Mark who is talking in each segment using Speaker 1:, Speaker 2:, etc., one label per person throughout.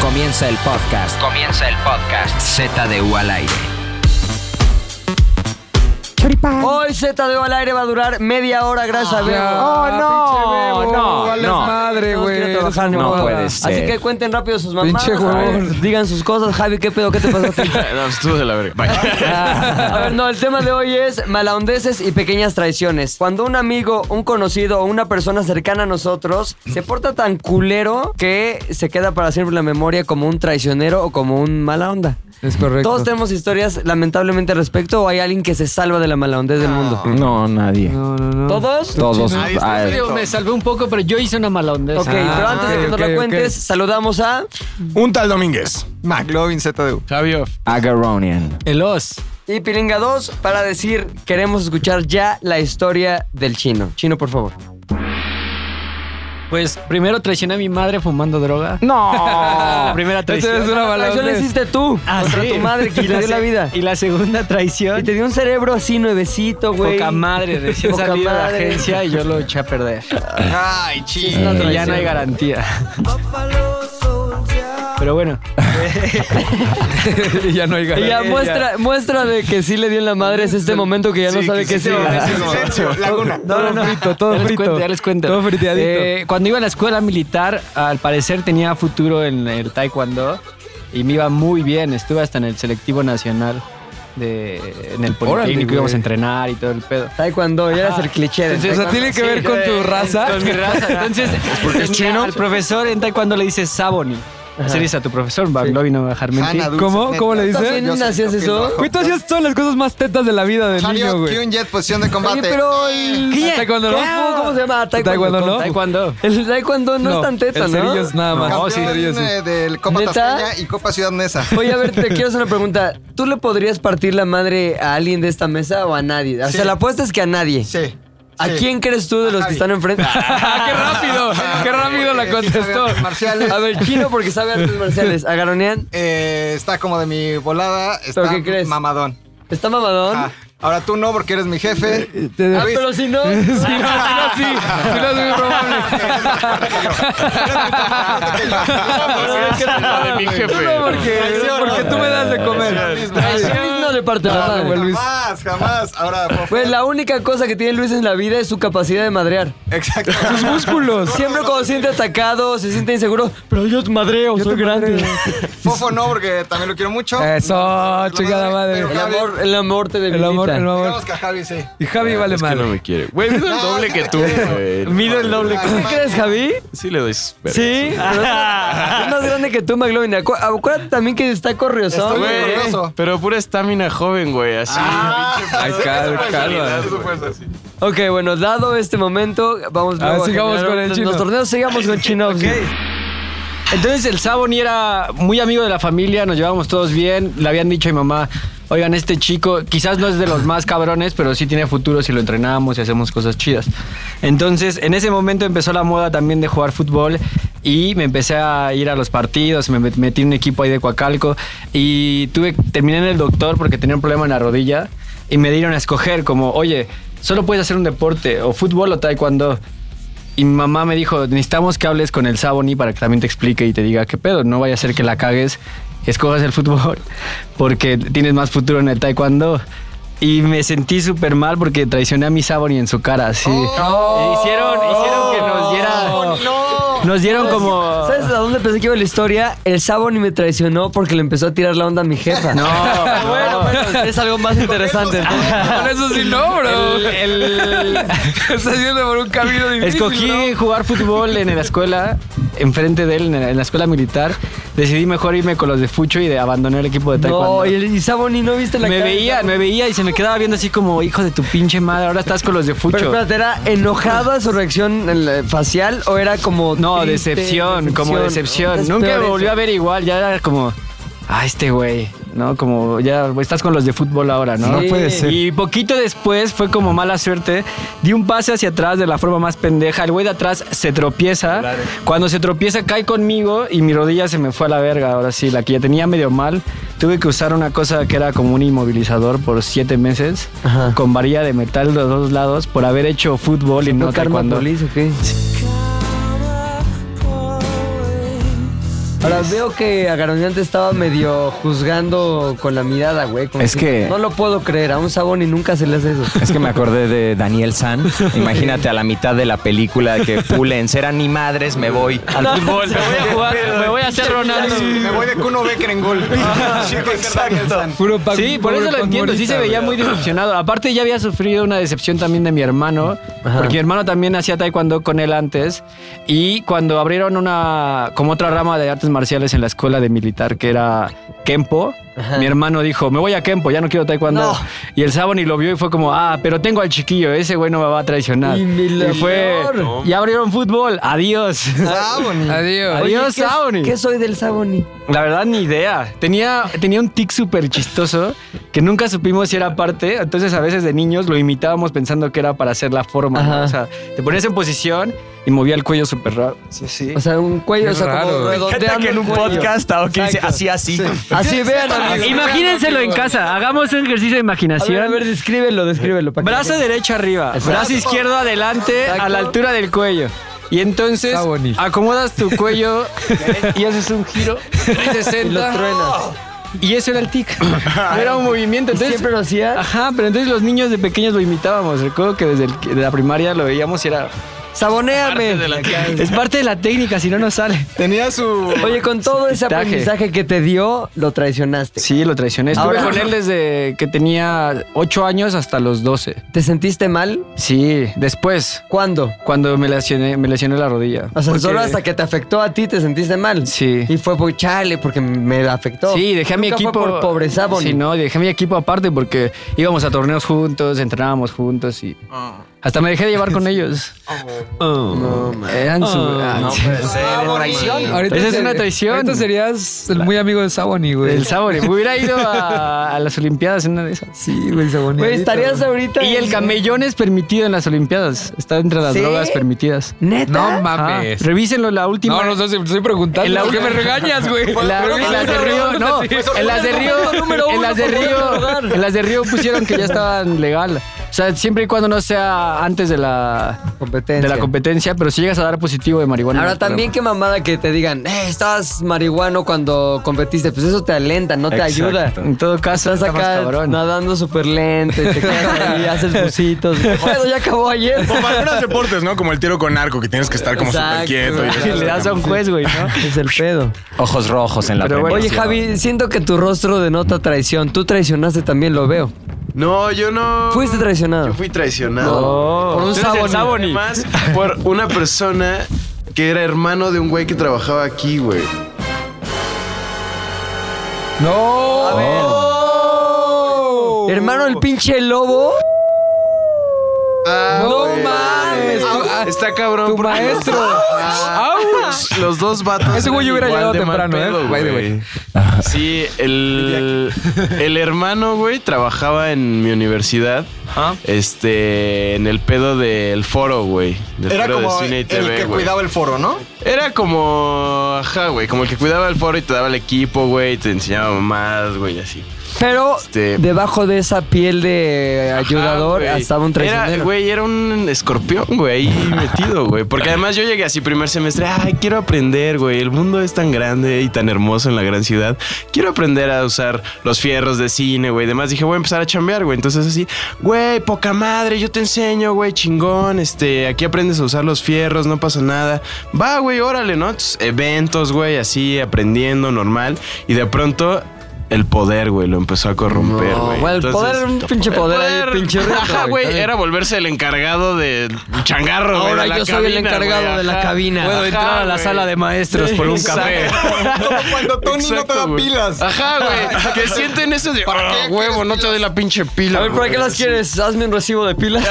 Speaker 1: Comienza el podcast. Comienza el podcast. Z de U al aire.
Speaker 2: Hoy ZDU al aire va a durar media hora, gracias a Bebo.
Speaker 3: Oh, no.
Speaker 2: Ah, Pinche Bebo,
Speaker 3: No,
Speaker 2: vales
Speaker 3: no.
Speaker 2: madre,
Speaker 3: Tenemos que ir a
Speaker 2: güey.
Speaker 3: trabajar,
Speaker 2: No
Speaker 3: no
Speaker 2: joda.
Speaker 3: puede
Speaker 2: Así
Speaker 3: ser.
Speaker 2: que cuenten rápido sus mamás.
Speaker 3: Pinche huevón.
Speaker 2: Digan sus cosas. Javi, ¿qué pedo? ¿Qué te pasó a ti?
Speaker 4: No, estuvo de la verga. Bye.
Speaker 2: A ver, no, el tema de hoy es malahondeses y pequeñas traiciones. Cuando un amigo, un conocido o una persona cercana a nosotros se porta tan culero que se queda para siempre en la memoria como un traicionero o como un mala onda.
Speaker 3: Es correcto.
Speaker 2: Todos tenemos historias lamentablemente al respecto o hay alguien que se salva de la mala hondez del mundo.
Speaker 4: No, nadie.
Speaker 3: No, no, no.
Speaker 2: ¿Todos?
Speaker 4: Todos.
Speaker 5: Nadie está
Speaker 4: Ay,
Speaker 5: serio, me salvé un poco, pero yo hice una mala onda.
Speaker 2: Ok,
Speaker 3: Ah,
Speaker 2: pero antes de que
Speaker 3: ok,
Speaker 2: nos
Speaker 3: ok,
Speaker 2: la
Speaker 3: ok.
Speaker 2: cuentes, saludamos a...
Speaker 6: Un tal Domínguez.
Speaker 7: McLovin ZDU.
Speaker 5: Javioff.
Speaker 4: Agaronian.
Speaker 5: El os.
Speaker 2: Y Pilinga 2 para decir, queremos escuchar ya la historia del chino. Chino, por favor.
Speaker 5: Pues primero traicioné a mi madre fumando droga.
Speaker 4: No.
Speaker 5: La primera
Speaker 3: Esta
Speaker 5: traición.
Speaker 3: Este
Speaker 5: Ah,
Speaker 3: es una
Speaker 2: La
Speaker 3: mala
Speaker 2: traición la
Speaker 3: vez.
Speaker 2: hiciste tú contra tu madre que
Speaker 5: Y
Speaker 2: te dio
Speaker 5: se-
Speaker 2: la vida.
Speaker 5: Y la segunda
Speaker 2: Y
Speaker 5: traición.
Speaker 2: te dio un cerebro así nuevecito, güey.
Speaker 5: Poca madre, recién
Speaker 2: Poca
Speaker 5: salido de la
Speaker 2: madre.
Speaker 5: agencia y yo lo eché a perder.
Speaker 7: Ay,
Speaker 5: Y
Speaker 7: chis.
Speaker 2: una
Speaker 5: ya
Speaker 2: traición.
Speaker 5: no hay garantía. Pero bueno,
Speaker 3: Y ya no hay
Speaker 2: Y
Speaker 3: garantía.
Speaker 2: ya muestra, muestra de que sí le dio en la madre es este momento que ya no sabe qué es.
Speaker 7: Silencio, Laguna.
Speaker 3: Todo frito,
Speaker 5: ya
Speaker 3: todo
Speaker 5: les cuento,
Speaker 3: frito.
Speaker 5: ya les cuento.
Speaker 3: Todo friteadito.
Speaker 5: Eh, cuando iba a la escuela militar, al parecer tenía futuro en el taekwondo y me iba muy bien. Estuve hasta en el selectivo nacional de, en el
Speaker 3: Órale,
Speaker 5: Politécnico,
Speaker 3: güey.
Speaker 5: íbamos a entrenar y todo el pedo.
Speaker 2: Taekwondo, ya eras el cliché. del
Speaker 3: o sea, tiene que ver con tu raza.
Speaker 5: Con mi raza. Entonces,
Speaker 7: porque es
Speaker 5: tenía
Speaker 7: chino.
Speaker 5: al profesor en taekwondo le dice Saboni. Así le dice a tu profesor, Baglovi, no me va a dejar mentir.
Speaker 7: Hanna,
Speaker 3: ¿Cómo?
Speaker 7: Ah, Dulce,
Speaker 3: ¿Cómo le
Speaker 7: neta.
Speaker 3: dice?
Speaker 2: ¿También
Speaker 7: Yo soy
Speaker 2: hacías
Speaker 7: Tokio
Speaker 2: eso?
Speaker 7: Bajo.
Speaker 3: Güey, tú hacías todas las cosas más tetas de la vida de niño,
Speaker 7: Hanyo,
Speaker 3: güey.
Speaker 7: Kyun Jet, posición de
Speaker 2: Oye,
Speaker 7: combate. Ah,
Speaker 2: pero el...
Speaker 3: ¿Qué?
Speaker 2: Taekwondo, ¿no? ¿Cómo, cómo se llama?
Speaker 3: Taekwondo, ¿no?
Speaker 5: Taekwondo.
Speaker 2: El taekwondo no, es tan teta,
Speaker 3: el
Speaker 2: ¿no?
Speaker 3: cerillo es nada más.
Speaker 7: Campeón
Speaker 3: No, sí, cerillo sí.
Speaker 7: eh, del Copa
Speaker 2: ¿Neta?
Speaker 7: Tasqueña y Copa Ciudad Neza.
Speaker 2: Oye, a ver, te quiero hacer una pregunta. ¿Tú le podrías partir la madre a alguien de esta mesa o a nadie? O sea,
Speaker 7: Sí.
Speaker 2: la apuesta es que a nadie.
Speaker 7: Sí.
Speaker 2: ¿A
Speaker 7: sí.
Speaker 2: quién crees tú de los que
Speaker 7: Javi.
Speaker 2: están enfrente?
Speaker 3: Ah, ¡Qué rápido! ¡Qué rápido la
Speaker 7: Eh, sí,
Speaker 3: contestó!
Speaker 7: sabe Marciales.
Speaker 2: A ver, chino porque sabe artes marciales. Agaronean,
Speaker 7: Eh, está como de mi volada. Está
Speaker 2: qué crees?
Speaker 7: mamadón.
Speaker 2: ¿está mamadón?
Speaker 7: Ah, ahora tú no, porque eres mi
Speaker 3: Eh,
Speaker 7: jefe.
Speaker 2: Ah,
Speaker 7: Luis,
Speaker 2: pero si no.
Speaker 3: Sí, no, sí, no, sí. Sí, no, es muy probable.
Speaker 4: Lo de mi jefe.
Speaker 3: Tú no, porque,
Speaker 7: Traición,
Speaker 3: porque
Speaker 7: ¿no?
Speaker 3: tú me das de comer.
Speaker 7: Traición.
Speaker 2: Luis no le parte la
Speaker 3: Ah,
Speaker 2: madre.
Speaker 3: güey. Luis.
Speaker 7: Jamás, jamás. Ahora, por
Speaker 2: Pues la única cosa que tiene Luis en la vida es su capacidad de madrear.
Speaker 7: Exacto.
Speaker 3: Sus músculos.
Speaker 2: Siempre cuando se siente atacado, se siente inseguro. Pero yo te madreo, soy grande.
Speaker 7: Fofo no, porque también lo quiero mucho.
Speaker 3: Eh, Eso, chingada madre.
Speaker 2: El amor, el amor te debilita.
Speaker 3: El amor, el amor.
Speaker 7: Digamos que a Javi sí.
Speaker 3: Y Javi vale
Speaker 4: Es que no
Speaker 3: madre.
Speaker 4: me quiere. Güey, mido el doble que tú, güey.
Speaker 5: Mido el doble.
Speaker 2: ¿Qué crees, Javi?
Speaker 4: Sí le doy sus vergas.
Speaker 2: Sí, pero es más es más grande que tú, McLovin. Acu- Acuérdate también que está corriosón.
Speaker 7: Estoy
Speaker 2: güey.
Speaker 4: Güey,
Speaker 7: orgulloso.
Speaker 4: pero pura estamina joven, güey. Así.
Speaker 3: Ah, Ay, calma, calma.
Speaker 2: Ok, bueno, dado este momento, vamos
Speaker 3: A ver,
Speaker 2: luego a
Speaker 3: sigamos
Speaker 2: generar
Speaker 3: con el
Speaker 2: los-
Speaker 3: chino.
Speaker 2: Los torneos sigamos con Chino.
Speaker 5: Entonces el Saboni era muy amigo de la familia, nos llevábamos todos bien. Le habían dicho a mi mamá, oigan, este chico quizás no es de los más cabrones, pero sí tiene futuro si lo entrenamos y hacemos cosas chidas. Entonces en ese momento empezó la moda también de jugar fútbol y me empecé a ir a los partidos, me met- metí en un equipo ahí de Coacalco y tuve, terminé en el doctor porque tenía un problema en la rodilla y me dieron a escoger como, oye, solo puedes hacer un deporte o fútbol o taekwondo. Y mi mamá me dijo, necesitamos que hables con el Saboni para que también te explique y te diga qué pedo. No vaya a ser que la cagues, escojas el fútbol, porque tienes más futuro en el taekwondo. Y me sentí súper mal porque traicioné a mi Saboni en su cara, así.
Speaker 2: Oh.
Speaker 5: E hicieron, hicieron que nos diera... Nos dieron como...
Speaker 2: ¿Sabes a dónde pensé que iba la historia? El Saboni me traicionó porque le empezó a tirar la onda a mi jefa.
Speaker 5: No,
Speaker 2: bueno,
Speaker 5: no.
Speaker 2: bueno, es algo más interesante.
Speaker 3: Con eso sí no, bro. Estás yendo por un camino difícil.
Speaker 5: Escogí
Speaker 3: bro.
Speaker 5: jugar fútbol en la escuela, enfrente de él, en la- en la escuela militar. Decidí mejor irme con los de Fucho y de abandonar el equipo de taekwondo.
Speaker 2: No, y, el- y Saboni, ¿no viste la
Speaker 5: me
Speaker 2: cara de
Speaker 5: veía,
Speaker 2: Saboni?
Speaker 5: me veía y se me quedaba viendo así como, hijo de tu pinche madre, ahora estás con los de
Speaker 2: Pero
Speaker 5: Fucho.
Speaker 2: espérate, ¿era enojada su reacción eh, facial o era como
Speaker 5: no,
Speaker 2: triste,
Speaker 5: decepción, como decepción.
Speaker 2: Es
Speaker 5: Nunca
Speaker 2: peor
Speaker 5: me volvió
Speaker 2: eso.
Speaker 5: a ver igual, ya era como, ah, este güey, ¿no? Como, ya güey, estás con los de fútbol ahora, ¿no?
Speaker 2: Sí. No puede ser.
Speaker 5: Y poquito después fue como mala suerte, di un pase hacia atrás de la forma más pendeja, el güey de atrás se tropieza, cuando se tropieza cae conmigo y mi rodilla se me fue a la verga, ahora sí, la que ya tenía medio mal, tuve que usar una cosa que era como un inmovilizador por siete meses,
Speaker 2: Ajá.
Speaker 5: con varilla de metal de los dos lados, por haber hecho fútbol y
Speaker 2: ¿No
Speaker 5: no
Speaker 2: karma
Speaker 5: taekwondo.
Speaker 2: police o qué? Ahora veo que Agarañán te estaba medio juzgando con la mirada, güey. como
Speaker 8: Es que-
Speaker 2: No lo puedo creer, a un Saboni nunca se le hace eso.
Speaker 8: Es que me acordé de Daniel San. Imagínate a la mitad de la película que pulen, serán ni madres, me voy al fútbol.
Speaker 5: Me voy a jugar, me voy a hacer Ronaldo.
Speaker 7: Me voy de Kuno Becker en gol.
Speaker 9: Ah,
Speaker 7: Sí, exacto.
Speaker 5: Sí, por eso lo entiendo. Sí se veía muy decepcionado. Aparte ya había sufrido una decepción también de mi hermano, porque mi hermano también hacía taekwondo con él antes y cuando abrieron una como otra rama de artes marciales en la escuela de militar que era kempo, mi hermano dijo, "Me voy a kempo, ya no quiero taekwondo."
Speaker 2: No.
Speaker 5: Y el Saboni lo vio y fue como, "Ah, pero tengo al chiquillo, ese güey no me va a traicionar."
Speaker 2: Y mi
Speaker 5: fue
Speaker 2: labor.
Speaker 5: y abrieron fútbol. Adiós.
Speaker 7: Saboni.
Speaker 3: Adiós.
Speaker 5: Adiós,
Speaker 2: Oye, ¿qué-
Speaker 5: Saboni.
Speaker 2: ¿Qué soy del Saboni?
Speaker 5: La verdad, ni idea. Tenía, tenía un tic súper chistoso que nunca supimos si era parte. Entonces, a veces de niños lo imitábamos pensando que era para hacer la forma. ¿no?
Speaker 2: Ajá.
Speaker 5: O sea, te ponías en posición y movía el cuello súper raro. Sí, sí.
Speaker 2: O sea, un cuello,
Speaker 3: Qué
Speaker 2: o sea,
Speaker 3: raro.
Speaker 2: como
Speaker 3: Me
Speaker 8: Fíjate
Speaker 2: redondeando
Speaker 8: que en
Speaker 2: el
Speaker 8: un
Speaker 2: cuello.
Speaker 8: podcast o que dice
Speaker 2: Exacto.
Speaker 8: así, así.
Speaker 2: Así vean, amigos.
Speaker 5: Imagínenselo en casa. Hagamos un ejercicio de
Speaker 2: A ver, a
Speaker 5: imaginación.
Speaker 2: ver, descríbelo, descríbelo. para que-
Speaker 5: Brazo derecho arriba,
Speaker 2: Exacto.
Speaker 5: brazo izquierdo adelante a la altura del cuello. Y entonces
Speaker 3: Está bonito.
Speaker 5: acomodas tu cuello y haces un giro 360.
Speaker 2: Y lo truenas.
Speaker 5: Y eso era el tic. era un movimiento. Entonces,
Speaker 2: Siempre lo hacía.
Speaker 5: Ajá, pero entonces los niños de pequeños lo imitábamos. Recuerdo que desde el- de la primaria lo veíamos y era.
Speaker 2: Saboneame.
Speaker 5: Es parte de la técnica, si no, no sale.
Speaker 7: Tenía su.
Speaker 2: Oye, con todo ese
Speaker 5: Taje.
Speaker 2: aprendizaje que te dio, lo traicionaste.
Speaker 5: Sí, lo traicioné. Estuve
Speaker 2: Ahora-
Speaker 5: con él desde que tenía 8 años hasta los 12.
Speaker 2: ¿Te sentiste mal?
Speaker 5: Sí, después,
Speaker 2: ¿Cuándo?
Speaker 5: cuando me lesioné, me lesioné la rodilla.
Speaker 2: O sea,
Speaker 5: Porque-
Speaker 2: solo hasta que te afectó a ti te sentiste mal.
Speaker 5: Sí.
Speaker 2: Y fue por chale, porque me afectó.
Speaker 5: Sí, dejé a mi
Speaker 2: Nunca
Speaker 5: equipo.
Speaker 2: Fue por pobreza, Bonnie.
Speaker 5: Sí, no, dejé a mi equipo aparte porque íbamos a torneos juntos, entrenábamos juntos y. Hasta me dejé de llevar con ellos. No, Eran su. ah, sí.
Speaker 3: Ahorita
Speaker 5: Esa es
Speaker 3: ser-
Speaker 5: una traición.
Speaker 3: Ahorita serías el muy amigo de Saboni, güey.
Speaker 5: El Sabori. Me hubiera ido a, a las Olimpiadas en una de esas.
Speaker 3: Sí, güey, Saboni.
Speaker 2: Güey, estarías ahorita.
Speaker 5: Y el
Speaker 2: camino.
Speaker 5: camellón es permitido en las Olimpiadas. Está entre las
Speaker 2: ¿Sí?
Speaker 5: drogas permitidas.
Speaker 2: Neta.
Speaker 3: No
Speaker 5: Ah,
Speaker 3: mames.
Speaker 5: revísenlo la última.
Speaker 3: No, no sé, estoy preguntando.
Speaker 5: En la
Speaker 3: ¿Por qué me
Speaker 5: última-
Speaker 3: regañas, güey?
Speaker 5: La-
Speaker 3: Pero
Speaker 5: en las de Río, no, en las de Río, en las de Río, en las de Río pusieron que ya estaban legal. O sea, siempre y cuando no sea antes de la de
Speaker 2: Competencia.
Speaker 5: la competencia, pero si llegas a dar positivo de marihuana. no
Speaker 2: Ahora
Speaker 5: hay problema.
Speaker 2: también qué mamada que te digan, eh, estabas marihuano cuando competiste. Pues eso te alenta, no te
Speaker 8: Exacto.
Speaker 2: ayuda.
Speaker 5: En todo caso,
Speaker 2: Estás
Speaker 5: está más
Speaker 2: acá
Speaker 5: cabrón.
Speaker 2: nadando súper lento, y te quedas ahí, haces bucitos. Bueno, ya acabó ayer.
Speaker 6: Como algunos deportes, ¿no? Como el tiro con arco, que tienes que estar como súper
Speaker 2: Exacto.
Speaker 6: quieto. y-
Speaker 5: Le das a un juez, güey, ¿no?
Speaker 2: Es el pedo.
Speaker 8: Ojos rojos en la
Speaker 5: Pero bueno,
Speaker 2: Oye,
Speaker 8: preparación.
Speaker 2: Javi, siento que tu rostro denota traición. Tú traicionaste también, lo veo.
Speaker 4: No, yo no.
Speaker 2: Fuiste traicionado.
Speaker 4: Yo fui traicionado.
Speaker 5: Oh.
Speaker 2: Por un
Speaker 4: Tú eres el
Speaker 2: Saboni.
Speaker 4: Además, por una persona que era hermano de un güey que trabajaba aquí, güey.
Speaker 3: No.
Speaker 4: Oh.
Speaker 2: Hermano, el pinche lobo.
Speaker 4: Ah,
Speaker 3: No
Speaker 4: güey.
Speaker 3: mames, tu- ah,
Speaker 4: Está cabrón.
Speaker 3: tu
Speaker 4: porque-
Speaker 3: maestro.
Speaker 4: Ah, los dos vatos.
Speaker 3: Ese güey hubiera
Speaker 4: igual
Speaker 3: llegado
Speaker 4: de mal
Speaker 3: temprano,
Speaker 4: pedo,
Speaker 3: ¿eh? By the
Speaker 4: güey.
Speaker 3: way.
Speaker 4: Sí, el, el hermano, güey, trabajaba en mi universidad.
Speaker 7: Ah.
Speaker 4: Este, en el pedo del foro, güey. Del
Speaker 7: Era
Speaker 4: foro
Speaker 7: como
Speaker 4: de cine y
Speaker 7: el
Speaker 4: TV,
Speaker 7: que
Speaker 4: güey.
Speaker 7: cuidaba el foro, ¿no?
Speaker 4: Era como, ajá, güey, como el que cuidaba el foro y te daba el equipo, güey, y te enseñaba más, güey, así.
Speaker 2: Pero
Speaker 4: Este-
Speaker 2: debajo de esa piel de
Speaker 4: Ajá,
Speaker 2: ayudador
Speaker 4: güey.
Speaker 2: estaba un
Speaker 4: Era,
Speaker 2: traicionero.
Speaker 4: güey, era un escorpión, güey, ahí metido, güey. Porque además yo llegué así primer semestre, ay, quiero aprender, güey. El mundo es tan grande y tan hermoso en la gran ciudad. Quiero aprender a usar los fierros de cine, güey. Además dije, voy a empezar a chambear, güey. Entonces así, güey, poca madre, yo te enseño, güey, chingón. Este, aquí aprendes a usar los fierros, no pasa nada. Va, güey, órale, ¿no? Entonces, eventos, güey, así, aprendiendo, normal. Y de pronto... El poder, güey, lo empezó a corromper,
Speaker 2: No,
Speaker 4: güey.
Speaker 2: Oh, güey, el poder era un pinche poder ahí, pinche reto,
Speaker 4: Ajá,
Speaker 2: güey,
Speaker 4: güey,
Speaker 2: está bien.
Speaker 4: era volverse el encargado de changarro, güey,
Speaker 2: Ahora
Speaker 4: de la
Speaker 2: yo soy el
Speaker 4: cabina,
Speaker 2: encargado
Speaker 4: güey,
Speaker 2: de la
Speaker 4: ajá.
Speaker 2: cabina. Puedo
Speaker 4: Ajá,
Speaker 5: entrar a la
Speaker 4: güey.
Speaker 5: sala de maestros por un café.
Speaker 7: Como cuando Tony no te
Speaker 4: Exacto,
Speaker 7: da
Speaker 4: güey.
Speaker 7: pilas.
Speaker 4: Ajá, güey. Que sienten eso de
Speaker 7: ¿Para
Speaker 4: "Ah,
Speaker 7: qué
Speaker 4: huevo,
Speaker 7: quieres
Speaker 4: no te doy la pinche pila.
Speaker 2: A ver, ¿para qué las quieres? Hazme un recibo de pilas.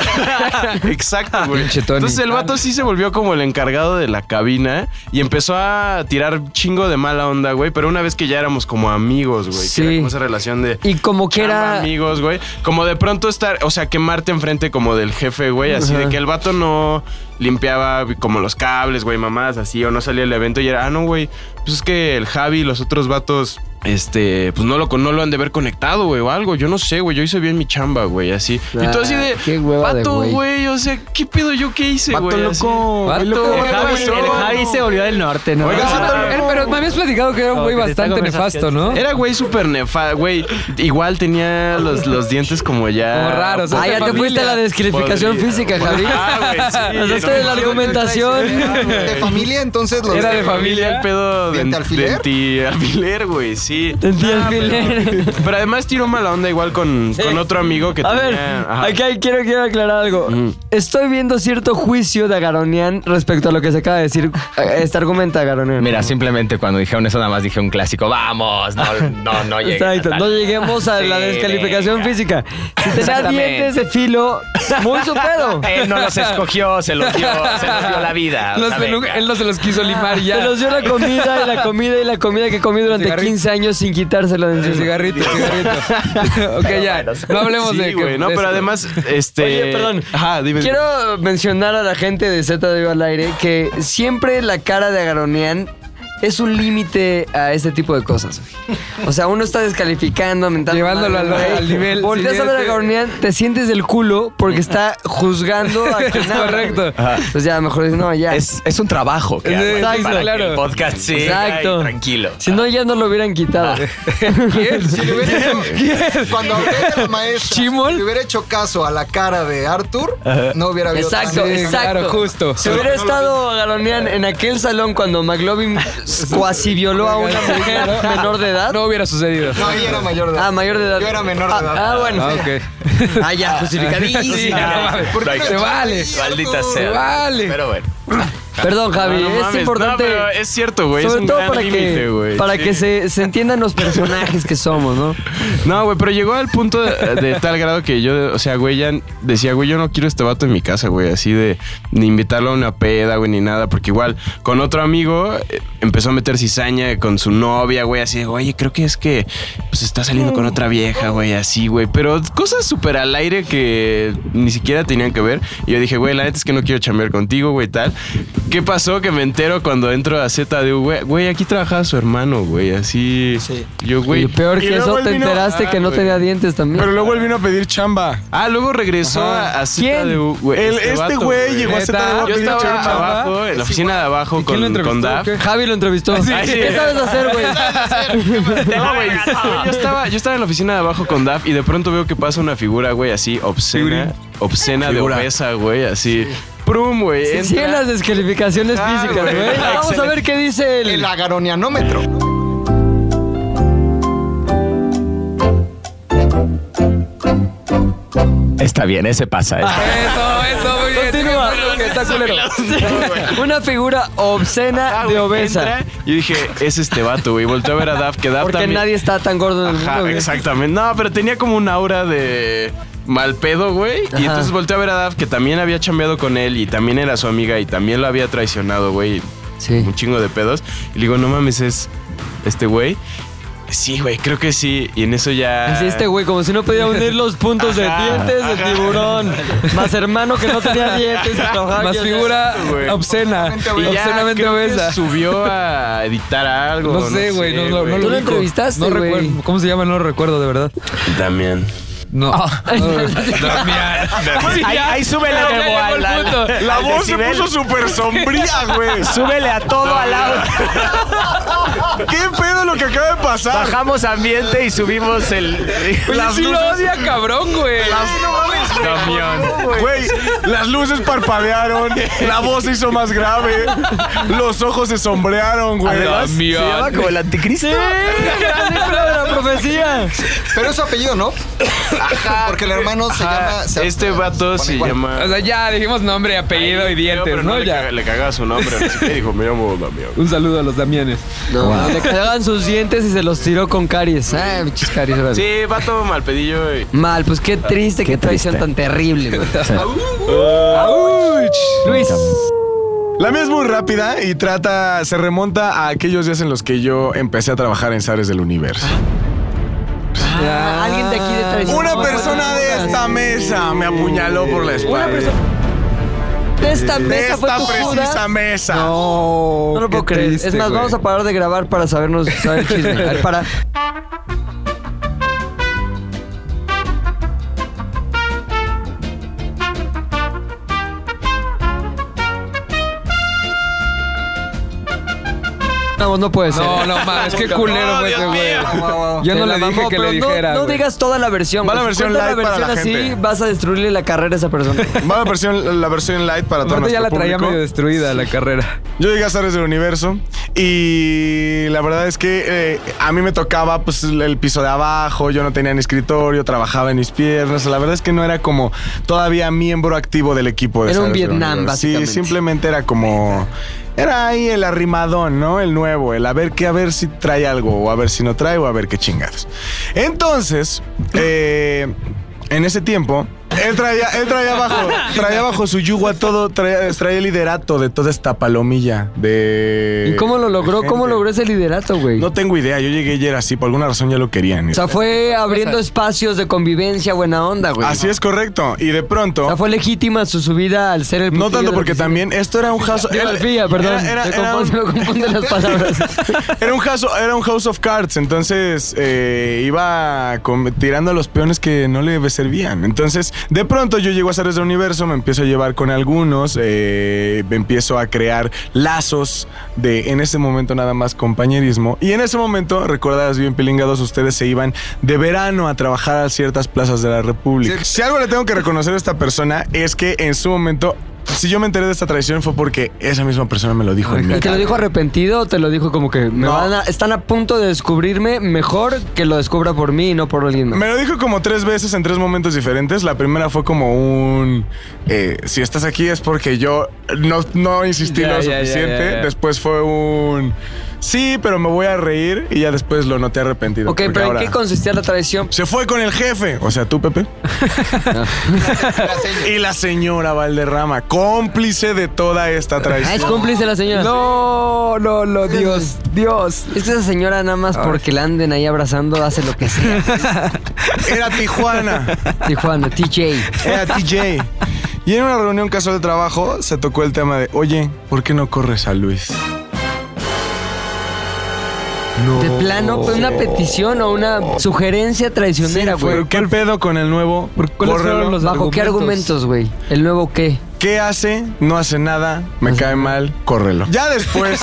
Speaker 4: Exacto, güey.
Speaker 3: Pinche Tony.
Speaker 4: Entonces el vato sí se volvió como el encargado de la cabina y empezó a tirar chingo de mala onda, güey. Pero una vez que ya éramos como amigos, güey.
Speaker 2: Sí.
Speaker 4: Que era como esa relación de.
Speaker 2: Y como que
Speaker 4: chamba,
Speaker 2: era.
Speaker 4: amigos, güey. Como de pronto estar, o sea, quemarte enfrente como del jefe, güey. Así de que el vato no limpiaba como los cables, güey, mamás, así, o no salía al evento y era, ah, no, güey, pues es que el Javi y los otros vatos, este, pues no lo, no lo han de haber conectado, güey, o algo. Yo no sé, güey, yo hice bien mi chamba, güey, así. y tú así
Speaker 5: Ah,
Speaker 4: de,
Speaker 2: qué hueva de
Speaker 4: vato,
Speaker 2: güey".
Speaker 4: güey, o sea, ¿qué pedo yo qué hice,
Speaker 7: Vato
Speaker 4: güey? así?
Speaker 7: loco.
Speaker 4: Vato,
Speaker 5: El
Speaker 4: güey,
Speaker 5: Javi,
Speaker 4: pasó,
Speaker 5: el Javi ahí se volvió del norte, ¿no?
Speaker 4: Oiga,
Speaker 5: Ah,
Speaker 3: Él- eh, pero me habías platicado que era un
Speaker 5: No,
Speaker 3: güey
Speaker 5: que te está
Speaker 3: bastante
Speaker 5: comenzando-
Speaker 3: nefasto, ¿no?
Speaker 4: Era güey súper nefa, güey. Igual tenía los, los dientes como ya.
Speaker 3: Como raros,
Speaker 2: Ah, ya te
Speaker 3: familia.
Speaker 2: fuiste a la descalificación
Speaker 4: Podría.
Speaker 2: física, Javi.
Speaker 4: Ah, güey, sí.
Speaker 2: Nos daste la argumentación.
Speaker 9: De familia, entonces los
Speaker 3: Era
Speaker 2: Este
Speaker 4: De familia el pedo de
Speaker 9: ¿Diente alfiler?
Speaker 4: alfiler, güey, sí.
Speaker 2: Sentí alfiler.
Speaker 4: Pero además tiró mala onda igual con, con otro amigo que
Speaker 2: A
Speaker 4: tenía.
Speaker 2: ver,
Speaker 4: ajá.
Speaker 2: aquí hay- quiero, quiero aclarar algo.
Speaker 3: Mm.
Speaker 2: Estoy viendo cierto juicio de Agaronian respecto a lo que se acaba de decir. eh, Este argumento de Agaronian.
Speaker 8: Mira, simplemente cuando dijeron eso, nada más dije un clásico. Vamos, no, no, no llegué.
Speaker 2: Exacto, no lleguemos a la
Speaker 8: Sí,
Speaker 2: descalificación
Speaker 8: venga.
Speaker 2: física. Si tenía
Speaker 8: Exactamente.
Speaker 2: dientes de filo, muy su pedo.
Speaker 8: Él no los escogió, se los dio, se los dio la vida. o
Speaker 3: Los
Speaker 8: sea,
Speaker 3: de-
Speaker 8: venga.
Speaker 3: él no se los quiso limar ya.
Speaker 2: Ah, Se nos dio la comida y la comida y la comida que comí durante
Speaker 3: Cigarrito.
Speaker 2: 15 años sin quitársela de
Speaker 3: El
Speaker 2: encima.
Speaker 3: cigarrito, el cigarrito. ok, ya. No hablemos
Speaker 4: Sí,
Speaker 3: de. que-
Speaker 4: güey, no,
Speaker 3: de
Speaker 4: pero
Speaker 3: eso.
Speaker 4: además, este.
Speaker 2: Oye, perdón.
Speaker 4: Ajá, dime.
Speaker 2: Quiero mencionar a la gente de Z de Viva al Aire que siempre la cara de Agaronian es un límite a este tipo de cosas. güey. O sea, uno está descalificando, mentando.
Speaker 3: Llevándolo al-
Speaker 2: madre, güey.
Speaker 3: al nivel
Speaker 2: Volteas a ver a
Speaker 3: siguiente.
Speaker 2: Agaronian, te sientes del culo porque está juzgando a quien
Speaker 3: Es
Speaker 2: habla, güey.
Speaker 3: correcto.
Speaker 2: Entonces ya mejor dices, no, ya.
Speaker 8: es, es un trabajo que
Speaker 3: Sí,
Speaker 8: hago aquí
Speaker 3: exacto,
Speaker 8: para que
Speaker 3: claro.
Speaker 8: el podcast siga y
Speaker 2: Exacto.
Speaker 8: tranquilo.
Speaker 2: Si no, ya no lo hubieran
Speaker 3: Ah.
Speaker 2: quitado.
Speaker 9: Si le hubiera hecho- Cuando hablé de la maestra,
Speaker 3: ¿Chimol?
Speaker 9: si le hubiera hecho caso a la cara de Arthur, no hubiera habido
Speaker 2: Exacto,
Speaker 9: tanto.
Speaker 2: exacto.
Speaker 3: claro, justo.
Speaker 2: Si hubiera estado Agaronian en aquel salón cuando McLovin cuasi violó a una mujer menor de edad.
Speaker 3: No hubiera sucedido.
Speaker 9: No, ella era mayor de edad.
Speaker 2: Ah, mayor de edad.
Speaker 9: Yo era menor de
Speaker 2: Ah,
Speaker 9: edad.
Speaker 2: Ah, bueno.
Speaker 3: Ah, ok.
Speaker 2: Ah, ya, justificadísimo.
Speaker 3: Sí, no mames.
Speaker 9: ¿Por qué
Speaker 8: Like,
Speaker 9: no
Speaker 3: Se
Speaker 9: echaste
Speaker 3: vale.
Speaker 9: ahí,
Speaker 8: Maldita
Speaker 9: Arthur?
Speaker 8: sea.
Speaker 3: vale.
Speaker 8: Pero bueno.
Speaker 2: Perdón, Javi,
Speaker 4: Ah, No
Speaker 2: es
Speaker 4: mames,
Speaker 2: importante.
Speaker 4: no, pero es cierto, güey. Es
Speaker 2: sobre
Speaker 4: un
Speaker 2: todo
Speaker 4: gran
Speaker 2: para
Speaker 4: límite,
Speaker 2: que,
Speaker 4: güey.
Speaker 2: para
Speaker 4: Sí.
Speaker 2: que se, se entiendan los personajes que somos, ¿no?
Speaker 4: No, güey, pero llegó al punto de, de tal grado que yo, o sea, güey, ya decía, güey, yo no quiero este vato en mi casa, güey, así de ni invitarlo a una peda, güey, ni nada, porque igual con otro amigo eh, empezó a meter cizaña con su novia, güey, así de, oye, creo que es que pues está saliendo con otra vieja, güey, así, güey, pero cosas súper al aire que ni siquiera tenían que ver. Y yo dije, güey, la neta es que no quiero chambear contigo, güey, tal. ¿Qué pasó? Que me entero cuando entro a ZDU, güey, güey, aquí trabajaba su hermano, güey, así. Yo, güey.
Speaker 2: y peor
Speaker 6: y
Speaker 2: que eso,
Speaker 6: luego él
Speaker 2: te
Speaker 6: vino-
Speaker 2: enteraste
Speaker 6: Ah,
Speaker 2: que no
Speaker 4: güey.
Speaker 2: tenía dientes también.
Speaker 6: Pero luego él vino a pedir chamba.
Speaker 4: Ah, luego regresó a, a ZDU, güey.
Speaker 6: El- este
Speaker 4: vato,
Speaker 6: güey llegó a
Speaker 4: Neta,
Speaker 6: ZDU a
Speaker 4: Yo
Speaker 6: pedir
Speaker 4: estaba
Speaker 6: chamba.
Speaker 4: abajo, en la oficina de abajo
Speaker 3: quién lo
Speaker 4: con,
Speaker 3: entrevistó,
Speaker 4: con DAF.
Speaker 3: o qué?
Speaker 2: Javi lo entrevistó.
Speaker 4: Ah, sí.
Speaker 2: ¿Qué sabes hacer, güey?
Speaker 4: No, güey. Yo estaba, yo estaba en la oficina de abajo con DAF y de pronto veo que pasa una figura, güey, así obscena. Obscena de obesa, güey, así. Prum, güey. entra.
Speaker 2: Sí, en las descalificaciones
Speaker 4: Ah,
Speaker 2: físicas,
Speaker 4: güey.
Speaker 2: güey. Vamos a ver qué dice el.
Speaker 9: El agaronianómetro.
Speaker 8: Está bien, ese pasa. ese.
Speaker 3: Ah, Eso, eso, muy bien.
Speaker 2: Continúa.
Speaker 3: Bueno, que está culero.
Speaker 2: Una figura obscena de
Speaker 4: Ah, güey,
Speaker 2: obesa.
Speaker 4: entra. Yo dije, es este vato, güey. Volté a ver a DAF, que DAF
Speaker 2: Porque
Speaker 4: también.
Speaker 2: nadie está tan gordo en el mundo.
Speaker 4: Ajá,
Speaker 2: güey.
Speaker 4: exactamente. No, pero tenía como un aura de mal pedo, güey.
Speaker 2: Ajá.
Speaker 4: Y entonces volteé a ver a Daf, que también había chambeado con él y también era su amiga y también lo había traicionado, güey.
Speaker 2: Sí.
Speaker 4: Un chingo de pedos. Y le digo, no mames, es este güey. Sí, güey, creo que sí. Y en eso ya.
Speaker 2: Así este güey, como si no podía unir los puntos de
Speaker 4: Ajá,
Speaker 2: dientes de
Speaker 4: ajá.
Speaker 2: tiburón. Más hermano que no tenía dientes. y trabajaba
Speaker 3: Más
Speaker 2: aquí en-
Speaker 3: figura
Speaker 4: güey.
Speaker 3: obscena.
Speaker 4: Y ya
Speaker 3: Obscenamente
Speaker 4: creo que
Speaker 3: obesa.
Speaker 4: Subió a editar algo.
Speaker 3: No sé, güey. No, no, no
Speaker 2: Tú lo
Speaker 3: ubico.
Speaker 2: entrevistaste,
Speaker 3: No
Speaker 2: güey.
Speaker 3: recuerdo. ¿Cómo se llama? No lo recuerdo, de verdad.
Speaker 4: También.
Speaker 3: No.
Speaker 4: Damián.
Speaker 8: Ahí, ahí súbele
Speaker 3: Ya
Speaker 8: Bebo,
Speaker 3: llegó
Speaker 8: al-
Speaker 3: el
Speaker 8: al-
Speaker 3: punto.
Speaker 6: La
Speaker 8: al
Speaker 6: voz se
Speaker 8: decibel.
Speaker 6: puso súper sombría, güey.
Speaker 8: Súbele a todo al lado.
Speaker 6: ¿Qué pedo lo que acaba de pasar?
Speaker 8: Bajamos ambiente y subimos el.
Speaker 3: Oye, sí lo odia, cabrón, güey.
Speaker 6: Güey, las luces parpadearon, la voz se hizo más grave, los ojos se sombrearon, güey.
Speaker 8: Además, se llama como el anticristo.
Speaker 9: Pero es su apellido, ¿no? Porque el hermano se llama. se-
Speaker 4: Este vato se
Speaker 9: igual.
Speaker 4: llama.
Speaker 3: O sea, ya dijimos nombre, apellido y dientes,
Speaker 4: Pero
Speaker 3: ¿no?
Speaker 4: Le,
Speaker 3: Ya.
Speaker 4: caga- le cagaba su nombre. Así que dijo, me llamo Damián.
Speaker 3: Un saludo a los Damianes.
Speaker 2: No, Le cagaban sus dientes y se los tiró con caries. Ah, pinches caries. órale.
Speaker 4: Sí, vato malpedillo. y-
Speaker 2: Mal, pues qué triste, qué, traición tan terrible, güey. Luis.
Speaker 6: La mía es muy rápida y trata, se remonta a aquellos días en los que yo empecé a trabajar en Zares del Universo.
Speaker 2: Ah, Alguien de aquí de traición.
Speaker 6: Una persona de esta mesa me apuñaló por la espalda.
Speaker 2: De esta
Speaker 6: de
Speaker 2: mesa fue
Speaker 6: esta
Speaker 2: tu
Speaker 6: precisa
Speaker 2: juda.
Speaker 6: mesa.
Speaker 3: No,
Speaker 2: No lo puedo creer. es más, vamos a parar de grabar para sabernos saber el chisme. A ver, para. No, no puede ser.
Speaker 3: Pues, No, no mames, qué culero fue ese güey. Yo
Speaker 2: Te
Speaker 3: no
Speaker 2: la
Speaker 3: le dije
Speaker 2: mamó,
Speaker 3: que
Speaker 2: pero
Speaker 3: le
Speaker 2: no-
Speaker 3: dijera.
Speaker 2: No,
Speaker 3: güey.
Speaker 2: digas toda la versión.
Speaker 6: Va la
Speaker 2: güey. Si
Speaker 6: versión
Speaker 2: cuentas
Speaker 6: light para la
Speaker 2: versión así,
Speaker 6: gente.
Speaker 2: vas a destruirle la carrera a esa persona.
Speaker 6: Va la versión, la versión light para todo
Speaker 3: Aparte ya
Speaker 6: nuestro
Speaker 3: la traía
Speaker 6: público.
Speaker 3: medio destruida la carrera.
Speaker 6: Yo llegué a Zares del Universo y la verdad es que eh, a mí me tocaba pues, el piso de abajo, yo no tenía ni escritorio, trabajaba en mis piernas. La verdad es que no era como todavía miembro activo del equipo de
Speaker 2: Era un
Speaker 6: Zares del
Speaker 2: Vietnam,
Speaker 6: Universo.
Speaker 2: básicamente.
Speaker 6: Sí, simplemente era como. Era ahí el arrimadón, ¿no? El nuevo, el a ver qué, a ver si trae algo, o a ver si no trae, o a ver qué chingados. Entonces, eh, en ese tiempo, él traía, él traía abajo, traía bajo su yugo a todo, traía, traía el liderato de toda esta palomilla de.
Speaker 2: ¿Y cómo lo logró?
Speaker 6: de
Speaker 2: ¿Cómo
Speaker 6: gente.
Speaker 2: logró ese liderato, güey?
Speaker 6: No tengo idea, yo llegué ayer así, por alguna razón ya lo querían.
Speaker 2: o sea, fue abriendo espacios de convivencia buena onda, güey.
Speaker 6: así es correcto. Y de pronto.
Speaker 2: O sea, fue legítima su subida al ser el
Speaker 6: no
Speaker 2: putillo
Speaker 6: tanto
Speaker 2: de la
Speaker 6: porque
Speaker 2: oficina.
Speaker 6: también esto era un house.
Speaker 2: Digo,
Speaker 6: era-
Speaker 2: la filla, perdón.
Speaker 6: era- era-
Speaker 2: Se
Speaker 6: era un-
Speaker 2: confunde- me confunden las palabras.
Speaker 6: Era un house, era un house of cards, entonces eh, iba con- tirando a los peones que no le servían. Entonces, de pronto yo llego a Zares del Universo, me empiezo a llevar con algunos, eh, me empiezo a crear lazos de, en ese momento nada más compañerismo. Y en ese momento, recordadas bien pilingados, ustedes se iban de verano a trabajar a ciertas plazas de la República. Si algo le tengo que reconocer a esta persona es que en su momento... Si yo me enteré de esta traición fue porque esa misma persona me lo dijo en mi
Speaker 2: ¿Y te lo
Speaker 6: cara.
Speaker 2: dijo arrepentido o te lo dijo como que me
Speaker 6: No.
Speaker 2: van a- están a punto de descubrirme? Mejor que lo descubra por mí y no por alguien más.
Speaker 6: Me lo dijo como tres veces en tres momentos diferentes. La primera fue como un... eh, si estás aquí es porque yo no, no insistí
Speaker 3: Ya, ya,
Speaker 6: lo
Speaker 3: ya,
Speaker 6: suficiente.
Speaker 3: ya, ya.
Speaker 6: Después fue un... Sí, pero me voy a reír. Y ya después lo noté arrepentido.
Speaker 2: ok,
Speaker 6: porque
Speaker 2: pero ¿en
Speaker 6: ahora-
Speaker 2: qué consistía la traición?
Speaker 6: Se fue con el jefe. O sea, tú, Pepe. y la señora Valderrama, cómplice de toda
Speaker 2: Ah,
Speaker 6: esta
Speaker 2: es
Speaker 6: traición.
Speaker 2: cómplice la señora.
Speaker 3: No, no,
Speaker 2: Oh,
Speaker 3: no, Dios, Dios.
Speaker 2: Es que esa señora nada más porque la anden ahí abrazando hace lo que sea.
Speaker 6: Era Tijuana.
Speaker 2: Tijuana, TJ.
Speaker 6: Era TJ. Y en una reunión casual de trabajo se tocó el tema de, oye, ¿por qué no corres a Luis?
Speaker 2: De plano, pues, una petición o una sugerencia traicionera,
Speaker 6: Sí, fue,
Speaker 2: güey.
Speaker 6: ¿Qué pedo con el nuevo?
Speaker 3: ¿Cuáles fueron
Speaker 6: Córrelo.
Speaker 3: los
Speaker 2: ¿Bajo qué argumentos, güey? ¿El nuevo qué?
Speaker 6: ¿Qué hace? No hace nada. Me cae mal. Córrelo. Ya después.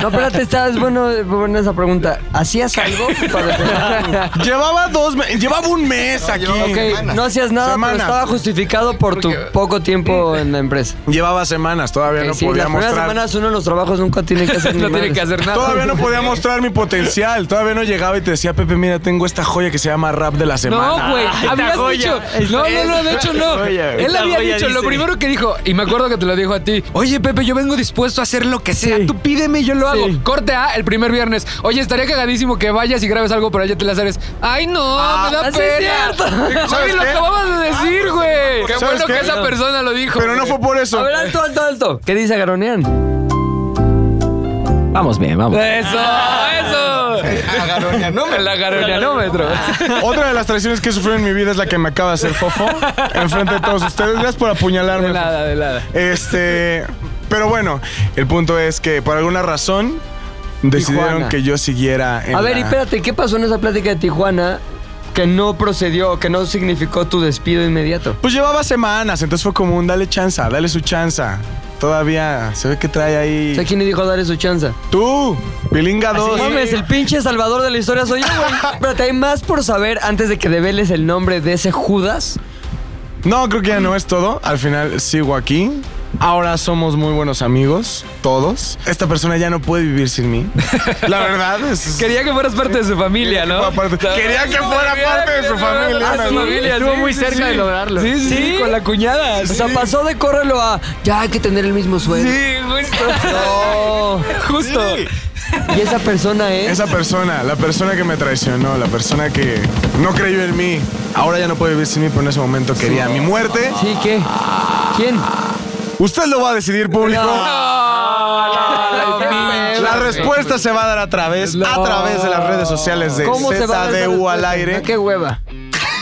Speaker 2: No, espérate, estabas bueno, bueno esa pregunta. ¿Hacías algo para
Speaker 6: llevaba dos meses. Llevaba un mes aquí.
Speaker 2: Ok, no hacías nada,
Speaker 6: Semana.
Speaker 2: pero estaba justificado por tu poco tiempo en la empresa.
Speaker 6: Llevaba semanas. Todavía
Speaker 2: Ok,
Speaker 6: no
Speaker 2: sí,
Speaker 6: podía
Speaker 2: las primeras
Speaker 6: mostrar.
Speaker 2: semanas uno de los trabajos nunca tiene que hacer ni
Speaker 3: No tiene
Speaker 2: madres.
Speaker 3: que hacer nada.
Speaker 6: Todavía no podía mostrar mi potencial. Todavía no llegaba y te decía, Pepe, mira, tengo esta joya que se llama rap de la semana.
Speaker 3: No, güey. Habías dicho. No, no, no, de hecho no.
Speaker 4: Joya, güey.
Speaker 3: Él
Speaker 4: Esta
Speaker 3: había
Speaker 4: joya
Speaker 3: dicho, lo
Speaker 4: dice.
Speaker 3: primero que dijo, y me acuerdo que te lo dijo a ti. Oye, Pepe, yo vengo dispuesto a hacer lo que sea. Tú pídeme y yo lo hago. Corte A el primer viernes. Oye, estaría cagadísimo que vayas y grabes algo, pero allá te las haces. Ay, no, me da
Speaker 2: sí es
Speaker 3: pena.
Speaker 2: cierto.
Speaker 3: Oye,
Speaker 6: ¿Sabes
Speaker 3: lo
Speaker 6: qué?
Speaker 3: acababas de decir, güey. Qué
Speaker 6: ¿Sabes
Speaker 3: bueno
Speaker 6: qué?
Speaker 3: que esa persona lo dijo.
Speaker 6: Pero no fue por eso.
Speaker 2: A ver, alto, alto, alto. ¿Qué dice Garonian?
Speaker 8: Vamos bien, vamos.
Speaker 3: Eso, eso.
Speaker 9: Agaroneanómetro.
Speaker 3: El agaroneanómetro.
Speaker 6: Otra de las traiciones que sufrí en mi vida es la que me acaba de hacer Fofo. Enfrente de todos ustedes. Gracias por apuñalarme.
Speaker 3: De nada, de nada.
Speaker 6: Este, pero bueno, el punto es que por alguna razón decidieron
Speaker 2: Tijuana.
Speaker 6: que yo siguiera en
Speaker 2: A ver,
Speaker 6: la-
Speaker 2: y espérate, ¿qué pasó en esa plática de Tijuana que no procedió, que no significó tu despido inmediato?
Speaker 6: Pues llevaba semanas, entonces fue como un dale chanza, dale su chanza. Todavía se ve que trae ahí.
Speaker 2: O sea, ¿quién le dijo darle su chance?
Speaker 6: Tú, Pilinga 2.
Speaker 2: No mames, el pinche salvador de la historia soy yo, güey. Espérate, hay más por saber antes de que develes el nombre de ese Judas.
Speaker 6: No, creo que ya no es todo. Al final sigo aquí. Ahora somos muy buenos amigos, todos. Esta persona ya no puede vivir sin mí. La verdad es.
Speaker 3: Quería que fueras parte de su familia, ¿no?
Speaker 6: Aparte- Quería que fuera parte de su familia.
Speaker 3: Ah, sí,
Speaker 5: Estuvo muy cerca de
Speaker 3: lograrlo.
Speaker 5: lograrlo.
Speaker 3: Sí, sí, sí, con la cuñada.
Speaker 2: O sea, pasó de córrelo a ya hay que tener el mismo sueldo. Oh.
Speaker 3: Sí, justo. Justo.
Speaker 2: Y esa persona ¿eh? es.
Speaker 6: Esa persona, la persona que me traicionó, la persona que no creyó en mí, ahora ya no puede vivir sin mí, pero en ese momento quería mi muerte.
Speaker 2: Sí, ¿qué? ¿Quién?
Speaker 6: Usted lo va a decidir, público. La respuesta se va a dar a través, a través de las redes sociales de
Speaker 2: ¿Cómo se va a dar esa
Speaker 6: ZDU al
Speaker 2: respuesta?
Speaker 6: aire.
Speaker 2: Ah, Qué hueva.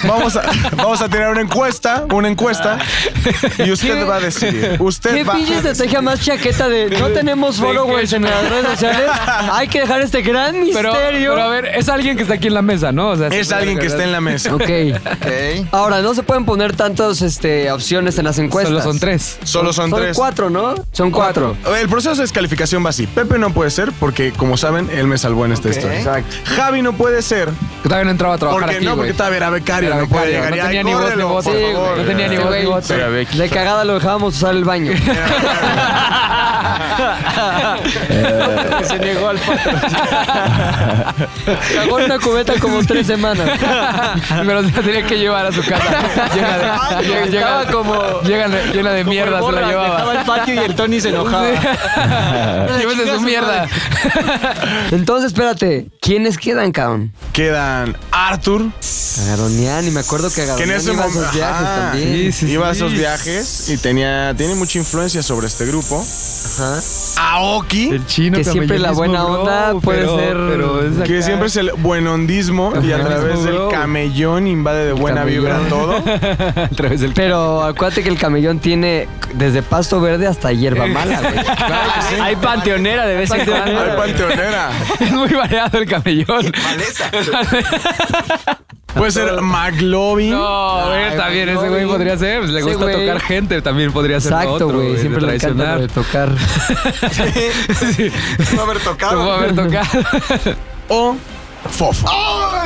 Speaker 6: Vamos a, vamos a tirar una encuesta, una encuesta, y
Speaker 2: ¿Qué?
Speaker 6: usted va a decidir. Usted
Speaker 2: ¿Qué
Speaker 6: va
Speaker 2: pinche estrategia más chaqueta de no tenemos followers en las redes sociales? Hay que dejar este gran
Speaker 3: Pero,
Speaker 2: misterio.
Speaker 3: pero a ver, es alguien que está aquí en la mesa, ¿no? O sea,
Speaker 6: Es
Speaker 3: sí,
Speaker 6: alguien que
Speaker 3: ¿verdad?
Speaker 6: está en la mesa.
Speaker 2: Ok.
Speaker 9: Ok.
Speaker 2: Ahora, no se pueden poner tantas este, opciones en las encuestas.
Speaker 3: Solo son tres.
Speaker 6: Solo son,
Speaker 2: Son
Speaker 6: tres.
Speaker 2: cuatro, ¿no? Son cuatro.
Speaker 6: El proceso de descalificación va así. Pepe no puede ser porque, como saben, él me salvó en esta historia.
Speaker 2: Exacto.
Speaker 6: Javi no puede ser
Speaker 3: Que todavía no entraba a trabajar
Speaker 6: porque
Speaker 3: aquí,
Speaker 6: no,
Speaker 3: güey.
Speaker 6: porque todavía era becario.
Speaker 3: Era
Speaker 6: no puede
Speaker 3: becario, no
Speaker 6: llegar. y, "Ay,
Speaker 3: tenía ni voz ni
Speaker 6: córrelo,
Speaker 3: voz.
Speaker 6: por
Speaker 2: Sí, güey,
Speaker 6: favor".
Speaker 3: no tenía ni
Speaker 2: Sí,
Speaker 3: voz ni
Speaker 2: güey.
Speaker 3: voto.
Speaker 4: Era Becky.
Speaker 2: De cagada lo dejábamos usar el baño.
Speaker 5: Se negó al
Speaker 2: Cagó en una cubeta como tres semanas.
Speaker 3: Pero se la tenía que llevar a su casa.
Speaker 2: Ah,
Speaker 3: Llena de, llega,
Speaker 5: Estaba como-
Speaker 3: Llena, llena de mierda, se la
Speaker 5: Dejaba
Speaker 3: llevaba.
Speaker 5: el patio y el Tony se enojaba.
Speaker 3: Llévese su mierda.
Speaker 2: Entonces, espérate. ¿Quiénes quedan, cabrón?
Speaker 6: Quedan Arthur,
Speaker 2: Cagaronian, y me acuerdo que
Speaker 6: que en
Speaker 2: Cagaronian
Speaker 6: ese
Speaker 2: iba a
Speaker 6: momento
Speaker 2: esos viajes
Speaker 6: Ajá.
Speaker 2: también.
Speaker 6: iba a esos viajes y tenía tiene mucha influencia sobre este grupo. Aoki,
Speaker 3: El chino
Speaker 2: Que siempre la buena
Speaker 3: camellismo,
Speaker 2: onda puede
Speaker 3: pero-
Speaker 2: ser-
Speaker 3: pero es
Speaker 6: que
Speaker 3: acá.
Speaker 6: siempre es el buenondismo y a
Speaker 3: Ajá.
Speaker 6: través del
Speaker 3: Bro.
Speaker 6: camellón invade de buena vibra
Speaker 2: camellón.
Speaker 6: todo.
Speaker 3: a través del
Speaker 2: Pero acuérdate que el camellón tiene desde pasto verde hasta hierba
Speaker 3: Eh,
Speaker 2: mala, güey.
Speaker 5: Hay panteonera de vez en cuando.
Speaker 6: Ay, panteonera.
Speaker 3: Es muy variado el camellón.
Speaker 9: Maleza.
Speaker 6: Puede ser McLovin.
Speaker 3: No, a ver, también ese güey podría ser. pues, le
Speaker 2: Ese
Speaker 3: gusta
Speaker 2: güey.
Speaker 3: tocar gente, también podría ser lo
Speaker 2: Exacto,
Speaker 3: otro,
Speaker 2: güey.
Speaker 3: de
Speaker 2: Siempre le
Speaker 3: traicionar.
Speaker 2: encanta lo de tocar.
Speaker 9: No haber
Speaker 3: Tuvo
Speaker 9: tocado.
Speaker 3: haber tocado.
Speaker 6: O Fofo.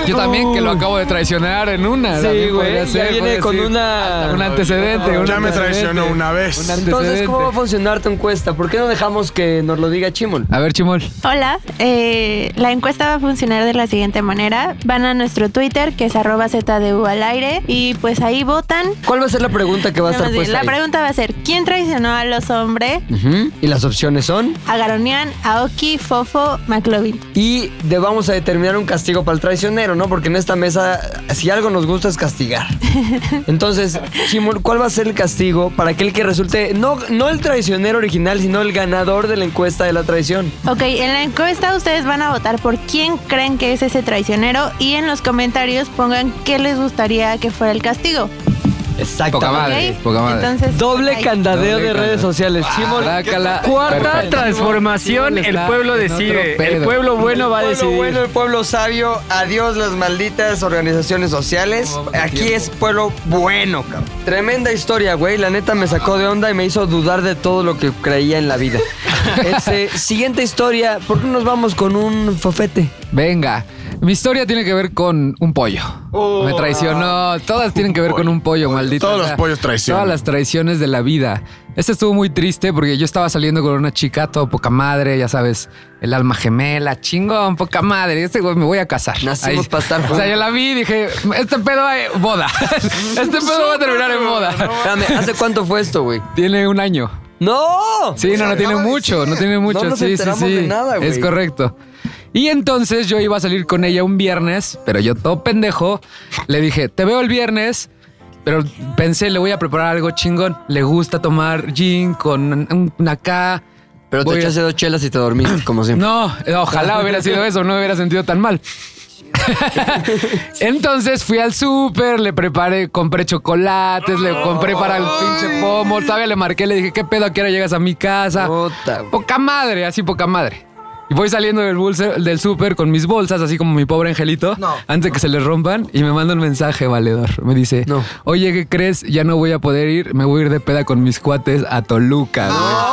Speaker 3: Yo también que lo acabo de traicionar en una.
Speaker 2: Sí,
Speaker 3: también
Speaker 2: güey.
Speaker 3: podría
Speaker 2: Ya
Speaker 3: ser,
Speaker 2: viene
Speaker 3: podría
Speaker 2: con
Speaker 3: ser.
Speaker 2: una...
Speaker 3: Un antecedente. un
Speaker 6: Ya me
Speaker 3: antecedente.
Speaker 6: traicionó una
Speaker 3: Un
Speaker 6: vez.
Speaker 2: Entonces,
Speaker 3: antecedente.
Speaker 2: ¿cómo va a funcionar tu encuesta? ¿Por qué no dejamos que nos lo diga Chimol?
Speaker 3: A ver, Chimol.
Speaker 10: Hola, eh, la encuesta va a funcionar de la siguiente manera. Van a nuestro Twitter, que es arroba ZDU al aire, y pues ahí votan.
Speaker 2: ¿Cuál va a ser la pregunta que va a estar
Speaker 10: Nada más bien,
Speaker 2: puesta
Speaker 10: la
Speaker 2: ahí?
Speaker 10: pregunta va a ser, ¿quién traicionó a los hombres?
Speaker 2: Ujú. Y las opciones son...
Speaker 10: Agaronian, Aoki, Fofo, McLovin.
Speaker 2: Y de- vamos a determinar un castigo para el traicionero, ¿no? Porque en esta mesa, si algo nos gusta es castigar. Entonces, Chimol, ¿cuál va a ser el castigo para aquel que resulte, no, no el traicionero original, sino el ganador de la encuesta de la traición?
Speaker 10: Ok, en la encuesta ustedes van a votar por quién creen que es ese traicionero y en los comentarios pongan qué les gustaría que fuera el castigo.
Speaker 2: Exacto.
Speaker 3: Poca
Speaker 10: ¿ok?
Speaker 3: madre, poca madre.
Speaker 10: Entonces,
Speaker 2: Doble
Speaker 10: ahí.
Speaker 2: candadeo
Speaker 3: Doble
Speaker 2: de
Speaker 3: candadeo.
Speaker 2: redes sociales, Chimol.
Speaker 3: Trácala.
Speaker 2: Cuarta
Speaker 3: Perfecto.
Speaker 5: Transformación, el
Speaker 3: Está
Speaker 5: pueblo
Speaker 3: en otro
Speaker 5: decide. El
Speaker 3: pedo.
Speaker 5: pueblo bueno va a
Speaker 2: pueblo
Speaker 5: decidir.
Speaker 2: bueno, el pueblo sabio, adiós las malditas organizaciones sociales. Aquí es pueblo bueno, cabrón. Tremenda historia, güey. La neta me sacó de onda y me hizo dudar de todo lo que creía en la vida. Este, siguiente historia, ¿por qué nos vamos con un fofete?
Speaker 3: Venga, mi historia tiene que ver con un pollo. Me traicionó. Todas tienen que ver con un pollo, maldito.
Speaker 6: Oh. Todos los pollos traicionan.
Speaker 3: Todas las traiciones de la vida. Este estuvo muy triste porque yo estaba saliendo con una chica, todo poca madre, ya sabes, el alma gemela, chingón, poca madre. Este güey me voy a casar.
Speaker 2: Nacimos pa' estar
Speaker 3: O sea, yo la vi y dije, este pedo hay boda. este pedo va a terminar en boda.
Speaker 2: Espérame, ¿hace cuánto fue esto, güey?
Speaker 3: Tiene un año.
Speaker 2: Pues, ¡No!
Speaker 3: Sí, no, no tiene mucho, no tiene mucho.
Speaker 2: No nos
Speaker 3: sí, sí,
Speaker 2: enteramos
Speaker 3: sí.
Speaker 2: de nada, güey.
Speaker 3: Es correcto. Y entonces yo iba a salir con ella un viernes, pero yo todo pendejo le dije, te veo el viernes, pero pensé, le voy a preparar algo chingón. Le gusta tomar gin con un- una K.
Speaker 2: Pero te
Speaker 3: Voy a-
Speaker 2: echaste dos chelas y te dormiste, como siempre.
Speaker 3: No, ojalá hubiera sido eso, no me hubiera sentido tan mal. Entonces fui al súper, le preparé, compré chocolates, le compré para el pinche pomo, todavía le marqué, le dije, ¿qué pedo? ¿A qué hora llegas a mi casa?
Speaker 2: Puta, güey.
Speaker 3: Poca madre, así poca madre. Y voy saliendo del, bolse- del súper con mis bolsas, así como mi pobre angelito, antes de que se les rompan, y me manda un mensaje, valedor. Me dice,
Speaker 2: No.
Speaker 3: oye, ¿qué crees? Ya no voy a poder ir, me voy a ir de peda con mis cuates a Toluca, güey.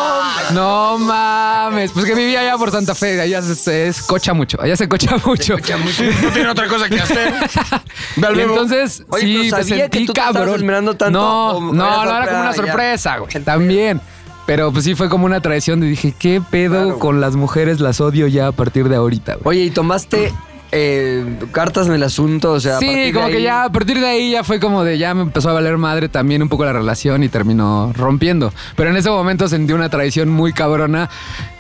Speaker 3: No mames, pues que vivía allá por Santa Fe, allá se, se- es cocha mucho, allá se cocha mucho.
Speaker 6: No tiene otra cosa que hacer. Ve al
Speaker 3: Y
Speaker 6: vivo.
Speaker 3: entonces,
Speaker 2: Oye, pero
Speaker 3: sí, te
Speaker 2: ¿sabía que
Speaker 3: sentí
Speaker 2: tú te estabas
Speaker 3: cabrón.
Speaker 2: esperando tanto?
Speaker 3: no,
Speaker 2: ¿O
Speaker 3: no,
Speaker 2: era
Speaker 3: no, era
Speaker 2: sorpresa,
Speaker 3: como una
Speaker 2: ya?
Speaker 3: sorpresa, güey. También. Pero pues sí fue como una traición y dije, ¿qué pedo con las mujeres? Las odio ya a partir de ahorita, güey.
Speaker 2: Oye, ¿y tomaste eh, cartas en el asunto? O sea, a partir
Speaker 3: Sí,
Speaker 2: de
Speaker 3: como que
Speaker 2: ahí-
Speaker 3: ya a partir de ahí ya fue como de ya me empezó a valer madre también un poco la relación y terminó rompiendo. Pero en ese momento sentí una traición muy cabrona.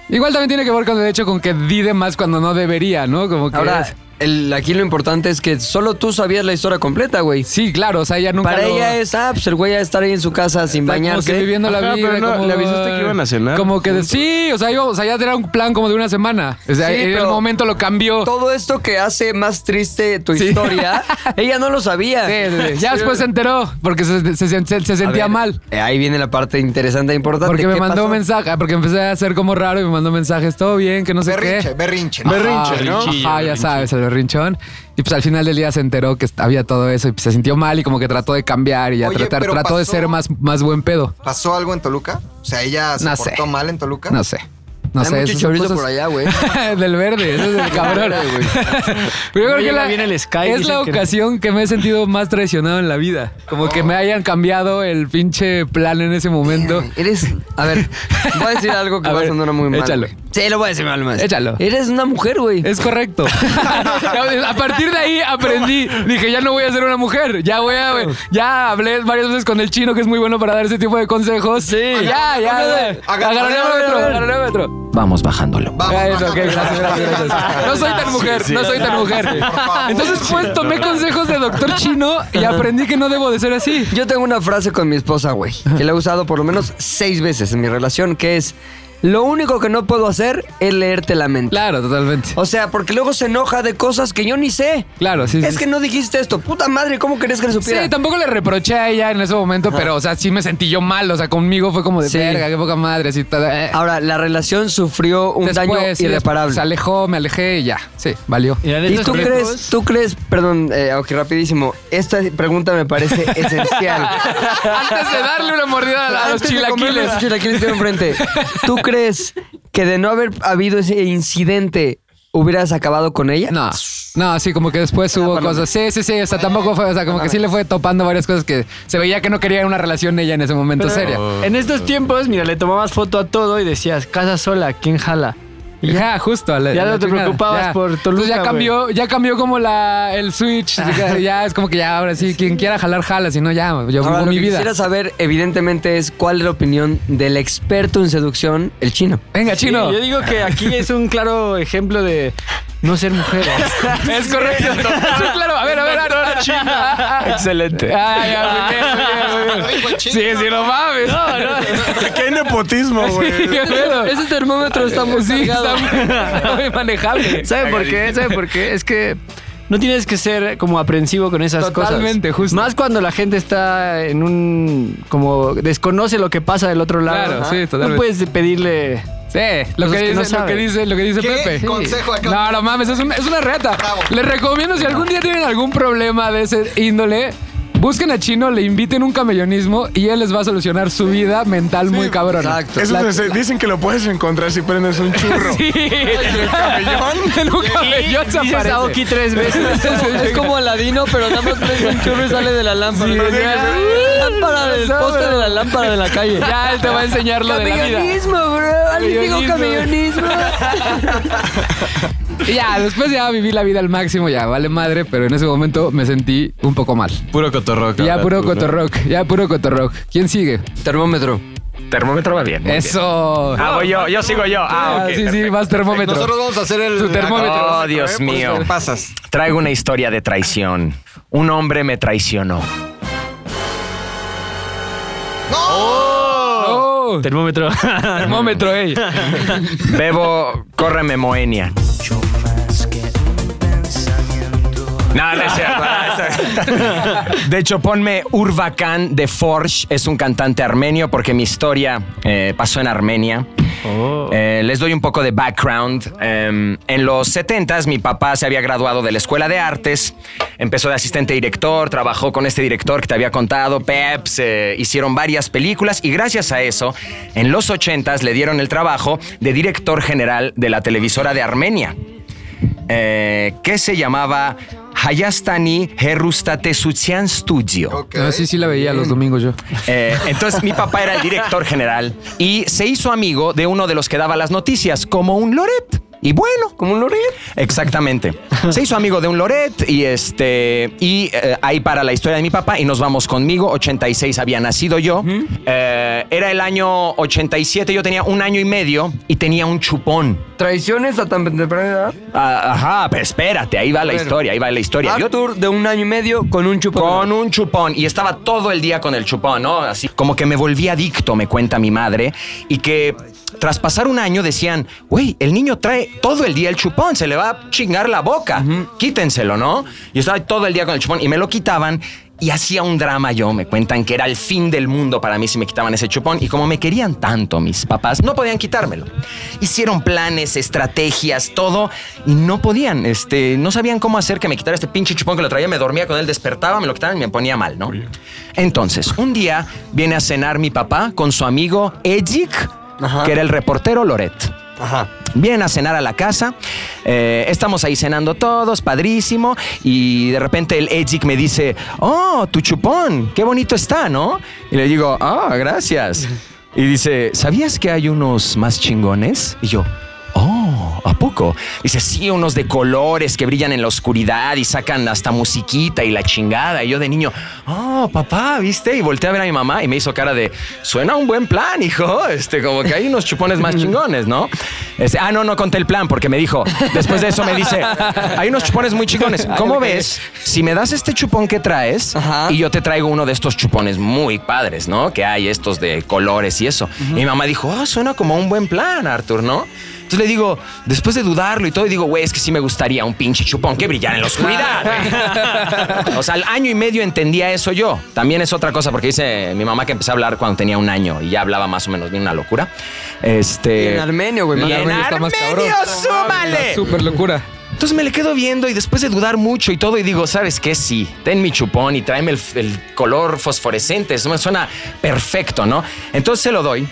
Speaker 3: Igual también tiene que ver con el hecho con que di de más cuando no debería, ¿no? Como que
Speaker 2: Ahora,
Speaker 3: es-
Speaker 2: el- aquí lo importante es que solo tú sabías la historia completa, güey.
Speaker 3: Sí, claro, o sea, ella nunca
Speaker 2: Para
Speaker 3: lo-
Speaker 2: ella es, ah, pues el güey va a estar ahí en su casa sin
Speaker 3: Está como
Speaker 2: bañarse.
Speaker 3: que viviendo la
Speaker 4: Ajá,
Speaker 3: vida.
Speaker 4: pero no,
Speaker 3: como-
Speaker 4: ¿le avisaste que iban a cenar?
Speaker 3: Como que de- sí, o sea, íbamos- o sea, ya era un plan como de una semana. O sea,
Speaker 2: Sí,
Speaker 3: en el
Speaker 2: pero-
Speaker 3: momento lo cambió.
Speaker 2: Todo esto que hace más triste tu
Speaker 3: Sí.
Speaker 2: historia, ella no lo sabía.
Speaker 3: Sí, sí, sí. Ya después se enteró porque se, se- se- se
Speaker 2: A
Speaker 3: sentía
Speaker 2: ver,
Speaker 3: mal.
Speaker 2: eh, Ahí viene la parte interesante e importante.
Speaker 3: Porque me
Speaker 2: ¿Qué
Speaker 3: mandó
Speaker 2: pasó?
Speaker 3: mensaje, porque empecé a hacer como raro y me mandó mensajes, todo bien, que no sé
Speaker 9: Berrinche,
Speaker 3: qué.
Speaker 9: berrinche. ¿no?
Speaker 3: Berrinche,
Speaker 4: ¿no?
Speaker 3: Ajá, ya sabes, el berrinchón. Y pues al final del día se enteró que había todo eso y pues, se sintió mal y como que trató de cambiar y ya
Speaker 9: Oye,
Speaker 3: tratar-
Speaker 9: pero
Speaker 3: trató de
Speaker 9: pasó-
Speaker 3: ser más, más buen pedo.
Speaker 9: ¿Pasó algo en Toluca? O sea, ella se
Speaker 3: No sé.
Speaker 9: portó mal en Toluca.
Speaker 3: No sé. No
Speaker 2: Hay
Speaker 3: sé.
Speaker 2: mucho
Speaker 3: esas
Speaker 2: chorizo
Speaker 3: cosas-
Speaker 2: por allá, ¿eh? güey.
Speaker 3: del verde, ese es el cabrón. Pero yo
Speaker 5: No
Speaker 3: creo que
Speaker 5: llega
Speaker 3: la-
Speaker 5: bien el Sky,
Speaker 3: es
Speaker 5: dicen
Speaker 3: la
Speaker 5: que-
Speaker 3: ocasión que... me he sentido más traicionado en la vida. Como que me hayan cambiado el pinche plan en ese momento.
Speaker 2: Eres. A ver, voy a decir algo que
Speaker 3: A
Speaker 2: va a
Speaker 3: ver,
Speaker 2: sonar muy mal.
Speaker 3: échalo.
Speaker 2: güey. Sí, lo voy a decir mal más.
Speaker 3: Échalo. Eh.
Speaker 2: Eres una mujer, güey.
Speaker 3: Es correcto. a partir de ahí aprendí. Dije, ya no voy a ser una mujer. Ya voy a. Ya hablé varias veces con el chino, que es muy bueno para dar ese tipo de consejos. Sí. Ya, ya.
Speaker 9: Agarra-
Speaker 3: Agarré metro, agarré metro.
Speaker 8: Vamos bajándolo.
Speaker 9: Vamos.
Speaker 3: Ah, es ok, gracias, gracias, gracias. No soy tan mujer, no soy tan mujer.
Speaker 9: favor.
Speaker 3: Entonces, pues tomé consejos de doctor chino y aprendí que no debo de ser así.
Speaker 2: Yo tengo una frase con mi esposa, güey, que la he usado por lo menos seis veces en mi relación, que es: Lo único que no puedo hacer es leerte la mente.
Speaker 3: Claro, totalmente.
Speaker 2: O sea, porque luego se enoja de cosas que yo ni sé.
Speaker 3: Claro, sí. sí.
Speaker 2: Es que no dijiste esto. Puta madre, ¿cómo querés que le supiera?
Speaker 3: Sí, tampoco le reproché a ella en ese momento, pero, o sea, sí me sentí yo mal. O sea, conmigo fue como de
Speaker 2: Sí.
Speaker 3: verga, qué poca madre, así todo. eh.
Speaker 2: Ahora, la relación sufrió un
Speaker 3: Después,
Speaker 2: daño
Speaker 3: sí,
Speaker 2: irreparable.
Speaker 3: después Se alejó, me alejé y ya. Sí, valió.
Speaker 2: ¿Y tú crees, tú crees, perdón, eh, ok, rapidísimo, esta pregunta me parece esencial.
Speaker 3: Antes de darle una mordida a, la- a los
Speaker 2: Antes de comerme
Speaker 3: chilaquiles.
Speaker 2: los chilaquiles que tengo enfrente. ¿Tú crees que de no haber habido ese incidente hubieras acabado con ella?
Speaker 3: No, no, sí, como que después hubo cosas. Sí, sí, sí, o sea, tampoco fue, o sea, como que sí le fue topando varias cosas que se veía que no quería una relación ella en ese momento seria.
Speaker 5: En estos tiempos, mira, le tomabas foto a todo y decías, casa sola, ¿quién jala?
Speaker 3: Ya, justo. a la-
Speaker 5: Ya
Speaker 3: a la
Speaker 5: no te
Speaker 3: chingada,
Speaker 5: preocupabas por Toluca,
Speaker 3: Entonces ya cambió, ya cambió como la, el switch. ya, ya es como que ya ahora sí, quien quiera jalar, jala, si no, ya, yo
Speaker 2: Ahora,
Speaker 3: vivo
Speaker 2: lo
Speaker 3: mi
Speaker 2: que
Speaker 3: vida.
Speaker 2: quisiera saber, evidentemente, es cuál es la opinión del experto en seducción, el chino.
Speaker 3: Venga, chino.
Speaker 5: Sí, yo digo que aquí es un claro ejemplo de no ser mujer.
Speaker 3: Es correcto. Sí, claro. A ver, a ver, a ver, a ver.
Speaker 4: Excelente.
Speaker 3: Ah, ya, muy bien, muy bien, muy bien. Sí, sí, no mames. No, no.
Speaker 6: Qué nepotismo, güey.
Speaker 2: Ese termómetro está muy
Speaker 3: Sí,
Speaker 2: cargado.
Speaker 3: está muy- está muy manejable.
Speaker 5: ¿Sabe por qué? ¿Sabe por qué? Es que no tienes que ser como aprensivo con esas cosas.
Speaker 3: Totalmente, justo.
Speaker 5: Más cuando la gente está en un como desconoce lo que pasa del otro lado.
Speaker 3: Claro, sí, totalmente.
Speaker 5: No puedes pedirle
Speaker 3: Sí, lo
Speaker 5: Cosas
Speaker 3: que,
Speaker 5: que no
Speaker 3: dice, lo que
Speaker 5: sabe.
Speaker 3: dice, lo que dice
Speaker 9: ¿Qué
Speaker 3: Pepe.
Speaker 9: consejo acá?
Speaker 3: No, no mames, es, un- es una reta.
Speaker 9: Bravo.
Speaker 3: Les recomiendo, si algún día tienen algún problema de ese índole, busquen a Chino, le inviten un camellonismo y él les va a solucionar su vida mental muy cabrona.
Speaker 2: exacto.
Speaker 6: Eso es- dicen que lo puedes encontrar si prendes un churro.
Speaker 3: Sí. En un camellón se
Speaker 5: dices
Speaker 3: aparece.
Speaker 5: Aoki tres
Speaker 2: Es
Speaker 5: veces.
Speaker 2: como- es como Aladino, pero nada más prende un churro y sale de la lámpara.
Speaker 3: Sí,
Speaker 2: De "Ah,
Speaker 3: ya.
Speaker 2: la lámpara del poste de la lámpara de la calle.
Speaker 3: Ya él te va a enseñar lo de la vida.
Speaker 2: bro.
Speaker 3: Alguien dijo Camellonismo. Y ya, después ya viví la vida al máximo, ya vale madre, pero en ese momento me sentí un poco mal.
Speaker 4: Puro cotorroca.
Speaker 3: Y ya
Speaker 4: ahora
Speaker 3: puro
Speaker 4: tú,
Speaker 8: pues,
Speaker 4: ¿no?
Speaker 3: cotorrock, ya puro cotorrock. ¿Quién sigue?
Speaker 2: Termómetro.
Speaker 8: Termómetro va bien. muy bien.
Speaker 3: Eso.
Speaker 8: Ah, voy yo, yo sigo yo. Ah,
Speaker 3: Ah,
Speaker 8: ok.
Speaker 3: sí, sí, vas termómetro.
Speaker 9: Nosotros vamos a hacer el.
Speaker 3: Tu termómetro.
Speaker 8: Oh, Dios mío.
Speaker 9: pues, Pasas.
Speaker 8: Traigo una historia de traición. Un hombre me traicionó.
Speaker 3: Oh,
Speaker 5: Termómetro.
Speaker 3: termómetro, ey.
Speaker 8: Bebo, córreme Moenia. No, no es cierto. De hecho, ponme Urbacán de Forge. Es un cantante armenio porque mi historia eh, pasó en Armenia. Eh, les doy un poco de background. Eh, en los 70 mi papá se había graduado de la Escuela de Artes, empezó de asistente director, trabajó con este director que te había contado, Peps, eh, hicieron varias películas y gracias a eso, en los 80 le dieron el trabajo de director general de la televisora de Armenia eh, que se llamaba Hayastani Herustate Sutsian Studio.
Speaker 9: Ok.
Speaker 3: Ah, sí, sí la veía los domingos yo.
Speaker 8: Eh, entonces mi papá era el director general y se hizo amigo de uno de los que daba las noticias, como un Loret. Y bueno, como un Loret. Exactamente. Se hizo amigo de un Loret y este. Y eh, ahí para la historia de mi papá y nos vamos conmigo. 86 había nacido yo. Eh, era el año 87, yo tenía un año y medio y tenía un chupón.
Speaker 2: ¿Traiciones a tan temprana edad?
Speaker 8: Ah, ajá, pero espérate, ahí va la
Speaker 2: Bueno.
Speaker 8: historia, ahí va la historia. Yo-
Speaker 2: Arthur de un año y medio con un chupón.
Speaker 8: con un chupón y estaba todo el día con el chupón, ¿no? Así como que me volví adicto, me cuenta mi madre, y que tras pasar un año decían, güey, el niño trae todo el día el chupón, se le va a chingar la boca, quítenselo, ¿no? Yo estaba todo el día con el chupón y me lo quitaban. Y hacía un drama yo, me cuentan que era el fin del mundo para mí si me quitaban ese chupón. Y como me querían tanto mis papás, no podían quitármelo. Hicieron planes, estrategias, todo, y no podían, este, no sabían cómo hacer que me quitara este pinche chupón que lo traía, me dormía con él, despertaba, me lo quitaban y me ponía mal, ¿no? Entonces, un día viene a cenar mi papá con su amigo Ejik, que era el reportero Loret. Vienen a cenar a la casa. eh, estamos ahí cenando todos, padrísimo. Y de repente el Edzik me dice: Oh, tu chupón, qué bonito está, ¿no? Y le digo: Ah, gracias. Y dice: ¿Sabías que hay unos más chingones? Y yo: Oh, ¿a poco? Dice: Sí, unos de colores que brillan en la oscuridad y sacan hasta musiquita y la chingada. Y yo de niño: Oh, papá, ¿viste? Y volteé a ver a mi mamá y me hizo cara de: Suena un buen plan, hijo. Este, como que hay unos chupones más chingones, ¿no? Este, ah, no, no conté el plan porque me dijo, después de eso me dice, hay unos chupones muy chingones. ¿Cómo ves? Si me das este chupón que traes y yo te traigo uno de estos chupones muy padres, ¿no? Que hay estos de colores y eso. Y mi mamá dijo, ah, suena como un buen plan, Arthur, ¿no? Entonces le digo, después de dudarlo y todo, y digo, güey, es que sí me gustaría un pinche chupón que brillara en la oscuridad. güey". o sea, al año y medio entendía eso yo. También es otra cosa, porque dice mi mamá que empecé a hablar cuando tenía un año y ya hablaba más o menos bien una locura. Este,
Speaker 2: Y en armenio, güey.
Speaker 8: y
Speaker 2: más
Speaker 8: en
Speaker 2: armenio está más cabrón.
Speaker 8: armenio, súmale.
Speaker 3: Súper locura.
Speaker 8: Entonces me le quedo viendo y después de dudar mucho y todo, y digo, ¿sabes qué? Sí, ten mi chupón y tráeme el, el color fosforescente. Eso me suena perfecto, ¿no? Entonces se lo doy.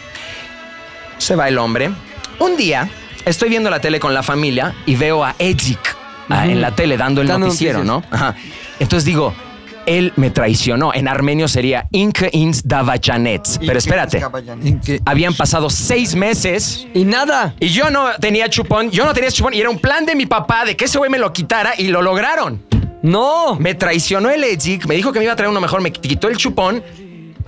Speaker 8: Se va el hombre. Un día estoy viendo la tele con la familia y veo a Edzik ah, en la tele dando el
Speaker 2: Dando
Speaker 8: noticiero,
Speaker 2: noticias.
Speaker 8: ¿no? Ajá. Entonces digo, él me traicionó. En armenio sería Inke ins Davajanets. Pero espérate, habían pasado seis meses.
Speaker 2: Y nada.
Speaker 8: Y yo no tenía chupón, yo no tenía chupón y era un plan de mi papá de que ese güey me lo quitara y lo lograron.
Speaker 2: No.
Speaker 8: Me traicionó el Edzik, me dijo que me iba a traer uno mejor, me quitó el chupón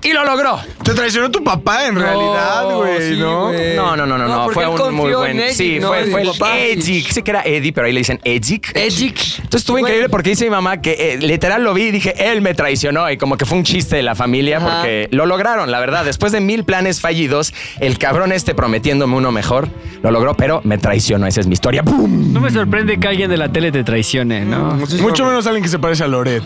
Speaker 8: y lo logró.
Speaker 6: Te traicionó tu papá en realidad, güey,
Speaker 3: sí,
Speaker 6: ¿no?
Speaker 3: güey.
Speaker 8: No, no, no, no,
Speaker 2: pues, no,
Speaker 8: no,
Speaker 2: porque
Speaker 8: fue
Speaker 2: él
Speaker 8: un
Speaker 2: confió
Speaker 8: muy
Speaker 2: en
Speaker 8: buen.
Speaker 2: Edzik,
Speaker 8: sí,
Speaker 2: ¿no?
Speaker 8: fue,
Speaker 2: En
Speaker 8: fue
Speaker 2: su papá.
Speaker 8: el Edzik. Sí que era Eddie, pero ahí le dicen Edzik.
Speaker 2: Edgic.
Speaker 8: Entonces estuvo increíble porque dice mi mamá que eh, literal lo vi y dije, él me traicionó y como que fue un chiste de la familia
Speaker 2: Ajá.
Speaker 8: porque lo lograron, la verdad. Después de mil planes fallidos, el cabrón este prometiéndome uno mejor, lo logró, pero me traicionó. Esa es mi historia. ¡Bum!
Speaker 5: No me sorprende que alguien de la tele te traicione, ¿no?
Speaker 6: Mucho menos alguien que se parece a Loret.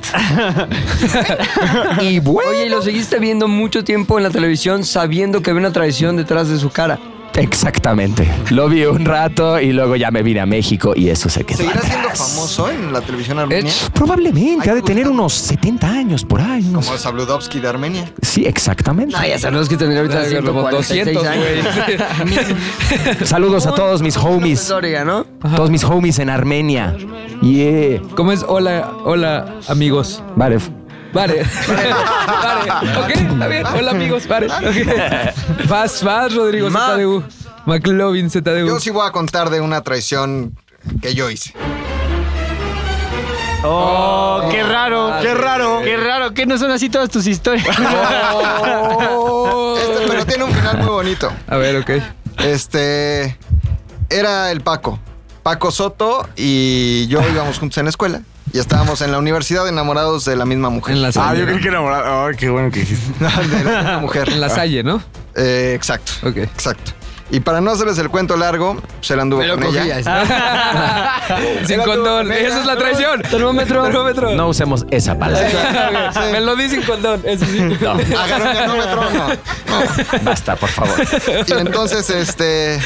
Speaker 8: Y bueno.
Speaker 2: Oye, y lo seguiste viendo mucho tiempo en la televisión sabiendo que había una traición detrás de su cara.
Speaker 8: Exactamente. Lo vi un rato y luego ya me vine a México y eso se quedó.
Speaker 9: ¿Seguirá
Speaker 8: atrás.
Speaker 9: siendo famoso en la televisión armenia?
Speaker 8: Probablemente,
Speaker 9: Ay,
Speaker 8: ha de tener
Speaker 9: busca-
Speaker 8: unos 70 años por ahí. unos-
Speaker 9: Como Sabludovsky de Armenia.
Speaker 8: Sí, exactamente.
Speaker 2: Ay, ya sabemos que tendría ahorita
Speaker 3: Como
Speaker 2: 146
Speaker 3: 200,
Speaker 2: años.
Speaker 8: Saludos a todos mis homies.
Speaker 2: Profesor, oiga, ¿no?
Speaker 8: Todos mis homies en Armenia. Yeah.
Speaker 3: ¿Cómo es? Hola, hola, amigos.
Speaker 8: Vale.
Speaker 3: Vale. Vale. Ok, está bien. Hola, amigos. Vale. ok. Vas, vas, Rodrigo
Speaker 2: Ma-
Speaker 3: ZDU. McLovin ZDU.
Speaker 9: Yo sí voy a contar de una traición que yo hice.
Speaker 5: Oh, qué raro.
Speaker 6: Qué raro.
Speaker 5: Qué raro, que no son así todas tus historias.
Speaker 3: Oh.
Speaker 9: Este, pero tiene un final muy bonito.
Speaker 3: A ver, ok.
Speaker 9: Este. Era el Paco. Paco Soto y yo íbamos juntos en la escuela. Y estábamos en la universidad enamorados de la misma mujer.
Speaker 3: En la
Speaker 6: Ah,
Speaker 3: salle.
Speaker 6: yo
Speaker 3: ¿no?
Speaker 6: creí que enamorado. Ay, qué bueno que hiciste.
Speaker 9: De la misma mujer.
Speaker 3: En la salle, ¿no?
Speaker 9: Eh, exacto.
Speaker 3: Ok.
Speaker 9: Exacto. Y para no hacerles el cuento largo, se la anduvo con ella.
Speaker 3: Sin condón. Esa es la traición. Termómetro. Termómetro.
Speaker 8: No usemos esa palabra.
Speaker 3: Me lo di sin condón. Eso sí.
Speaker 8: No,
Speaker 9: Agarró el cronómetro, no. no.
Speaker 8: basta, por favor.
Speaker 9: Y entonces, este.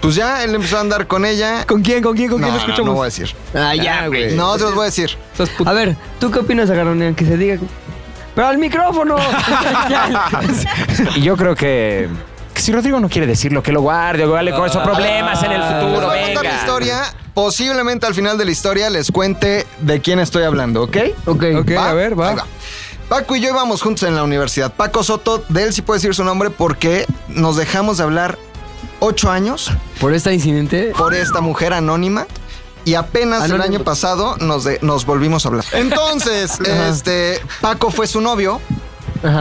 Speaker 9: Pues ya él empezó a andar con ella.
Speaker 3: ¿Con quién? ¿Con quién? ¿Con
Speaker 9: No,
Speaker 3: quién
Speaker 9: no, no,
Speaker 3: escuchamos? Eh,
Speaker 9: voy a decir.
Speaker 2: Ah, ya, güey.
Speaker 9: No, se los voy a decir.
Speaker 3: Esas put-
Speaker 2: A ver, ¿tú qué opinas, Agaronian? Que se diga. ¡Pero al micrófono!
Speaker 8: Y yo creo que. que si Rodrigo no quiere decirlo, que lo guarde, o vale con esos problemas en el
Speaker 3: Ah,
Speaker 9: Les voy
Speaker 8: futuro.
Speaker 9: a contar la
Speaker 8: Venga.
Speaker 9: historia. Posiblemente al final de la historia les cuente de quién estoy hablando, ¿ok?
Speaker 2: ok.
Speaker 3: Ok, a ver,
Speaker 9: Ahí
Speaker 3: va.
Speaker 9: Paco y yo íbamos juntos en la universidad. Paco Soto, de él sí puedo decir su nombre porque nos dejamos de hablar ocho años.
Speaker 2: ¿Por este incidente?
Speaker 9: Por esta mujer anónima. Y apenas el año pasado nos, de- nos volvimos a hablar. Entonces, este, Paco fue su novio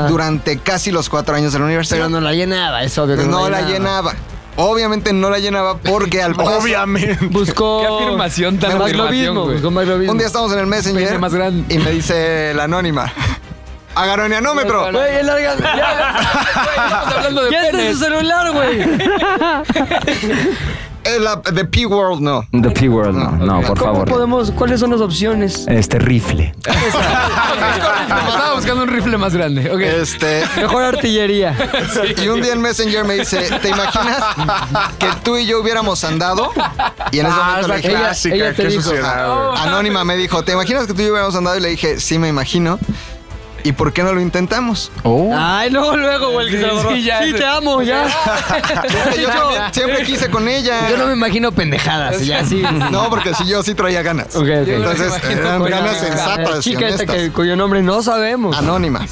Speaker 9: durante casi los cuatro años de la universidad.
Speaker 2: Pero no la llenaba, es obvio que
Speaker 9: no, la llenaba. Obviamente no la llenaba porque al paso...
Speaker 6: Obviamente.
Speaker 5: Oh.
Speaker 2: Buscó.
Speaker 3: Qué afirmación tan
Speaker 2: Más lo
Speaker 3: afirmación,
Speaker 2: mismo,
Speaker 5: pues,
Speaker 3: güey.
Speaker 2: buscó más lo mismo.
Speaker 9: Un día estamos en el Messenger
Speaker 3: Pene más grande.
Speaker 9: y me dice la anónima. Agaronianómetro.
Speaker 2: Güey, es larga- ya,
Speaker 3: Estamos hablando de
Speaker 2: ya está en
Speaker 3: penes.
Speaker 2: su celular, güey.
Speaker 9: Eh, la- De P-World no.
Speaker 8: The P-Word, no, no, por
Speaker 2: ¿Cómo
Speaker 8: favor.
Speaker 2: podemos, cuáles son las opciones?
Speaker 8: Este rifle.
Speaker 3: Estaba buscando un rifle más grande. Ok.
Speaker 9: Este,
Speaker 2: Mejor artillería.
Speaker 9: y un día en Messenger me dice, ¿te imaginas que tú y yo hubiéramos andado? Y en ese momento le dije,
Speaker 2: ella-
Speaker 9: "Ah, sí,
Speaker 2: ella te
Speaker 9: qué
Speaker 2: dijo.
Speaker 9: suciedad,
Speaker 3: Ah,
Speaker 9: güey".
Speaker 3: no.
Speaker 9: Anónima me dijo, ¿te imaginas que tú y yo hubiéramos andado? Y le dije, sí, me imagino. ¿Y por qué no lo intentamos?
Speaker 2: Ay, luego, luego, güey. que se la borró.
Speaker 3: Uh. Sí, ya.
Speaker 2: Sí, te amo, ya.
Speaker 9: Yo también siempre quise con ella.
Speaker 2: Yo no me imagino pendejadas, ya, sí.
Speaker 9: No, porque si yo sí traía ganas.
Speaker 2: Ok, ok.
Speaker 9: Entonces, eh, eran
Speaker 2: Con la-
Speaker 9: ganas
Speaker 2: La
Speaker 9: sensatas y
Speaker 2: chica esta
Speaker 9: honestas. Ah,
Speaker 2: que, cuyo nombre no sabemos.
Speaker 9: Anónima.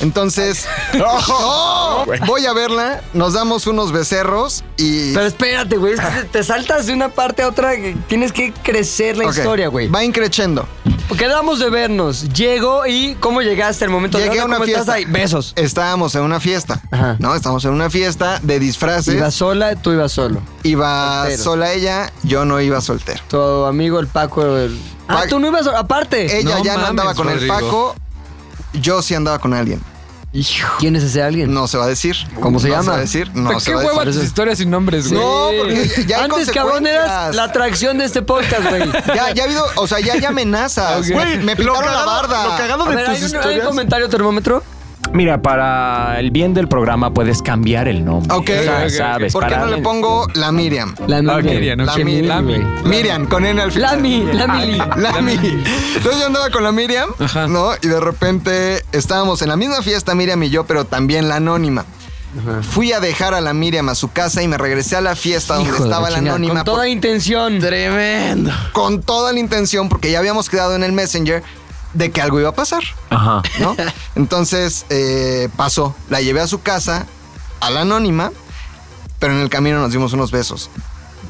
Speaker 9: Entonces, ¡No! voy a verla, nos damos unos becerros y...
Speaker 2: Pero espérate, güey. es que te saltas de una parte a otra. que Tienes que crecer la
Speaker 9: Ok,
Speaker 2: historia, güey.
Speaker 9: Va increchendo.
Speaker 2: Quedamos de vernos. Llego y ¿cómo llegaste el momento?
Speaker 9: Llegué
Speaker 2: de
Speaker 9: a una
Speaker 2: ¿Cómo
Speaker 9: fiesta.
Speaker 2: estás ahí? Besos.
Speaker 9: Estábamos en una fiesta,
Speaker 2: Ajá.
Speaker 9: ¿no? Estábamos en una fiesta de disfraces.
Speaker 2: Iba
Speaker 9: Iba,
Speaker 2: sola, tú ibas solo. soltero.
Speaker 9: sola ella, yo no iba soltero.
Speaker 2: Tu amigo el Paco. el- Ah,
Speaker 9: Pac- Eh,
Speaker 2: tú no ibas solo. Aparte.
Speaker 9: Ella
Speaker 3: No
Speaker 9: ya no
Speaker 3: mames,
Speaker 9: andaba con
Speaker 3: Rodrigo.
Speaker 9: el Paco, yo sí andaba con alguien.
Speaker 2: ¿Quién es ese alguien?
Speaker 9: No se va a decir.
Speaker 2: ¿Cómo se
Speaker 9: No
Speaker 2: llama?
Speaker 9: va a decir, no se
Speaker 3: ¿Qué
Speaker 9: va a
Speaker 3: hueva tus
Speaker 9: decir.
Speaker 3: historias sin nombres, güey?
Speaker 9: No, porque ya hay
Speaker 2: Antes, cabrón, eras
Speaker 9: consecuencias.
Speaker 2: la atracción de este podcast, güey.
Speaker 9: Ya, ya ha habido, o sea, ya hay amenazas.
Speaker 6: Güey,
Speaker 9: oh, me
Speaker 6: lo
Speaker 9: picaron la
Speaker 6: cagado-
Speaker 9: barda.
Speaker 6: Lo cagado
Speaker 2: A
Speaker 6: de
Speaker 2: ver,
Speaker 6: tus
Speaker 2: ¿hay un, ¿hay un
Speaker 6: historias.
Speaker 2: comentario termómetro?
Speaker 8: Mira, para el bien del programa puedes cambiar el nombre.
Speaker 9: Ok.
Speaker 8: O sea,
Speaker 9: Ok, ok.
Speaker 8: sabes,
Speaker 9: ¿Por qué
Speaker 8: para-
Speaker 9: no le pongo la Miriam?
Speaker 2: La
Speaker 3: Ah, Miriam, ok.
Speaker 9: La Miriam. Miriam, con N al final.
Speaker 2: Lami, Lami.
Speaker 9: Lami. Entonces yo andaba con la Miriam, ¿no? Y de repente estábamos en la misma fiesta, Miriam y yo, pero también la anónima. Fui a dejar a la Miriam a su casa y me regresé a la fiesta donde estaba la, anónima
Speaker 2: Con toda
Speaker 9: por-
Speaker 2: intención.
Speaker 6: Tremendo.
Speaker 9: con toda la intención, porque ya habíamos quedado en el Messenger de que algo iba a pasar,
Speaker 8: Ajá.
Speaker 9: ¿no? Entonces eh, pasó. La llevé a su casa, a la anónima, pero en el camino nos dimos unos besos.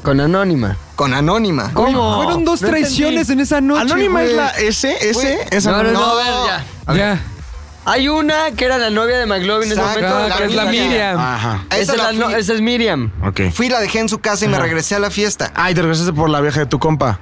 Speaker 2: Con Anónima.
Speaker 9: Con anónima.
Speaker 2: ¿Cómo?
Speaker 3: Fueron dos traiciones en esa noche.
Speaker 6: Anónima
Speaker 3: güey.
Speaker 6: es la S, S,
Speaker 9: Güey.
Speaker 6: esa
Speaker 2: No, no, no,
Speaker 9: No.
Speaker 2: a ver, ya.
Speaker 3: Ya.
Speaker 2: Hay una que era la novia de McLovin en ese
Speaker 9: Exacto,
Speaker 2: momento.
Speaker 3: Ah, que es la
Speaker 9: Miriam.
Speaker 3: Miriam.
Speaker 6: Ajá.
Speaker 9: Esa
Speaker 2: Esa, es
Speaker 9: la
Speaker 2: la no-
Speaker 9: fui-
Speaker 2: esa es Miriam.
Speaker 6: Ok.
Speaker 9: Fui, la dejé en su casa y me regresé a la fiesta.
Speaker 6: Ay, te regresaste por la vieja de tu compa.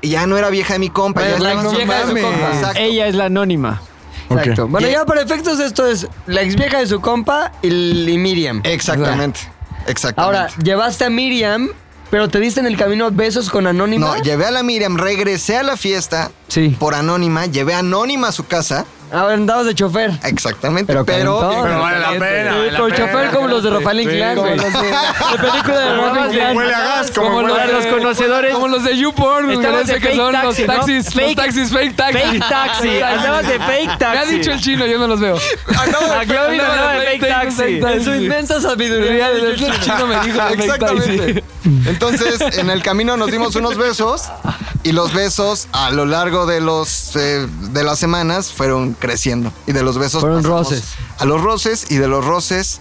Speaker 9: Y ya no era vieja de mi compa.
Speaker 2: Bueno,
Speaker 9: ya
Speaker 2: la
Speaker 9: estaba en su
Speaker 2: vieja de su
Speaker 9: madre.
Speaker 2: compa.
Speaker 9: Exacto.
Speaker 5: Ella es la anónima.
Speaker 2: Exacto. Bueno,
Speaker 9: Y-
Speaker 2: ya para efectos esto es la ex vieja de su compa y, y Miriam.
Speaker 9: Exactamente. Exactamente.
Speaker 2: Ahora, llevaste a Miriam, pero te diste en el camino besos con Anónima.
Speaker 9: no, llevé a la Miriam, regresé a la fiesta
Speaker 2: Sí.
Speaker 9: por anónima, llevé a anónima a su casa.
Speaker 2: A ver, andabas de chofer.
Speaker 9: Exactamente. Pero,
Speaker 2: calentón.
Speaker 6: Pero vale la pena. vale la
Speaker 2: Con
Speaker 6: pena.
Speaker 2: chofer como los de Rafael Inclán, güey.
Speaker 6: como
Speaker 2: Los de la película de Rafael Inclán.
Speaker 6: Huele a gas, como
Speaker 3: Como
Speaker 6: huele
Speaker 3: los
Speaker 6: a
Speaker 3: de los conocedores. Como los de YouPorn, me
Speaker 5: Estabas de
Speaker 3: parece que
Speaker 5: fake
Speaker 3: son
Speaker 5: taxi,
Speaker 3: los
Speaker 5: ¿no?
Speaker 3: taxis, los
Speaker 5: Fake-
Speaker 3: taxis, fake taxi.
Speaker 5: Fake taxi. Andabas de fake taxi.
Speaker 3: Me ha dicho el chino, yo no los veo.
Speaker 5: Yo vine
Speaker 3: Andaba
Speaker 5: hablando de fake taxi.
Speaker 2: En su inmensa sabiduría de
Speaker 3: El chino me dijo de fake taxi.
Speaker 9: Exactamente. Entonces, en el camino nos dimos unos besos y los besos a lo largo de los eh, de las semanas fueron creciendo y de los besos
Speaker 2: Fueron
Speaker 9: pasamos
Speaker 2: roces.
Speaker 9: a los roces y de los roces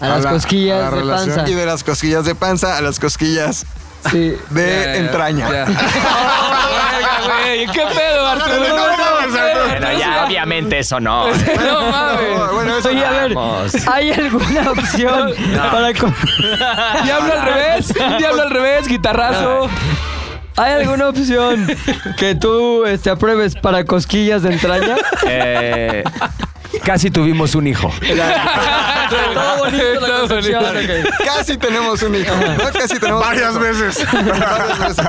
Speaker 2: A las
Speaker 6: la-
Speaker 2: cosquillas
Speaker 6: a la
Speaker 2: de
Speaker 6: relación.
Speaker 2: panza.
Speaker 9: y de las cosquillas de panza a las cosquillas
Speaker 2: Sí.
Speaker 9: de
Speaker 3: Ya, ya, ya.
Speaker 9: entraña.
Speaker 3: Ya. Verga, güey, ¿Qué pedo, Arturo?
Speaker 6: No, no, no, no,
Speaker 3: no,
Speaker 8: Pero ya, obviamente eso no.
Speaker 3: No
Speaker 9: No,
Speaker 3: mames.
Speaker 9: bueno, eso
Speaker 2: Oye, a ver,
Speaker 8: Vamos.
Speaker 2: ¿hay alguna opción para con-
Speaker 3: Diablo al revés, diablo al revés, guitarrazo.
Speaker 2: ¿Hay alguna opción que tú este, apruebes para cosquillas de entraña?
Speaker 8: Eh, casi tuvimos un hijo.
Speaker 2: Todo bonito la
Speaker 3: Todo
Speaker 2: concepción,
Speaker 3: bonito.
Speaker 2: ok.
Speaker 9: Casi tenemos un hijo. ¿no? Casi tenemos
Speaker 6: Varias
Speaker 9: un hijo.
Speaker 6: veces.
Speaker 9: Varias veces.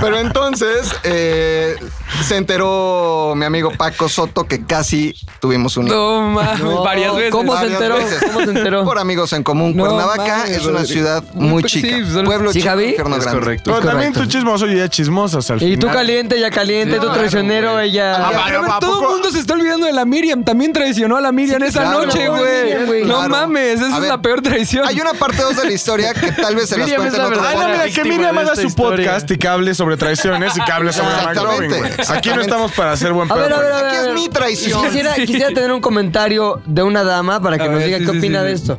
Speaker 9: Pero entonces eh, se enteró mi amigo Paco Soto que casi tuvimos un hijo.
Speaker 3: No mames,
Speaker 2: No,
Speaker 3: varias veces.
Speaker 2: ¿cómo se
Speaker 9: Varias
Speaker 2: enteró?
Speaker 9: veces.
Speaker 2: ¿Cómo se enteró?
Speaker 9: Por amigos en común.
Speaker 3: No
Speaker 9: Cuernavaca
Speaker 3: mames,
Speaker 9: es una
Speaker 3: Rodrigo.
Speaker 9: ciudad muy
Speaker 3: Sí,
Speaker 9: chica.
Speaker 3: son-
Speaker 9: Pueblo
Speaker 2: ¿Sí,
Speaker 9: chico,
Speaker 2: Javi?
Speaker 9: infierno grande.
Speaker 6: Pero también tú chismoso y ya chismosa. O sea, al
Speaker 2: Y tú
Speaker 6: final-
Speaker 2: caliente, ella caliente,
Speaker 3: Sí,
Speaker 2: tú
Speaker 3: claro,
Speaker 2: traicionero, ella...
Speaker 6: Ah,
Speaker 3: A ver,
Speaker 6: ¿a poco-
Speaker 3: todo el mundo se está olvidando de la Miriam. También traicionó a la Miriam esa
Speaker 9: claro,
Speaker 3: noche,
Speaker 2: Miriam,
Speaker 3: güey.
Speaker 2: güey.
Speaker 3: No
Speaker 9: Claro.
Speaker 3: mames, esa
Speaker 9: A
Speaker 3: es
Speaker 9: ver,
Speaker 3: la peor traición.
Speaker 9: Hay una parte 2 de la historia que tal vez se las cuente en otro
Speaker 6: Ay, no,
Speaker 9: momento.
Speaker 6: mira, que Miriam haga su podcast y que hable sobre traiciones y que hable sobre
Speaker 9: Exactamente,
Speaker 6: McLovin, güey. Aquí no
Speaker 9: exactamente.
Speaker 6: estamos para hacer buen
Speaker 2: A ver, a ver, a
Speaker 6: pedo.
Speaker 2: ver.
Speaker 9: Aquí
Speaker 2: a
Speaker 9: es
Speaker 2: ver.
Speaker 9: mi traición.
Speaker 2: Quisiera, quisiera tener un comentario de una dama para que
Speaker 3: A
Speaker 2: nos
Speaker 3: ver,
Speaker 2: diga
Speaker 3: sí,
Speaker 2: qué
Speaker 3: sí,
Speaker 2: opina
Speaker 3: sí,
Speaker 2: de
Speaker 3: sí.
Speaker 2: esto.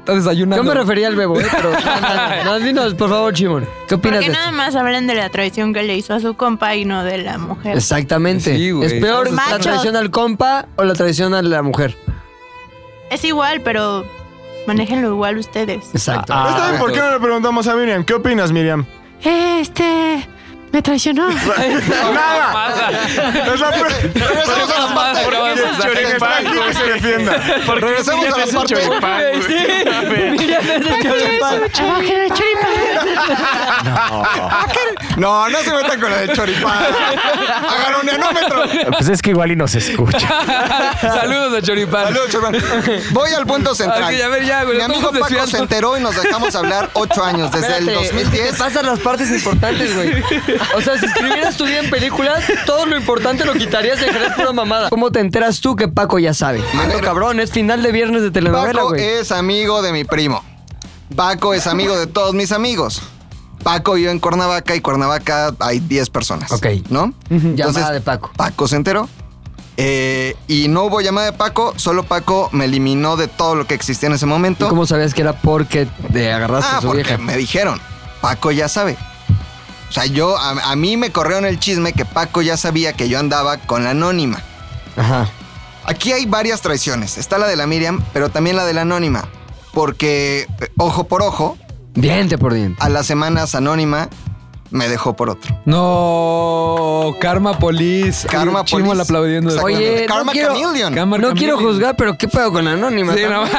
Speaker 3: está desayunando.
Speaker 2: Yo me refería al bebo, ¿eh? pero. No, dinos, por favor, Chimón. ¿Qué opinas
Speaker 10: Porque
Speaker 2: de esto?
Speaker 10: nada más hablan de la traición que le hizo a su compa y no de la mujer.
Speaker 2: Exactamente.
Speaker 3: Sí, güey.
Speaker 2: ¿Es peor la
Speaker 10: Machos.
Speaker 2: traición al compa o la traición a la mujer?
Speaker 10: Es igual, pero manéjenlo igual ustedes.
Speaker 2: Exacto.
Speaker 6: Pero está bien, ¿por qué no le preguntamos a Miriam? ¿Qué opinas, Miriam?
Speaker 10: Este. Me traicionó.
Speaker 6: ¡Nada! Es la pre- Regresamos a la parte.
Speaker 4: ¿Por qué es el
Speaker 6: Que está
Speaker 4: choripán,
Speaker 6: aquí, que
Speaker 4: güey?
Speaker 6: se defienda.
Speaker 4: ¿Por qué
Speaker 9: Regresamos
Speaker 4: Miriam
Speaker 9: a la
Speaker 4: es el
Speaker 9: parte-
Speaker 4: choripán, güey?
Speaker 9: No, no se metan con la del choripán. Hagan un enómetro.
Speaker 8: Pues es que igual y no se escucha.
Speaker 3: Saludos a Choripán.
Speaker 9: Saludos, choripán. Voy al punto central.
Speaker 3: Ay, a ver, ya, güey,
Speaker 9: Mi amigo
Speaker 3: estamos
Speaker 9: Paco
Speaker 3: desviando.
Speaker 9: se enteró y nos dejamos hablar ocho años, desde el
Speaker 2: Espérate, es que
Speaker 9: 2010.
Speaker 2: te pasan las partes importantes, güey. O sea, si escribieras tu vida en películas, todo lo importante lo quitarías y dejarías pura mamada. ¿Cómo te enteras tú que Paco ya sabe? Mano, cabrón, es final de viernes de telenovela,
Speaker 9: Paco
Speaker 2: güey.
Speaker 9: es amigo de mi primo. Paco es amigo de todos mis amigos. Paco vive en Cuernavaca y Cuernavaca hay 10 personas.
Speaker 2: Ok.
Speaker 9: ¿No?
Speaker 2: Ujú, llamada de Paco.
Speaker 9: Paco se enteró. Eh, y no hubo llamada de Paco, solo Paco me eliminó de todo lo que existía en ese
Speaker 2: ¿Y
Speaker 9: momento.
Speaker 2: cómo sabías que era porque te agarraste
Speaker 9: Ah,
Speaker 2: a su
Speaker 9: porque
Speaker 2: vieja?
Speaker 9: me dijeron, Paco ya sabe. O sea, yo, a, a mí me corrieron el chisme que Paco ya sabía que yo andaba con la anónima.
Speaker 2: Ajá.
Speaker 9: Aquí hay varias traiciones. Está la de la Miriam, pero también la de la anónima. Porque, eh, ojo por ojo,
Speaker 2: Diente por diente.
Speaker 9: a las semanas anónima me dejó por otro.
Speaker 3: No, Karma Police.
Speaker 9: Karma
Speaker 3: Ay, Chimo
Speaker 9: Police.
Speaker 3: la aplaudiendo.
Speaker 9: Exacto.
Speaker 2: Oye, no
Speaker 9: Karma
Speaker 2: quiero-
Speaker 9: Chameleon.
Speaker 3: Karma
Speaker 2: no quiero
Speaker 3: Chameleon.
Speaker 2: juzgar, pero ¿qué pedo con Anónima?
Speaker 3: Sí, no.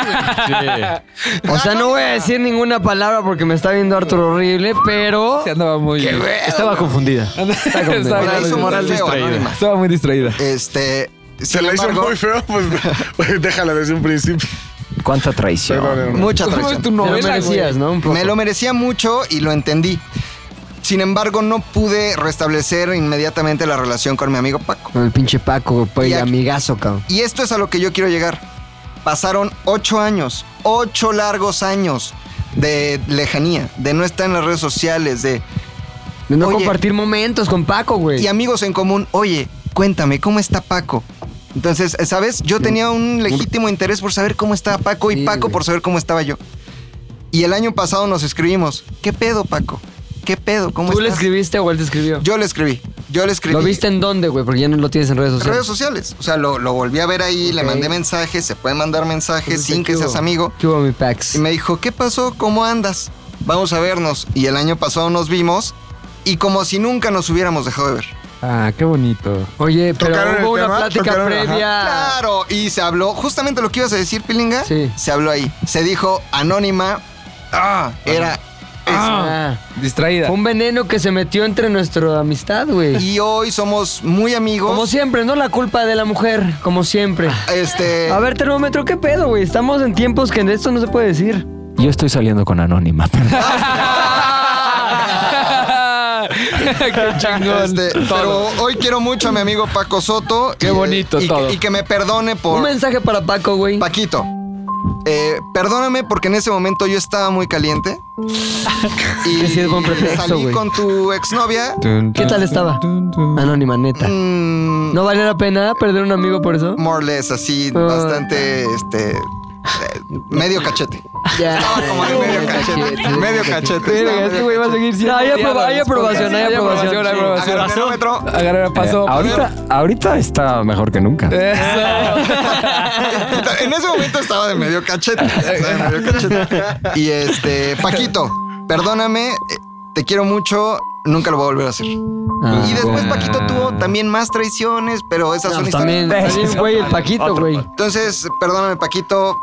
Speaker 2: O sea, no voy a decir ninguna palabra porque me está viendo Arturo horrible, pero...
Speaker 3: Se andaba muy.
Speaker 5: Estaba confundida.
Speaker 3: Estaba,
Speaker 9: Me la hizo moral
Speaker 3: muy-
Speaker 9: feo,
Speaker 4: distraída.
Speaker 9: anónima.
Speaker 3: estaba muy distraída.
Speaker 9: Este.
Speaker 6: Se
Speaker 9: sin
Speaker 6: la hizo
Speaker 9: embargo,
Speaker 6: muy feo, pues, pues déjala desde un principio.
Speaker 8: ¿Cuánta traición?
Speaker 6: Perdón, hermano.
Speaker 9: Mucha
Speaker 3: ¿Cómo
Speaker 9: traición.
Speaker 3: es tu
Speaker 2: Te lo
Speaker 3: novela,
Speaker 2: merecías,
Speaker 3: güey?
Speaker 2: ¿no? Un poco.
Speaker 9: Me lo merecía mucho y lo entendí. Sin embargo, no pude restablecer inmediatamente la relación con mi amigo Paco.
Speaker 2: Con el pinche Paco, pues, güey,
Speaker 9: Y aquí-
Speaker 2: amigazo, cabrón.
Speaker 9: Y esto es a lo que yo quiero llegar. Pasaron ocho años, ocho largos años de lejanía, de no estar en las redes sociales, de...
Speaker 2: De no
Speaker 9: Oye.
Speaker 2: compartir momentos con Paco, güey.
Speaker 9: Y amigos en común, oye, cuéntame, ¿cómo está Paco? Entonces, ¿sabes? Yo tenía un legítimo interés por saber cómo estaba Paco
Speaker 2: Sí,
Speaker 9: y Paco
Speaker 2: güey.
Speaker 9: por saber cómo estaba yo. Y el año pasado nos escribimos, ¿qué pedo, Paco? ¿Qué pedo? ¿Cómo
Speaker 2: ¿Tú le
Speaker 9: estás?
Speaker 2: escribiste o él te escribió?
Speaker 9: Yo le escribí, yo le escribí.
Speaker 2: ¿Lo viste en dónde, güey? Porque ya no lo tienes en redes
Speaker 9: en
Speaker 2: sociales.
Speaker 9: redes sociales. O sea, lo, lo volví a ver ahí, le
Speaker 2: Ok.
Speaker 9: mandé mensajes, se puede mandar mensajes
Speaker 2: Entonces,
Speaker 9: sin que
Speaker 2: ¿qué
Speaker 9: seas
Speaker 2: hubo?
Speaker 9: amigo.
Speaker 2: ¿Qué hubo, mi Pax?
Speaker 9: Y me dijo, ¿qué pasó? ¿Cómo andas? Vamos a vernos. Y el año pasado nos vimos y como si nunca nos hubiéramos dejado de ver.
Speaker 3: Ah, qué bonito.
Speaker 2: Oye, pero
Speaker 6: ¿Tocaron el
Speaker 2: hubo una
Speaker 6: tema?
Speaker 2: plática
Speaker 6: ¿Tocaron? Ajá.
Speaker 2: previa.
Speaker 9: Claro, y se habló, justamente lo que ibas a decir, Pilinga,
Speaker 2: Sí.
Speaker 9: se habló ahí. Se dijo anónima, ah, era...
Speaker 2: Ah,
Speaker 3: Distraída.
Speaker 2: fue un veneno que se metió entre nuestra amistad, güey.
Speaker 9: Y hoy somos muy amigos.
Speaker 2: Como siempre, no la culpa de la mujer, como siempre.
Speaker 9: Este...
Speaker 2: A ver, termómetro, ¿qué pedo, güey? Estamos en tiempos que esto no se puede decir.
Speaker 8: Yo estoy saliendo con Anónima. eh,
Speaker 3: qué chingón.
Speaker 9: este, pero hoy quiero mucho a mi amigo Paco Soto.
Speaker 3: Qué
Speaker 9: y,
Speaker 3: bonito
Speaker 9: y-
Speaker 3: todo.
Speaker 9: Y que me perdone
Speaker 2: Un
Speaker 9: por...
Speaker 2: mensaje para Paco, güey.
Speaker 9: Paquito, eh, perdóname porque en ese momento yo estaba muy caliente. y
Speaker 2: Ese es buen pretexto,
Speaker 9: salí
Speaker 2: güey.
Speaker 9: con tu exnovia.
Speaker 2: ¿Qué tal estaba? Anónima, neta.
Speaker 9: mm,
Speaker 2: ¿No valió la pena perder un amigo por eso?
Speaker 9: More or less, así,
Speaker 2: Ah.
Speaker 9: bastante, este, eh, medio cachete.
Speaker 2: Ya.
Speaker 9: Estaba Ah, como de medio cachete. Medio cachete.
Speaker 2: Verga, este güey va a seguir siendo.
Speaker 3: No,
Speaker 2: hay,
Speaker 3: hay apro- hay
Speaker 2: aprobación, hay aprobación.
Speaker 3: sí.
Speaker 9: Agarra el termómetro.
Speaker 2: Eh,
Speaker 3: Agarra, pasó.
Speaker 8: ahorita, ahorita está mejor que nunca.
Speaker 5: Eh,
Speaker 3: Eso.
Speaker 9: En ese momento estaba de medio cachete. estaba de medio cachete. Y este, Paquito, perdóname, eh, te quiero mucho, nunca lo voy a volver a hacer.
Speaker 2: Ah,
Speaker 9: y después Paquito tuvo también más traiciones, pero esas son historias.
Speaker 2: pues también, también, güey, el Paquito, güey.
Speaker 9: Entonces, perdóname, Paquito,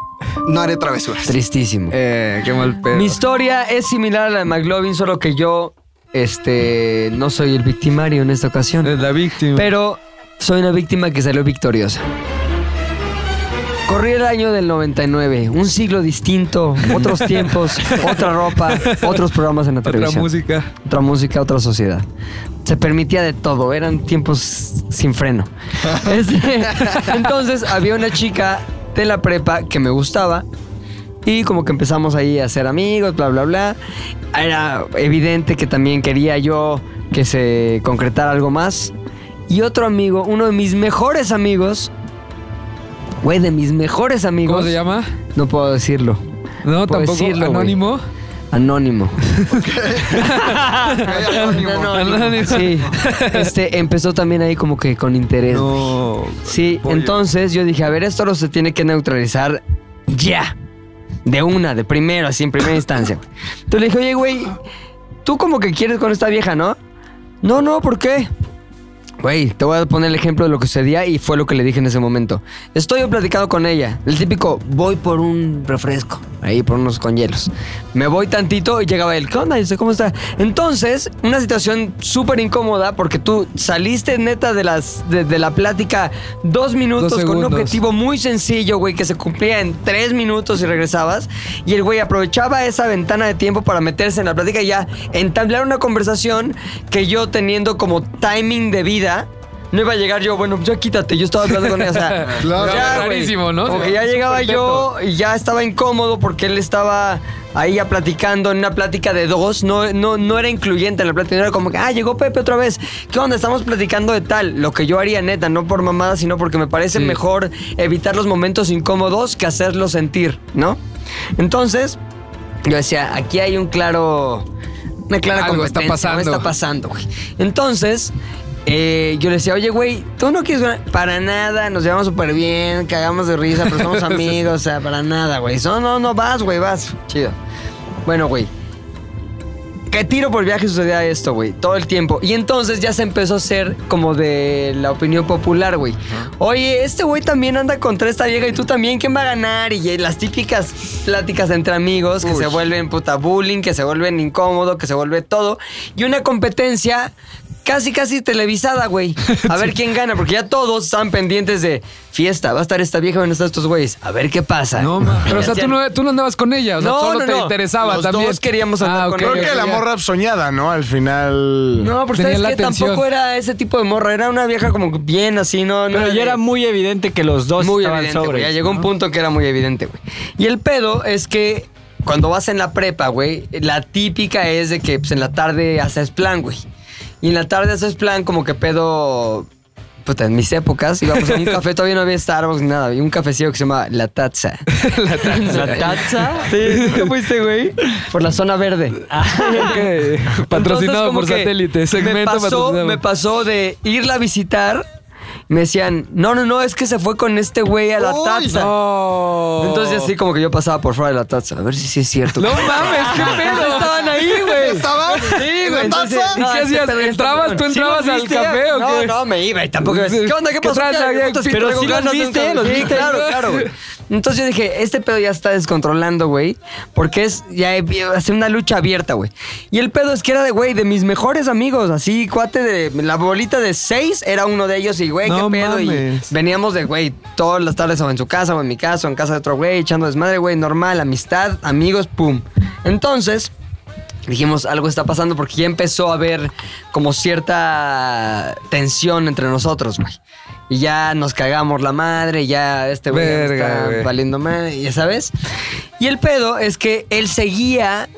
Speaker 9: no haré travesuras.
Speaker 2: Tristísimo.
Speaker 3: Eh, qué mal pedo.
Speaker 2: Mi historia es similar a la de McLovin, solo que yo, este, no soy el victimario en esta ocasión.
Speaker 3: Es la víctima.
Speaker 2: Pero soy una víctima que salió victoriosa. Corrí el año del 99, un siglo distinto, otros tiempos, otra ropa, otros programas en la
Speaker 3: Otra
Speaker 2: televisión.
Speaker 3: música.
Speaker 2: otra música, otra sociedad. Se permitía de todo, eran tiempos sin freno. Este, entonces había una chica de la prepa que me gustaba y como que empezamos ahí a ser amigos, bla, bla, bla. Era evidente que también quería yo que se concretara algo más. Y otro amigo, uno de mis mejores amigos, güey, de mis mejores amigos.
Speaker 3: ¿Cómo se llama?
Speaker 2: No puedo decirlo.
Speaker 3: No,
Speaker 2: Por
Speaker 3: tampoco.
Speaker 2: decirlo, güey.
Speaker 3: anónimo.
Speaker 2: Anónimo.
Speaker 9: Anónimo.
Speaker 3: Anónimo.
Speaker 2: Sí. Este empezó también ahí como que con interés. güey. sí, entonces yo dije, a ver, esto lo se tiene que neutralizar ya. De una, de primero, así en primera instancia. güey. Entonces le dije, oye, güey, tú como que quieres con esta vieja, ¿no? No, no, ¿por qué? Güey, te voy a poner el ejemplo de lo que sucedía y fue lo que le dije en ese momento. Estoy yo platicando con ella. El típico, voy por un refresco, ahí por unos con hielos. Me voy tantito y llegaba él, ¿qué onda? Y dice, ¿cómo está? Entonces, una situación súper incómoda porque tú saliste neta de, las, de, de la plática dos minutos
Speaker 3: Dos
Speaker 2: con un
Speaker 3: segundos.
Speaker 2: objetivo muy sencillo, güey, que se cumplía en tres minutos y regresabas. Y el güey aprovechaba esa ventana de tiempo para meterse en la plática y ya entablar una conversación que yo teniendo como timing de vida. No iba a llegar yo, bueno, ya quítate, yo estaba hablando con ella. O sea,
Speaker 3: Claro.
Speaker 2: ya, güey.
Speaker 3: Rarísimo, ¿no?
Speaker 2: Como que ya
Speaker 3: Súper
Speaker 2: llegaba yo
Speaker 3: teto.
Speaker 2: y ya estaba incómodo porque él estaba ahí ya platicando en una plática de dos. No, no, no era incluyente en la plática, no era como que, ah, llegó Pepe otra vez. ¿Qué onda? Estamos platicando de tal. Lo que yo haría, neta, no por mamada, sino porque me parece
Speaker 3: Sí.
Speaker 2: mejor evitar los momentos incómodos que hacerlos sentir, ¿no? Entonces, yo decía, aquí hay un claro. Una clara
Speaker 3: Algo está
Speaker 2: competencia, algo
Speaker 3: pasando.
Speaker 2: está pasando, güey. Entonces, eh, yo le decía, oye, güey, tú no quieres ganar? para nada, nos llevamos súper bien, cagamos de risa, pero somos amigos, o sea, para nada, güey. No, no, no, vas, güey, vas. Chido. Bueno, güey. ¿Qué tiro por viaje sucedía esto, güey? Todo el tiempo. Y entonces ya se empezó a ser como de la opinión popular, güey. Oye, este güey también anda contra esta vieja y tú también, ¿quién va a ganar? Y eh, las típicas pláticas entre amigos que se vuelven puta bullying, que se vuelven incómodo, que se vuelve todo. Y una competencia casi, casi televisada, güey. A ver quién gana, porque ya todos están pendientes de fiesta. Va a estar esta vieja, van a estar estos güeyes. A ver qué pasa.
Speaker 3: No, ma- pero o sea,
Speaker 2: Ya-
Speaker 3: tú no, tú no andabas con ella, o sea,
Speaker 2: No,
Speaker 3: solo
Speaker 2: no,
Speaker 3: te
Speaker 2: no.
Speaker 3: interesaba
Speaker 2: Los
Speaker 3: también.
Speaker 2: dos queríamos andar
Speaker 3: Ah,
Speaker 2: con
Speaker 3: ok,
Speaker 2: ella.
Speaker 6: Creo que
Speaker 3: ok,
Speaker 6: la
Speaker 3: ya.
Speaker 6: morra soñada, ¿no? Al final.
Speaker 2: No, pero
Speaker 3: Tenía
Speaker 2: sabes
Speaker 3: la
Speaker 2: que
Speaker 3: atención.
Speaker 2: tampoco era ese tipo de morra, era una vieja como que bien así, no, no.
Speaker 5: Pero ya
Speaker 2: de-
Speaker 5: era muy evidente que los dos
Speaker 2: muy
Speaker 5: estaban
Speaker 2: evidente,
Speaker 5: sobre.
Speaker 2: güey, Ya llegó un punto que era muy evidente, güey. Y el pedo es que cuando vas en la prepa, güey, la típica es de que pues, en la tarde haces plan, güey. Y en la tarde haces plan como que pedo... Puta, en mis épocas íbamos a un café, todavía no había Starbucks ni nada. Había un cafecillo que se llama La Taza. ¿La Taza? ¿La Taza? Sí. ¿Qué fuiste, güey? Por la zona verde. Entonces,
Speaker 3: Patrocinado
Speaker 2: como
Speaker 3: por
Speaker 2: que
Speaker 3: satélite,
Speaker 2: me
Speaker 3: segmento
Speaker 2: pasó,
Speaker 3: patrocinado.
Speaker 2: me pasó de irla a visitar. Me decían, no, no, no, es que se fue con este güey a la
Speaker 9: Uy,
Speaker 2: taza.
Speaker 3: Oh.
Speaker 2: Entonces así como que yo pasaba por fuera de la taza. A ver si sí es cierto.
Speaker 3: No mames, qué pedo.
Speaker 2: Estaban ahí, güey.
Speaker 9: ¿Estaban?
Speaker 2: Sí,
Speaker 9: ¿En
Speaker 2: güey.
Speaker 9: la
Speaker 2: Entonces,
Speaker 9: taza?
Speaker 3: ¿Y qué hacías?
Speaker 2: pedo ya está
Speaker 3: ¿Entrabas?
Speaker 2: cabrón.
Speaker 3: ¿Tú entrabas
Speaker 2: los
Speaker 3: al
Speaker 2: viste?
Speaker 3: café o qué?
Speaker 2: No, no, me iba y tampoco iba a decir, ¿Qué onda? ¿Qué
Speaker 3: ¿Qué
Speaker 2: pasó?
Speaker 3: traes,
Speaker 2: ¿Qué?
Speaker 3: güey?
Speaker 2: Putas,
Speaker 3: Pero
Speaker 2: traigo
Speaker 3: sí los
Speaker 2: ganas de un
Speaker 3: viste,
Speaker 2: café.
Speaker 3: los
Speaker 2: Sí,
Speaker 3: viste.
Speaker 2: Claro, claro, güey. Entonces yo dije, este pedo ya está descontrolando, güey. Porque es ya eh, hace una lucha abierta, güey. Y el pedo es que era de, güey, de mis mejores amigos. Así, cuate de la bolita de seis era uno de ellos. Y, güey,
Speaker 5: No
Speaker 2: qué pedo. Y
Speaker 5: mames.
Speaker 2: veníamos de, güey, todas las tardes o en su casa o en mi casa o en casa de otro güey, echando desmadre, güey, normal, amistad, amigos, pum. Entonces dijimos algo está pasando porque ya empezó a haber como cierta tensión entre nosotros, güey. Y ya nos cagamos la madre, ya este güey ya me
Speaker 3: Verga,
Speaker 2: está
Speaker 3: güey.
Speaker 2: valiendo madre, ya sabes. Y el pedo es que él seguía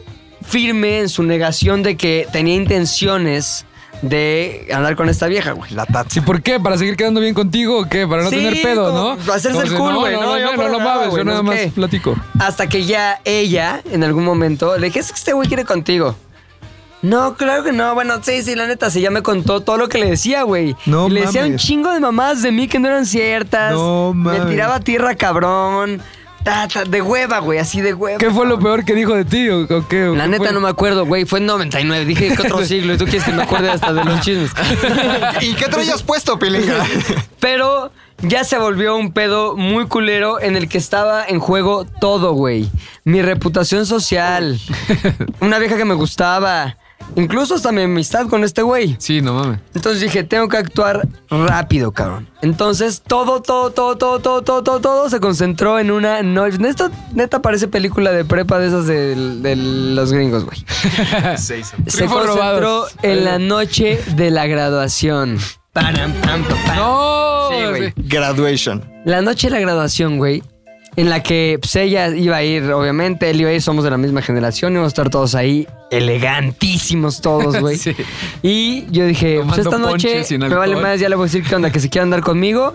Speaker 2: firme en su negación de que tenía intenciones de andar con esta vieja, güey, la tata.
Speaker 3: Sí, ¿por qué? ¿Para seguir quedando bien contigo o qué? Para no
Speaker 2: Sí,
Speaker 3: tener pedo,
Speaker 2: como
Speaker 3: ¿no?
Speaker 2: hacerse
Speaker 3: Como
Speaker 2: el
Speaker 3: si,
Speaker 2: cool, güey,
Speaker 3: No,
Speaker 2: no,
Speaker 3: no,
Speaker 2: yo
Speaker 3: no,
Speaker 2: para
Speaker 3: no,
Speaker 2: nada,
Speaker 3: mames,
Speaker 2: güey,
Speaker 3: yo nada
Speaker 2: no
Speaker 3: más
Speaker 2: es que-
Speaker 3: platico.
Speaker 2: Hasta que ya ella, en algún momento, le dije, es que este güey quiere contigo. No, claro que no. Bueno, sí, sí, la neta, sí, ya me contó todo lo que le decía, güey.
Speaker 5: No
Speaker 2: Y le decía un
Speaker 5: mames.
Speaker 2: chingo de mamás de mí que no eran ciertas.
Speaker 5: No mames.
Speaker 2: Me tiraba tierra, cabrón. Ta, ta, de hueva, güey, así de hueva.
Speaker 3: ¿Qué fue lo peor que dijo de ti o, o qué? o
Speaker 2: La
Speaker 3: qué
Speaker 2: neta
Speaker 3: fue?
Speaker 2: no me acuerdo, güey. Fue en 99. Dije que otro siglo y tú quieres que me acuerde hasta de los chismes.
Speaker 9: ¿Y qué traías puesto, Pilinga?
Speaker 2: Pero ya se volvió un pedo muy culero en el que estaba en juego todo, güey. Mi reputación social, una vieja que me gustaba, incluso hasta mi amistad con este güey.
Speaker 3: Sí, no mames.
Speaker 2: Entonces dije, tengo que actuar rápido, cabrón. Entonces todo, todo, todo, todo, todo, todo, todo, todo se concentró en una noche. Neta, neta parece película de prepa de esas de, de los gringos, güey. Se
Speaker 3: Triunfo
Speaker 2: concentró
Speaker 3: robado.
Speaker 2: en la noche de la graduación. Param, pam, pam, pam.
Speaker 3: No,
Speaker 2: Sí, güey.
Speaker 3: sí.
Speaker 9: Graduation.
Speaker 2: La noche de la graduación, güey, en la que pues, ella iba a ir, obviamente, él iba a ir, somos de la misma generación, íbamos a estar todos ahí, elegantísimos todos, güey.
Speaker 3: Sí.
Speaker 2: Y yo dije, pues
Speaker 3: Tomando
Speaker 2: esta noche
Speaker 3: ponche sin
Speaker 2: me
Speaker 3: alcohol.
Speaker 2: vale más, ya le voy a decir qué onda, que se quiere andar
Speaker 3: Oh.
Speaker 2: conmigo.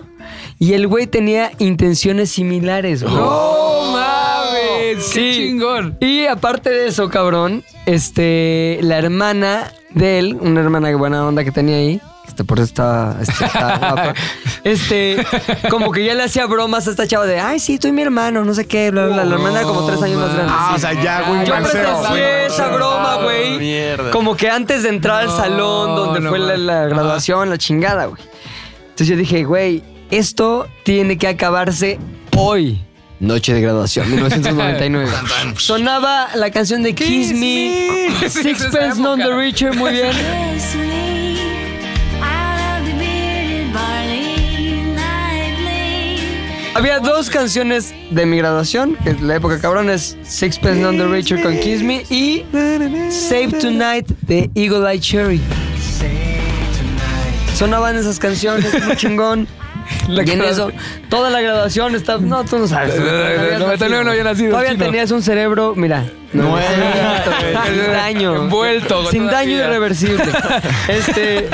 Speaker 2: Y el güey tenía intenciones similares, güey.
Speaker 3: No mames.
Speaker 2: Sí. Y aparte de eso, cabrón, este, la hermana de él, una hermana buena onda que tenía ahí, este, por eso estaba, este, estaba guapa, este, como que ya le hacía bromas a esta chava de, ay, sí, tú y mi hermano, no sé qué, bla, bla, bla. La hermana como tres años más grande.
Speaker 6: Ah,
Speaker 2: sí.
Speaker 6: o sea, ya, güey, Ah,
Speaker 2: Yo
Speaker 6: mancero.
Speaker 2: presencié esa broma, güey. Como que antes de entrar al salón donde fue la, la graduación, la chingada, güey. Entonces yo dije, güey, esto tiene que acabarse hoy. Noche de graduación, 1999.
Speaker 9: pues,
Speaker 2: Sonaba la canción de Kiss, Me,
Speaker 7: Me. Sí, es esa
Speaker 2: Sixpence None the
Speaker 7: época.
Speaker 2: Richer, muy bien. Había dos canciones de mi graduación, que en la época cabrón es Sixpence None the Richer con Kiss Me y Save Tonight de Eagle Eye Cherry. Sonaban esas canciones, muy chingón. y en eso, toda la graduación está. No, tú no sabes.
Speaker 3: No, no, no,
Speaker 2: Habías
Speaker 3: 99 no había nacido,
Speaker 2: Todavía
Speaker 3: chino.
Speaker 2: tenías un cerebro, mira.
Speaker 3: No,
Speaker 2: sin daño.
Speaker 3: Envuelto,
Speaker 2: Sin daño
Speaker 3: todavía.
Speaker 2: irreversible. Este.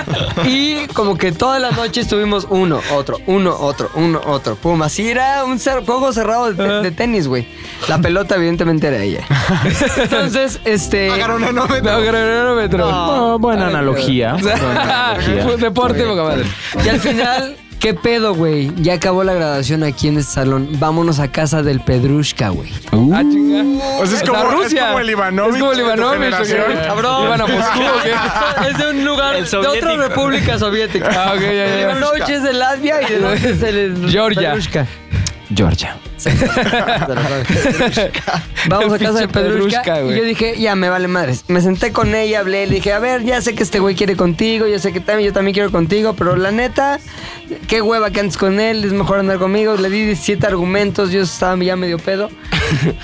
Speaker 2: Y como que toda la noche estuvimos uno, otro, uno, otro, uno, otro. Pum, así era un cer- juego cerrado de, te- de tenis, güey. La pelota, evidentemente, era ella. Entonces, este.
Speaker 9: Agarronómetro.
Speaker 2: Agarronómetro.
Speaker 8: Ah,
Speaker 7: No, buena analogía. Buena analogía.
Speaker 2: Fue un deporte, poca madre. Y al final, ¿qué pedo, güey? Ya acabó la graduación aquí en este salón. Vámonos a casa del Pedrushka, güey.
Speaker 3: Ah, chinga.
Speaker 6: O sea, es
Speaker 3: Está
Speaker 6: como,
Speaker 3: Rusia.
Speaker 6: es como el Ivanovich.
Speaker 3: Es como el
Speaker 6: de tu
Speaker 3: Ivanovich, ¿o qué?
Speaker 6: generación.
Speaker 3: Cabrón. Iban a Moscú, ¿o qué?
Speaker 2: Es de un lugar,
Speaker 3: pues, El
Speaker 2: de otra
Speaker 3: soviético.
Speaker 2: república soviética.
Speaker 3: Ah, ok, ya, ya, ya.
Speaker 2: El Ivanovich es de Latvia y de norte es el
Speaker 3: Georgia.
Speaker 2: Pedrushka.
Speaker 8: Georgia.
Speaker 2: Vamos a casa
Speaker 3: Pinche
Speaker 2: de
Speaker 3: Pedrushka,
Speaker 2: Pedrushka.
Speaker 3: güey.
Speaker 2: Y yo dije, ya me vale madres. Me senté con ella, hablé, le dije, a ver, ya sé que este güey quiere contigo, yo sé que también yo también quiero contigo, pero la neta, qué hueva que andes con él, es mejor andar conmigo. Le di 17 argumentos, yo estaba ya medio pedo.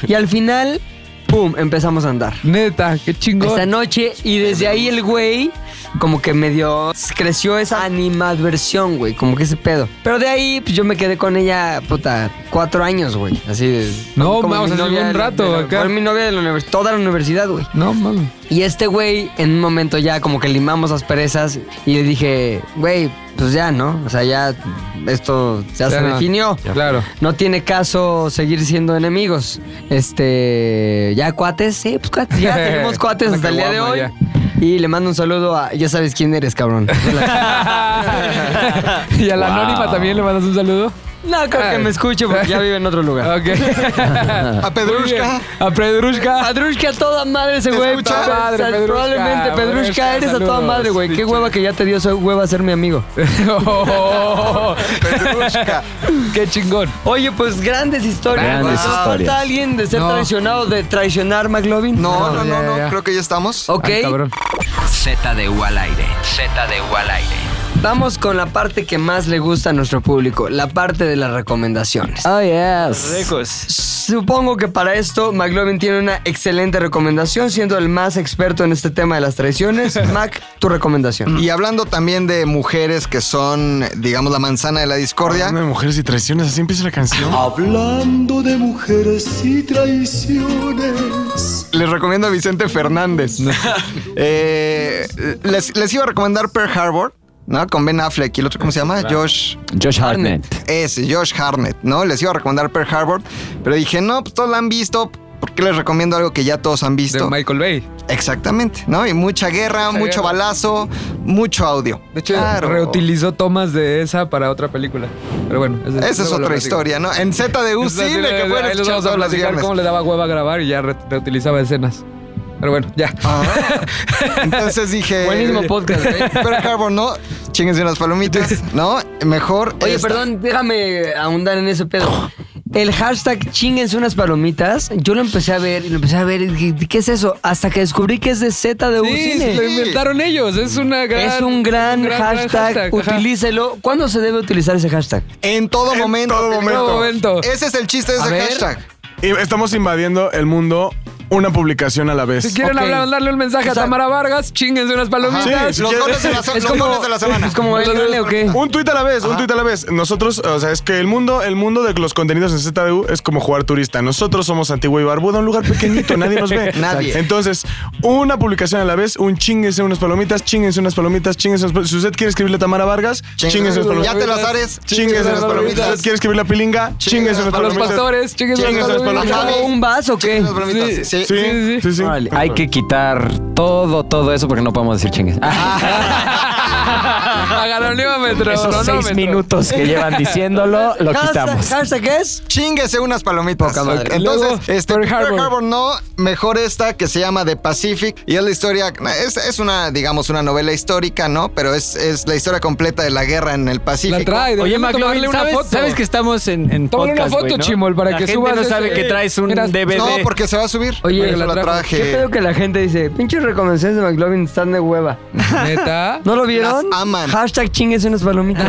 Speaker 2: Y al final, pum, empezamos a andar.
Speaker 3: Neta, qué chingón.
Speaker 2: Esa noche, y desde ahí el güey, como que medio creció esa animadversión, güey, como que ese pedo. Pero de ahí, pues yo me quedé con ella, puta, cuatro años, güey. Así de.
Speaker 3: No,
Speaker 2: como
Speaker 3: vamos
Speaker 2: mi
Speaker 3: a hacer
Speaker 2: novia de
Speaker 3: un
Speaker 2: la-
Speaker 3: rato
Speaker 2: de la-
Speaker 3: acá.
Speaker 2: Fue mi novia de la universidad, toda la universidad, güey.
Speaker 3: No, mames.
Speaker 2: Y este güey, en un momento ya como que limamos las perezas y le dije, güey, pues ya, ¿no? O sea, ya esto ya,
Speaker 3: Ya
Speaker 2: se
Speaker 3: no.
Speaker 2: definió.
Speaker 3: Claro.
Speaker 2: No tiene caso seguir siendo enemigos. Este, ya cuates, sí, pues cuates, ya tenemos cuates
Speaker 3: Una
Speaker 2: hasta el día de
Speaker 3: caguama,
Speaker 2: hoy.
Speaker 3: ya.
Speaker 2: Y le mando un saludo a, ya sabes quién eres, cabrón.
Speaker 3: Y a la anónima también le mandas un saludo.
Speaker 2: No, creo que me escucho porque ya vive en otro lugar.
Speaker 3: Ok.
Speaker 9: A Pedrushka.
Speaker 3: A Pedrushka.
Speaker 2: Pedrushka, a toda madre ese
Speaker 9: ¿Te
Speaker 2: güey.
Speaker 9: escucha?
Speaker 2: papá.
Speaker 3: Padre,
Speaker 2: O sea,
Speaker 3: Pedrushka,
Speaker 2: Probablemente, Pedrushka,
Speaker 3: Pedrushka,
Speaker 2: eres a toda
Speaker 3: saludos,
Speaker 2: madre, güey. Qué
Speaker 3: pinche.
Speaker 2: hueva que ya te dio esa hueva ser mi amigo.
Speaker 3: Oh,
Speaker 9: Pedrushka.
Speaker 3: qué chingón.
Speaker 2: Oye, pues grandes historias.
Speaker 7: Grandes
Speaker 2: Wow.
Speaker 7: historias.
Speaker 2: ¿Falta alguien de ser
Speaker 3: No.
Speaker 2: traicionado, de traicionar McLovin?
Speaker 9: No, no,
Speaker 3: ya,
Speaker 9: no,
Speaker 3: ya.
Speaker 9: no. Creo que ya estamos.
Speaker 2: Ok,
Speaker 3: Ay, cabrón.
Speaker 1: ZDU al aire. ZDU al aire.
Speaker 2: vamos con la parte que más le gusta a nuestro público, la parte de las recomendaciones.
Speaker 3: Oh, yes.
Speaker 2: Supongo que para esto McLovin tiene una excelente recomendación, siendo el más experto en este tema de las traiciones. Mac, tu recomendación.
Speaker 9: Y hablando también de mujeres que son, digamos, la manzana de la
Speaker 3: Ah,
Speaker 9: discordia.
Speaker 6: Hablando de mujeres y traiciones, así empieza la canción.
Speaker 11: Hablando de mujeres y traiciones.
Speaker 9: Les recomiendo a Vicente Fernández. Eh, les, les iba a recomendar Pearl Harbor, ¿no? Con Ben Affleck. ¿Y el otro cómo se llama? Josh.
Speaker 8: Josh Hartnett.
Speaker 9: Ese, Josh Hartnett, ¿no? Les iba a recomendar Pearl Harbor. Pero dije, no, pues todos la han visto. ¿Por qué les recomiendo algo que ya todos han
Speaker 3: De
Speaker 9: visto?
Speaker 3: Michael Bay.
Speaker 9: Exactamente, ¿no? Y mucha guerra,
Speaker 3: Mucha
Speaker 9: mucho
Speaker 3: guerra.
Speaker 9: balazo, mucho audio.
Speaker 3: De hecho,
Speaker 9: Claro.
Speaker 3: reutilizó tomas de esa para otra película. Pero bueno,
Speaker 9: Esa es
Speaker 3: luego lo
Speaker 9: otra
Speaker 3: platico.
Speaker 9: historia, ¿no? En ZDU
Speaker 3: Entonces,
Speaker 9: sí,
Speaker 3: así
Speaker 9: que
Speaker 3: le-
Speaker 9: pueden
Speaker 3: ahí les
Speaker 9: escuchar
Speaker 3: vamos a
Speaker 9: todos los
Speaker 3: platicar
Speaker 9: viernes.
Speaker 3: cómo le daba hueva grabar y ya re- reutilizaba escenas. Pero bueno, ya.
Speaker 9: Ah, entonces dije.
Speaker 2: Buenísimo podcast, güey.
Speaker 9: Pero Harbor, no. Chinguense unas palomitas, ¿no? Mejor. este,
Speaker 2: Oye,
Speaker 9: esta.
Speaker 2: perdón, déjame ahondar en ese pedo. El hashtag chinguense unas palomitas, yo lo empecé a ver y lo empecé a ver. y dije, ¿Qué es eso? Hasta que descubrí que es de Z de
Speaker 3: Sí, lo inventaron ellos. Es una gran.
Speaker 2: Es un gran, hashtag.
Speaker 3: ajá.
Speaker 2: Utilícelo. ¿Cuándo se debe utilizar ese hashtag?
Speaker 9: En todo momento.
Speaker 6: todo
Speaker 9: te digo.
Speaker 3: momento.
Speaker 9: Ese es el chiste de
Speaker 2: A
Speaker 9: ese
Speaker 2: ver.
Speaker 9: hashtag.
Speaker 6: Y Estamos invadiendo el mundo una publicación a la vez.
Speaker 3: Si quieren hablar, darle un mensaje
Speaker 6: O sea,
Speaker 3: a Tamara Vargas, chinguense unas palomitas.
Speaker 6: Sí, los goles de la se- los goles de la semana.
Speaker 3: Es como el o qué.
Speaker 6: Un tuit a la vez, un tuit a la vez. Nosotros, o sea, es que el mundo, el mundo de los contenidos en ZDU es como jugar turista. Nosotros somos Antigua y Barbuda, un lugar pequeñito, nadie nos ve.
Speaker 9: Nadie.
Speaker 6: Entonces, una publicación a la vez, un chinguense unas palomitas, chinguense unas palomitas, chinguense unas palomitas. Si usted quiere escribirle a Tamara Vargas, chinguense unas palomitas.
Speaker 9: Ya te las ares,
Speaker 6: chinguense unas palomitas. Si usted quiere escribirle a Pilinga, chinguense unas
Speaker 3: A los
Speaker 6: palomitas.
Speaker 3: pastores, chinguense unas
Speaker 6: Chinguense unas
Speaker 3: palomitas.
Speaker 6: palomitas.
Speaker 3: Ajá, ¿Un vaso o qué?
Speaker 9: palomitas, sí.
Speaker 6: Sí, sí, sí.
Speaker 8: Órale, Hay que quitar todo, todo eso porque no podemos decir chingues.
Speaker 3: Agaronómetro.
Speaker 8: Esos seis minutos que llevan diciéndolo, lo quitamos.
Speaker 2: ¿Hashtag es?
Speaker 9: Chinguese unas palomitas.
Speaker 3: Poca madre.
Speaker 9: Entonces,
Speaker 3: Luego,
Speaker 9: este,
Speaker 3: Pearl
Speaker 9: Pearl
Speaker 3: Harbor.
Speaker 9: Harbor. no, mejor esta que se llama The Pacific y es la historia, es, es una, digamos, una novela histórica, ¿no? Pero es, es la historia completa de la guerra en el Pacífico.
Speaker 3: La trae, de-
Speaker 5: Oye,
Speaker 3: Deberíamos
Speaker 5: McLovin,
Speaker 3: tomarle una
Speaker 5: ¿sabes,
Speaker 3: foto.
Speaker 5: sabes que estamos en, en
Speaker 3: Tómale una
Speaker 5: podcast,
Speaker 3: foto,
Speaker 5: güey, ¿no?
Speaker 3: Chimol, para
Speaker 5: La
Speaker 3: que
Speaker 5: gente
Speaker 3: subas
Speaker 5: no
Speaker 3: ese-
Speaker 5: sabe que traes un
Speaker 3: Mira,
Speaker 5: DVD.
Speaker 9: no, porque se va a subir.
Speaker 3: Oye,
Speaker 9: Por eso
Speaker 3: la
Speaker 9: la
Speaker 3: trajo.
Speaker 2: ¿Qué pedo
Speaker 9: traje.
Speaker 2: que la gente dice? Pinches recomendaciones de McLovin están de hueva.
Speaker 3: Neta. Ah,
Speaker 2: ¿No lo vieron?
Speaker 9: Las aman.
Speaker 2: Hashtag chingues unas palomitas.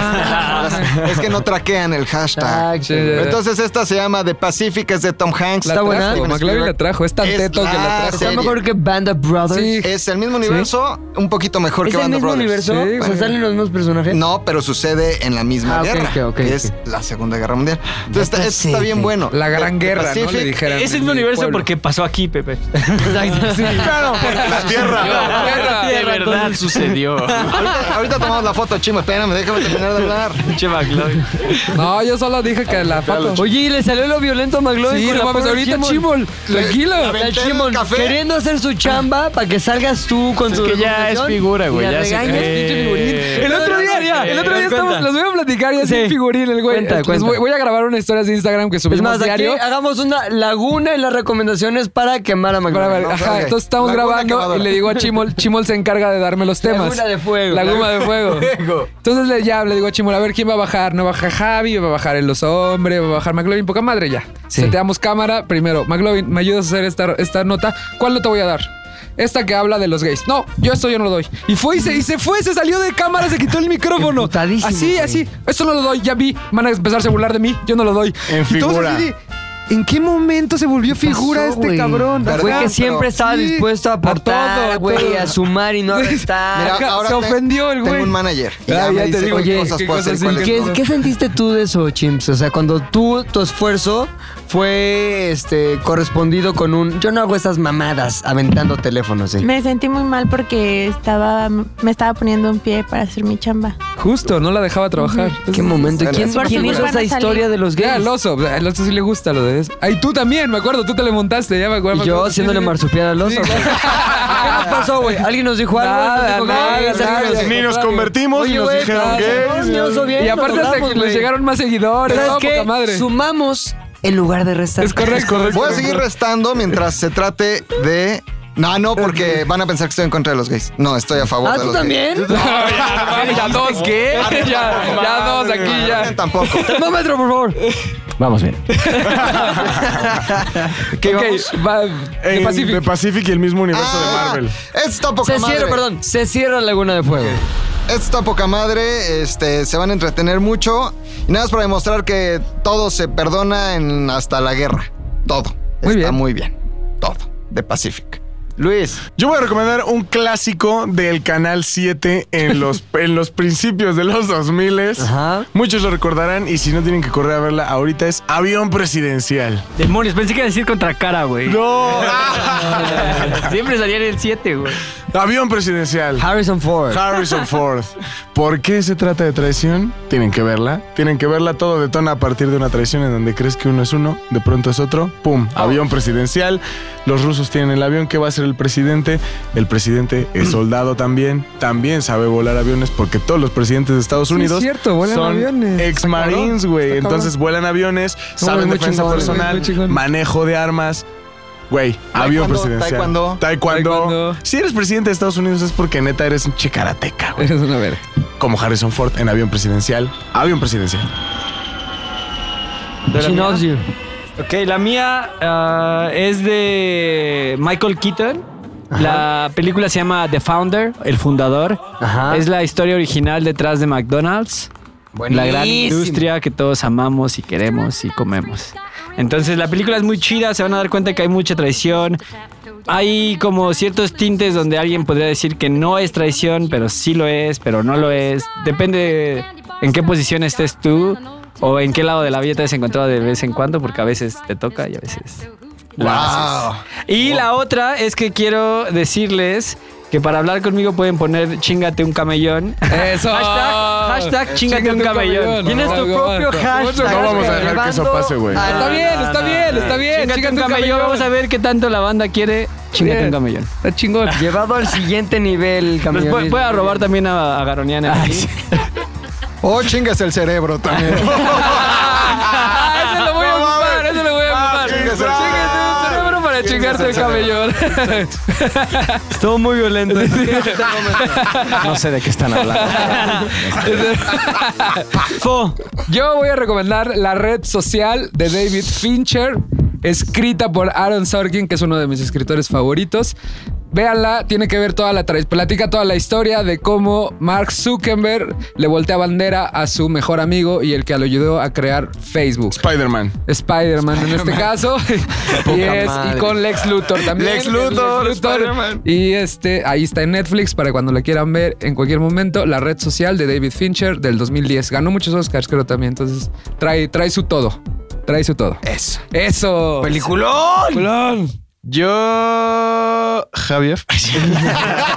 Speaker 9: es que no traquean el hashtag.
Speaker 2: Exacto.
Speaker 3: Sí, sí, sí.
Speaker 9: Entonces esta se llama The Pacific, es de Tom Hanks.
Speaker 3: La
Speaker 9: Está
Speaker 3: trajo,
Speaker 9: buena.
Speaker 3: McLovin la trajo, es tan
Speaker 9: Es
Speaker 3: teto que la
Speaker 9: la
Speaker 3: trajo.
Speaker 2: Está
Speaker 9: serie.
Speaker 2: mejor que Band of Brothers.
Speaker 3: Sí.
Speaker 9: Es el mismo universo, un poquito mejor
Speaker 2: ¿Es
Speaker 9: que
Speaker 2: el
Speaker 9: Band of
Speaker 2: mismo
Speaker 9: Brothers.
Speaker 2: universo?
Speaker 3: Sí,
Speaker 2: o sea,
Speaker 3: güey.
Speaker 2: salen los mismos personajes.
Speaker 9: No, pero sucede en la misma
Speaker 2: ¿Eh? Ah, ok,
Speaker 9: guerra,
Speaker 2: ok, ok,
Speaker 9: que es la Segunda Guerra Mundial. Entonces está,
Speaker 2: Pacific.
Speaker 9: está bien bueno.
Speaker 3: La gran
Speaker 9: The
Speaker 3: guerra, ¿no? Le
Speaker 9: Pacific,
Speaker 3: dijeran.
Speaker 5: Es el
Speaker 3: en
Speaker 5: mismo
Speaker 3: mi
Speaker 5: universo
Speaker 3: pueblo.
Speaker 5: porque pasó aquí, Pepe.
Speaker 6: Claro, la tierra.
Speaker 3: Guerra.
Speaker 4: De verdad sucedió.
Speaker 9: Ahorita, ahorita tomamos la foto, chimo. Espérame, déjame terminar de hablar.
Speaker 5: Che, McLovin.
Speaker 3: No, yo solo dije que la foto.
Speaker 2: Oye, ¿y le salió lo violento a McLovin.
Speaker 3: Sí,
Speaker 2: con
Speaker 3: no
Speaker 2: la
Speaker 3: mames,
Speaker 2: pobre
Speaker 3: ahorita
Speaker 2: Chimol?
Speaker 3: Chimol, tranquilo.
Speaker 9: La
Speaker 2: La
Speaker 9: ventana,
Speaker 2: Chimol,
Speaker 9: el café.
Speaker 2: queriendo hacer su chamba para que salgas tú con tu
Speaker 5: que ya es
Speaker 2: recomendación
Speaker 5: figura, güey,
Speaker 2: y la
Speaker 5: ya se
Speaker 2: regañas,
Speaker 5: cree.
Speaker 2: pinche figurín.
Speaker 3: El otro día,
Speaker 5: sí,
Speaker 3: el otro
Speaker 5: sí,
Speaker 3: día estamos,
Speaker 5: cuenta.
Speaker 3: los voy a platicar y es
Speaker 2: Sí.
Speaker 3: un figurín el güey.
Speaker 2: Cuenta,
Speaker 3: Les
Speaker 2: cuenta.
Speaker 3: Voy, voy a grabar unas historias de Instagram que subimos
Speaker 2: Es más, aquí
Speaker 3: diario.
Speaker 2: hagamos una laguna en las recomendaciones para quemar a
Speaker 3: Para
Speaker 2: McLovin.
Speaker 3: ver, ajá,
Speaker 9: ok.
Speaker 3: entonces estamos
Speaker 9: Laguna
Speaker 3: grabando y
Speaker 9: quemadora.
Speaker 3: le digo a Chimol, Chimol se encarga de darme los temas.
Speaker 2: Laguna de fuego.
Speaker 3: La goma de fuego. Entonces le, ya le digo a Chimol, a ver quién va a bajar. No baja Javi, va a bajar el los hombres, va a bajar McLovin, poca madre ya. Seteamos cámara. Primero, McLovin, ¿me ayudas a hacer esta, esta nota? ¿Cuál no te voy a dar? Esta que habla de los gays. No, yo esto yo no lo doy. Y fue y se, y se fue, se salió de cámara, se quitó el micrófono.
Speaker 2: Emputadísimo,
Speaker 3: Así,
Speaker 2: güey.
Speaker 3: así. Esto no lo doy, ya vi. Van a empezarse a burlar de mí, yo no lo doy.
Speaker 6: En
Speaker 3: Y todos
Speaker 6: figura.
Speaker 3: así de, ¿En qué momento se volvió figura
Speaker 2: pasó,
Speaker 3: este
Speaker 2: güey?
Speaker 3: cabrón?
Speaker 2: Güey,
Speaker 9: Perdón,
Speaker 2: que
Speaker 9: pero-
Speaker 2: siempre estaba
Speaker 3: Sí,
Speaker 2: dispuesto a
Speaker 3: a todo, a
Speaker 2: aportar, güey,
Speaker 3: todo.
Speaker 2: a sumar y no a restar.
Speaker 9: Mira,
Speaker 3: Acá
Speaker 9: ahora
Speaker 3: se
Speaker 9: te-
Speaker 3: ofendió el güey.
Speaker 9: Tengo un manager. Y
Speaker 3: Ah,
Speaker 9: ya,
Speaker 3: ya
Speaker 9: me
Speaker 3: te
Speaker 9: dice
Speaker 3: digo,
Speaker 9: qué
Speaker 3: oye,
Speaker 9: cosas
Speaker 3: qué
Speaker 9: puedo hacer
Speaker 3: cosas
Speaker 9: y cuáles
Speaker 2: ¿Qué,
Speaker 9: no.
Speaker 2: qué sentiste tú de eso, Chimps? O sea, cuando tú, tu esfuerzo fue este correspondido con un yo no hago esas mamadas aventando teléfonos, ¿eh? ¿sí?
Speaker 10: Me sentí muy mal porque estaba, me estaba poniendo en pie para hacer mi chamba.
Speaker 3: Justo, no la dejaba trabajar.
Speaker 2: ¿Qué momento? ¿Y ¿Quién,
Speaker 10: Por
Speaker 2: quién
Speaker 10: su
Speaker 2: hizo
Speaker 10: culpa
Speaker 2: esa
Speaker 10: no salí.
Speaker 2: historia de los
Speaker 3: Ya,
Speaker 2: gays?
Speaker 3: el oso. El oso sí le gusta lo de eso. Ay, tú también, me acuerdo. Tú te le montaste, ya me acuerdo.
Speaker 2: Y yo haciéndole
Speaker 3: haciéndole
Speaker 2: marsupial al oso. güey. ¿Qué nos pasó, güey? ¿Alguien nos dijo algo?
Speaker 3: Nada,
Speaker 2: ¿Nos dijo que-
Speaker 3: nada,
Speaker 2: alguien
Speaker 3: nada. eh,
Speaker 2: nos dijo-
Speaker 6: Ni nos convertimos,
Speaker 2: Oye,
Speaker 6: ni nos
Speaker 2: güey,
Speaker 6: dijeron
Speaker 2: pero
Speaker 6: gays.
Speaker 2: no, ni oso bien,
Speaker 3: Y aparte
Speaker 2: nos
Speaker 3: hasta
Speaker 2: hablamos,
Speaker 3: que les
Speaker 2: güey.
Speaker 3: llegaron más seguidores.
Speaker 2: ¿Sabes
Speaker 3: ¿Sabes
Speaker 2: qué?
Speaker 3: madre.
Speaker 2: Sumamos en lugar de restar.
Speaker 3: Es correcto.
Speaker 9: Voy a seguir restando mientras se trate de. No, no, porque van a pensar que estoy en contra de los gays. No, estoy a favor
Speaker 2: Ah,
Speaker 9: de
Speaker 2: ¿tú
Speaker 9: los gays.
Speaker 2: también?
Speaker 3: ya, ya dos, ¿qué? Ya, ya dos aquí, ya.
Speaker 9: Tampoco.
Speaker 2: Termómetro, por favor.
Speaker 8: Vamos bien.
Speaker 3: ¿Qué va, de
Speaker 6: En
Speaker 3: Pacific.
Speaker 6: The Pacific y el mismo universo
Speaker 9: Ah,
Speaker 6: de Marvel.
Speaker 9: esto está poca
Speaker 2: Se
Speaker 9: madre.
Speaker 2: cierra, perdón. Se cierra Laguna de Fuego.
Speaker 9: Esto está poca madre, este, se van a entretener mucho. Y nada más para demostrar que todo se perdona en hasta la guerra. Todo.
Speaker 3: Muy
Speaker 9: está
Speaker 3: bien.
Speaker 9: muy bien. Todo. De Pacific. Luis.
Speaker 6: Yo voy a recomendar un clásico del Canal 7 en los, en los principios de los 2000.
Speaker 2: Ajá.
Speaker 6: Muchos lo recordarán y si no tienen que correr a verla, ahorita es Avión Presidencial.
Speaker 5: Demonios, pensé que iba a decir contra cara, güey.
Speaker 6: ¡No!
Speaker 5: Siempre salía en el 7, güey.
Speaker 6: Avión Presidencial.
Speaker 2: Harrison Ford.
Speaker 6: Harrison Ford. ¿Por qué se trata de traición? Tienen que verla. Tienen que verla. Todo detona a partir de una traición en donde crees que uno es uno, de pronto es otro. ¡Pum!
Speaker 2: Oh.
Speaker 6: Avión presidencial. Los rusos tienen el avión que va a ser el presidente. El presidente es soldado también. También sabe volar aviones porque todos los presidentes de Estados
Speaker 3: es
Speaker 6: Unidos
Speaker 3: cierto, vuelan
Speaker 6: son
Speaker 3: aviones.
Speaker 6: ex
Speaker 3: Está
Speaker 6: marines,
Speaker 3: cabrón,
Speaker 6: güey.
Speaker 3: está cabrón.
Speaker 6: Entonces vuelan aviones, saben
Speaker 3: muy
Speaker 6: defensa
Speaker 3: chingón, muy
Speaker 6: personal,
Speaker 3: chingón.
Speaker 6: manejo de armas. Güey, avión
Speaker 9: Taekwondo,
Speaker 6: presidencial.
Speaker 9: taekwondo.
Speaker 6: Taekwondo.
Speaker 3: Taekwondo.
Speaker 6: Si eres presidente de Estados Unidos es porque neta eres un chicarateca, güey.
Speaker 3: Eres una verga.
Speaker 6: Como Harrison Ford en avión presidencial. Avión presidencial.
Speaker 2: She knows you.
Speaker 5: Ok, la mía ah, es de Michael Keaton. La película se llama The Founder, El Fundador.
Speaker 2: Ajá.
Speaker 5: Es la historia original detrás de McDonald's. La gran
Speaker 2: Buenísimo.
Speaker 5: industria que todos amamos y queremos y comemos. Entonces la película es muy chida, se van a dar cuenta que hay mucha traición. Hay como ciertos tintes donde alguien podría decir que no es traición, pero sí lo es, pero no lo es. Depende en qué posición estés tú o en qué lado de la vida te has encontrado de vez en cuando, porque a veces te toca y a veces... la haces. Y la otra es que quiero decirles que para hablar conmigo pueden poner chingate un camellón.
Speaker 3: Eso. Ah,
Speaker 5: hashtag hashtag chingate un camellón.
Speaker 2: Tienes tu propio hashtag.
Speaker 6: No vamos a dejar que eso
Speaker 2: Llevando
Speaker 6: pase, güey.
Speaker 2: a-
Speaker 3: Está bien, está bien, está bien.
Speaker 5: Chingate un camellón. Vamos a ver qué tanto la banda quiere. Chingate un camellón.
Speaker 3: Está chingón.
Speaker 2: Llevado al siguiente nivel,
Speaker 5: Pues
Speaker 2: camellón.
Speaker 5: voy, voy a robar también a, a Garoniana.
Speaker 9: Oh, chingas el cerebro también.
Speaker 3: Ah, ese lo voy a ocupar, ese lo voy
Speaker 5: Ah,
Speaker 3: a ocupar.
Speaker 9: chingas el
Speaker 3: Chíngate un cerebro para chingarte el camellón.
Speaker 5: Estuvo muy violento.
Speaker 7: No sé de qué están hablando.
Speaker 5: Fo.
Speaker 3: Yo voy a recomendar La Red Social de David Fincher, escrita por Aaron Sorkin, que es uno de mis escritores favoritos. Véanla, tiene que ver toda la tra- platica toda la historia de cómo Mark Zuckerberg le voltea bandera a su mejor amigo y el que lo ayudó a crear Facebook.
Speaker 6: Spider-Man.
Speaker 3: Spider-Man en este caso. y,
Speaker 2: Poca
Speaker 3: es- y
Speaker 2: madre.
Speaker 3: con Lex Luthor también.
Speaker 6: Lex Luthor, Spider-Man.
Speaker 3: Y este, ahí está en Netflix para cuando la quieran ver en cualquier momento. La red social de David Fincher del 2010. Ganó muchos Oscars, creo también. Entonces, trae, trae su todo. Trae su todo. Eso. Eso.
Speaker 4: ¡Peliculón! Yo. Javier.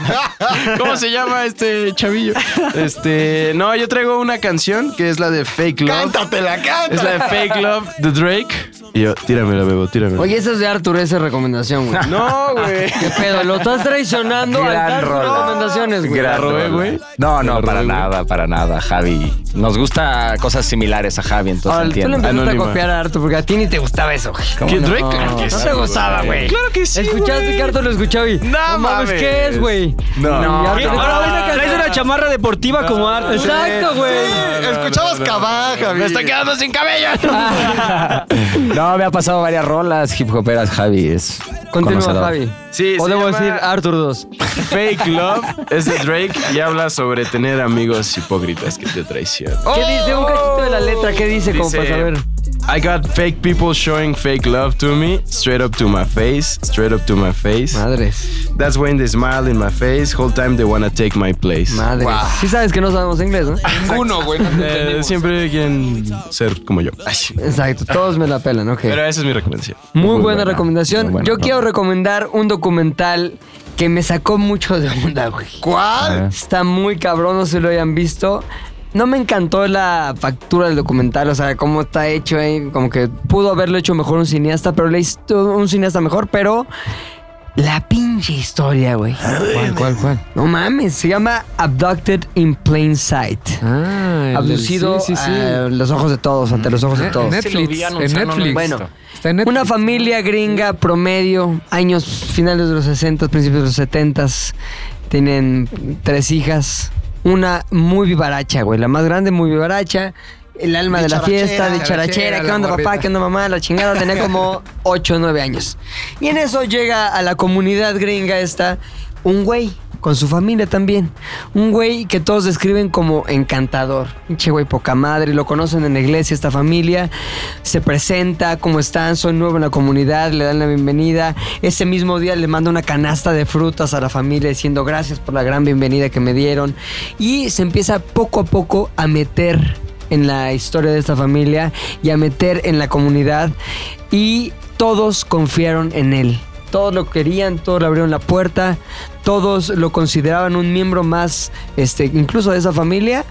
Speaker 4: ¿Cómo se llama este chavillo? Este. No, yo traigo una canción que es la de Fake Love.
Speaker 9: Cántatela, cántala.
Speaker 4: Es la de Fake Love de Drake. Y yo, tíramela, bebo, tíramela.
Speaker 2: Oye, esa es de Arthur, esa recomendación, güey.
Speaker 4: No, güey.
Speaker 2: ¿Qué pedo? Lo estás traicionando al
Speaker 8: Gran
Speaker 2: dar tus
Speaker 8: rola.
Speaker 2: recomendaciones, güey.
Speaker 8: Gran
Speaker 4: robé,
Speaker 8: rola.
Speaker 4: güey?
Speaker 8: No, no, para nada, para nada, Javi. Nos gusta cosas similares a Javi, entonces
Speaker 2: Ahora, Ah, tú le
Speaker 8: entiendo.
Speaker 2: empezaste
Speaker 4: Anónima.
Speaker 2: a copiar a Arthur porque a ti ni te gustaba eso, güey.
Speaker 4: ¿Qué, Drake? Claro que
Speaker 2: No
Speaker 4: sí,
Speaker 2: te gustaba, güey.
Speaker 4: Claro que sí.
Speaker 2: Escuchaste
Speaker 4: güey.
Speaker 2: que Arthur lo escuchaba y.
Speaker 4: No
Speaker 2: mames,
Speaker 4: mames.
Speaker 2: ¿qué es, güey?
Speaker 6: No.
Speaker 2: Y Arthur
Speaker 5: Ahora
Speaker 2: estaba-
Speaker 5: traes una- traes una chamarra deportiva como arte.
Speaker 2: Exacto, güey.
Speaker 9: Escuchabas cabaja,
Speaker 4: Me está quedando sin cabello.
Speaker 8: No, me ha pasado varias rolas hip hoperas, Javi. Es
Speaker 2: Continúa,
Speaker 8: conocedor.
Speaker 2: Javi.
Speaker 4: Sí,
Speaker 2: O
Speaker 4: se
Speaker 2: debo
Speaker 4: llama-
Speaker 2: decir Arthur 2.
Speaker 4: Fake Love es de Drake y habla sobre tener amigos hipócritas que te traicionan.
Speaker 2: ¿Qué dice? Un cachito de la letra, ¿qué dice? Como
Speaker 4: Dice,
Speaker 2: para saber.
Speaker 4: I got fake people showing fake love to me, straight up to my face, straight up to my face.
Speaker 2: Madres,
Speaker 4: That's when they smile in my face, whole time they wanna take my place.
Speaker 2: madres. Sí sabes que no sabemos inglés, ¿no?
Speaker 9: Ninguno, güey.
Speaker 4: Eh, siempre quieren ser como yo. Ay, sí.
Speaker 2: Exacto, todos me la pelan, ok.
Speaker 4: Pero esa es mi recomendación.
Speaker 2: Muy, buena, recomendación.
Speaker 8: muy buena,
Speaker 2: Yo
Speaker 8: muy
Speaker 2: quiero recomendar un documental que me sacó mucho de onda, güey.
Speaker 3: Ah.
Speaker 9: ¿Cuál?
Speaker 2: Está muy cabrón, no sé si lo hayan visto. No me encantó la factura del documental, o sea, cómo está hecho, eh, como que pudo haberlo hecho mejor un cineasta, pero le hizo un cineasta mejor, pero la pinche historia, güey.
Speaker 3: ¿Cuál, cuál, cuál?
Speaker 2: No mames, se llama Abducted in Plain Sight.
Speaker 3: Ah, el del-
Speaker 2: Abducido
Speaker 3: Sí, Ah, sí, sí.
Speaker 2: a los ojos de todos, ante los ojos de
Speaker 3: En
Speaker 2: todos.
Speaker 3: Netflix. En Netflix.
Speaker 2: Bueno,
Speaker 3: Está en Netflix.
Speaker 2: Una familia gringa promedio, años finales de los 60, principios de los 70, tienen tres hijas, una muy vivaracha, güey, la más grande muy vivaracha, el alma de la
Speaker 9: Dicharachera,
Speaker 2: fiesta, de charachera,
Speaker 3: dicharachera,
Speaker 2: ¿qué onda
Speaker 3: la
Speaker 2: papá?
Speaker 3: morrita.
Speaker 2: ¿Qué onda mamá? La chingada tenía como 8 o 9 años. Y en eso llega a la comunidad gringa esta un güey con su familia también. Un güey que todos describen como encantador. Pinche güey poca madre, lo conocen en la iglesia esta familia. Se presenta, ¿cómo están? Soy nuevo en la comunidad, le dan la bienvenida. Ese mismo día le manda una canasta de frutas a la familia diciendo gracias por la gran bienvenida que me dieron. Y se empieza poco a poco a meter en la historia de esta familia y a meter en la comunidad y todos confiaron en él. Todos lo querían, todos le abrieron la puerta, todos lo consideraban un miembro más, este, incluso de esa familia.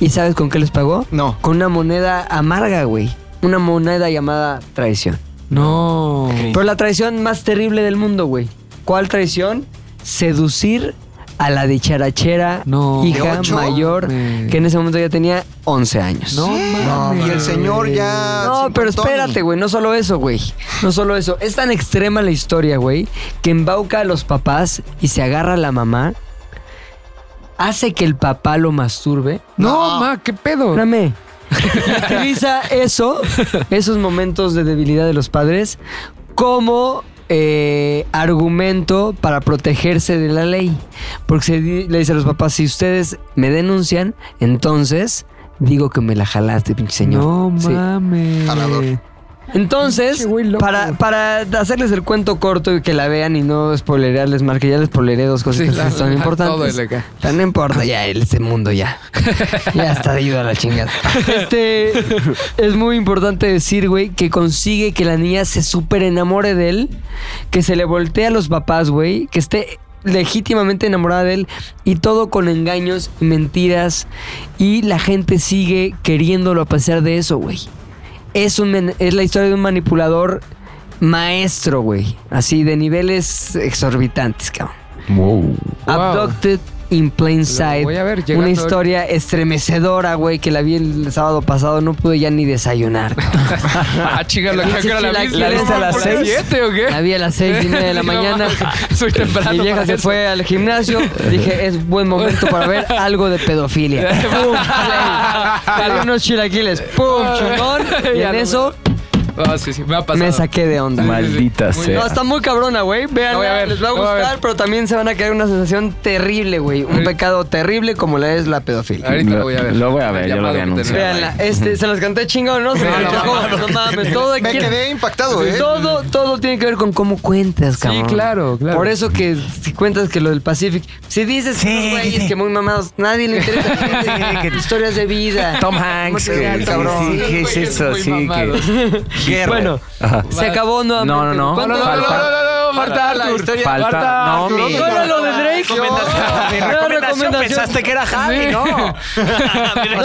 Speaker 2: ¿Y sabes con qué les pagó?
Speaker 9: No.
Speaker 2: Con una moneda amarga, güey. Una moneda llamada traición.
Speaker 3: No.
Speaker 2: Pero la traición más terrible del mundo, güey. ¿Cuál traición? Seducir a la dicharachera
Speaker 3: No.
Speaker 2: hija
Speaker 9: ¿De ocho?
Speaker 2: mayor
Speaker 3: Mm.
Speaker 2: que en ese momento ya tenía 11 años.
Speaker 3: No mames.
Speaker 9: Y el señor ya.
Speaker 2: No, pero
Speaker 9: cincuentón.
Speaker 2: espérate, güey. No solo eso, güey. No solo eso. Es tan extrema la historia, güey, que embauca a los papás y se agarra a la mamá. Hace que el papá lo masturbe.
Speaker 3: No, ma, qué pedo.
Speaker 2: Espérame. Y utiliza eso, esos momentos de debilidad de los padres, como eh, argumento para protegerse de la ley. Porque se di- le dice a los papás: si ustedes me denuncian, entonces digo que me la jalaste, pinche señor.
Speaker 3: No
Speaker 2: Sí.
Speaker 3: mames.
Speaker 9: Jalador.
Speaker 2: Entonces, para, para hacerles el cuento corto y que la vean y no spoilerearles más, que ya les spoileré dos cositas
Speaker 3: Sí, la-
Speaker 2: que son
Speaker 3: la-
Speaker 2: importantes.
Speaker 3: todo el acá.
Speaker 2: Pero no importa, ya ese mundo ya. ya está de ayuda a la chingada. Este, es muy importante decir, güey, que consigue que la niña se súper enamore de él, que se le voltee a los papás, güey, que esté legítimamente enamorada de él y todo con engaños y mentiras y la gente sigue queriéndolo a pesar de eso, güey. Es, un, men- es la historia de un manipulador maestro, güey. Así de niveles exorbitantes, cabrón.
Speaker 4: Wow.
Speaker 2: Abducted in Plain Sight.
Speaker 3: voy a ver llegando
Speaker 2: una
Speaker 3: ahorita.
Speaker 2: historia estremecedora, güey, que la vi el sábado pasado. No pude ya ni desayunar. cabrón.
Speaker 3: Ah, chica, la que la,
Speaker 2: La-
Speaker 3: viste?
Speaker 2: la viste a las
Speaker 3: ¿Por qué
Speaker 2: seis?
Speaker 3: siete o qué?
Speaker 2: La vi a las seis y media de la
Speaker 3: No
Speaker 2: mañana.
Speaker 3: mames, Soy temprano.
Speaker 2: Mi vieja
Speaker 3: para
Speaker 2: se
Speaker 3: eso.
Speaker 2: fue al gimnasio. Dije, es buen momento para ver algo de pedofilia. ¡Pum! play. Dale unos chilaquiles. ¡Pum! Chingón. Y
Speaker 3: Ya
Speaker 2: en
Speaker 3: no
Speaker 2: eso
Speaker 3: Ah, sí, sí, me ha pasado.
Speaker 2: me saqué de onda.
Speaker 8: Maldita
Speaker 3: Muy
Speaker 8: sea.
Speaker 2: No, está muy cabrona, güey.
Speaker 3: La voy a ver,
Speaker 2: Vean, les va
Speaker 3: la
Speaker 2: a
Speaker 3: voy a
Speaker 2: gustar,
Speaker 3: ver.
Speaker 2: pero también se van a quedar una sensación terrible, güey. Un pecado terrible como la es la pedofilia.
Speaker 3: Ahorita lo, voy a ver.
Speaker 8: Lo voy a ver, yo lo voy a
Speaker 3: Llamado que
Speaker 8: anunciar.
Speaker 3: tenemos.
Speaker 2: Veanla, este, se las canté chingón, ¿no? Se me
Speaker 3: Vean la
Speaker 2: chocó.
Speaker 3: mamada
Speaker 2: No mames, todo
Speaker 9: Me
Speaker 2: aquí-
Speaker 9: quedé impactado, ¿eh?
Speaker 2: Todo, todo tiene que ver con cómo cuentas,
Speaker 3: Sí,
Speaker 2: cabrón.
Speaker 3: claro, claro.
Speaker 2: Por eso que si cuentas que lo del Pacific, si dices que unos güeyes que muy mamados, nadie le interesa historias de vida.
Speaker 8: Tom Hanks,
Speaker 2: ¿Cómo te
Speaker 8: que-
Speaker 2: va, cabrón?
Speaker 8: sí, ¿qué es
Speaker 3: Güey,
Speaker 8: eso?
Speaker 3: muy
Speaker 8: Sí,
Speaker 3: mamado.
Speaker 8: que- Guerra.
Speaker 2: Bueno,
Speaker 8: Ajá.
Speaker 2: se acabó nuevamente.
Speaker 8: No, no, no.
Speaker 2: ¿Cuánto-
Speaker 8: No, no, no,
Speaker 3: No,
Speaker 8: Falta-
Speaker 3: no, no, falta la historia.
Speaker 8: Falta-
Speaker 3: Falta
Speaker 8: no,
Speaker 3: Arthur.
Speaker 8: mi-
Speaker 2: ¿No era lo de Drake?
Speaker 8: Recomendación. Mi
Speaker 2: No era
Speaker 8: recomendación,
Speaker 2: recomendación.
Speaker 8: pensaste que era Javi,
Speaker 3: Sí.
Speaker 8: ¿no? Mi
Speaker 2: ¿No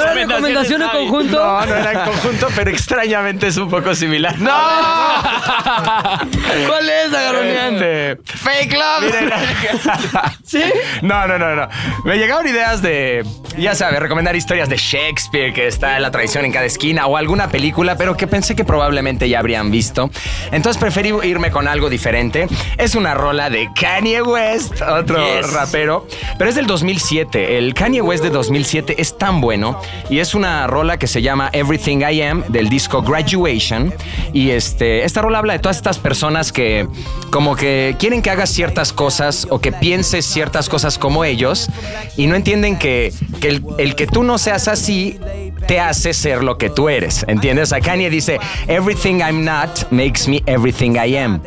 Speaker 2: era recomendación
Speaker 8: es
Speaker 2: en
Speaker 8: Javi.
Speaker 2: conjunto?
Speaker 8: No, no era en conjunto, pero extrañamente es un poco similar. ¡No!
Speaker 2: ¿Cuál es, Agaronian?
Speaker 8: Este, ¡Fake love!
Speaker 2: ¿Sí?
Speaker 8: No, no, no, no. Me llegaron ideas de, ya sabes, recomendar historias de Shakespeare, que está en la tradición en cada esquina, o alguna película, pero que pensé que probablemente ya habrían visto. Entonces preferí irme con algo diferente. Es una rola de Kanye West, otro rapero, pero es del 2007. El Kanye West de 2007 es tan bueno y es una rola que se llama Everything I Am del disco Graduation. Y este, esta rola habla de todas estas personas que como que quieren que hagas ciertas cosas o que pienses ciertas cosas como ellos y no entienden que, que el, el que tú no seas así te hace ser lo que tú eres, ¿entiendes? A Kanye dice, everything I'm not makes me everything I am.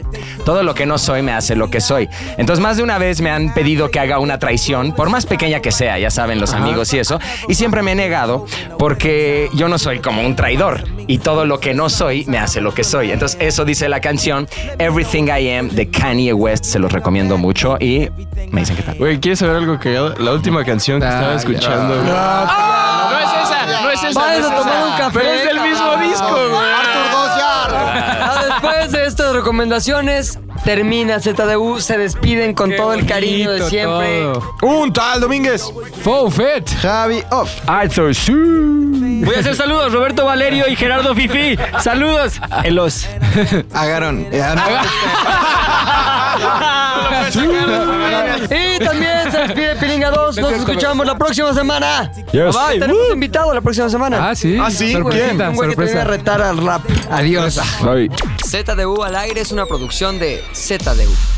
Speaker 8: Todo lo que no soy me hace lo que soy. Entonces más de una vez me han pedido que haga una traición, por más pequeña que sea, ya saben los amigos y eso, y siempre me he negado porque yo no soy como un traidor y todo lo que no soy me hace lo que soy. Entonces eso dice la canción Everything I Am de Kanye West, se los recomiendo mucho y me dicen que tal.
Speaker 4: Güey, ¿quieres saber algo cagado? La última canción que
Speaker 3: Ah,
Speaker 4: estaba
Speaker 3: ya.
Speaker 4: escuchando, güey.
Speaker 6: Ah,
Speaker 8: No es esa, no es esa.
Speaker 2: Vamos a tomar un café.
Speaker 4: Pero es del mismo disco, güey.
Speaker 9: Arthur 2 ya, Arthur.
Speaker 2: Ah, Después de estas recomendaciones, termina ZDU, se despiden con todo el cariño de
Speaker 3: bonito
Speaker 2: siempre.
Speaker 3: todo.
Speaker 6: Un tal Domínguez.
Speaker 3: Faux fait.
Speaker 9: Javi off.
Speaker 8: Arthur
Speaker 5: Voy a hacer saludos, Roberto Valerio y Gerardo Fifi. Saludos. Elos.
Speaker 9: Agarón. Ya, no.
Speaker 2: Y también se despide Pilinga 2. Nos escuchamos la próxima semana. Bye. Tenemos invitado la próxima semana.
Speaker 3: Ah, sí.
Speaker 6: Ah, sí,
Speaker 3: Sorpresita,
Speaker 2: Un güey que te viene
Speaker 3: sorpresa.
Speaker 2: a retar al rap. Adiós. ZDU al aire es una producción de ZDU.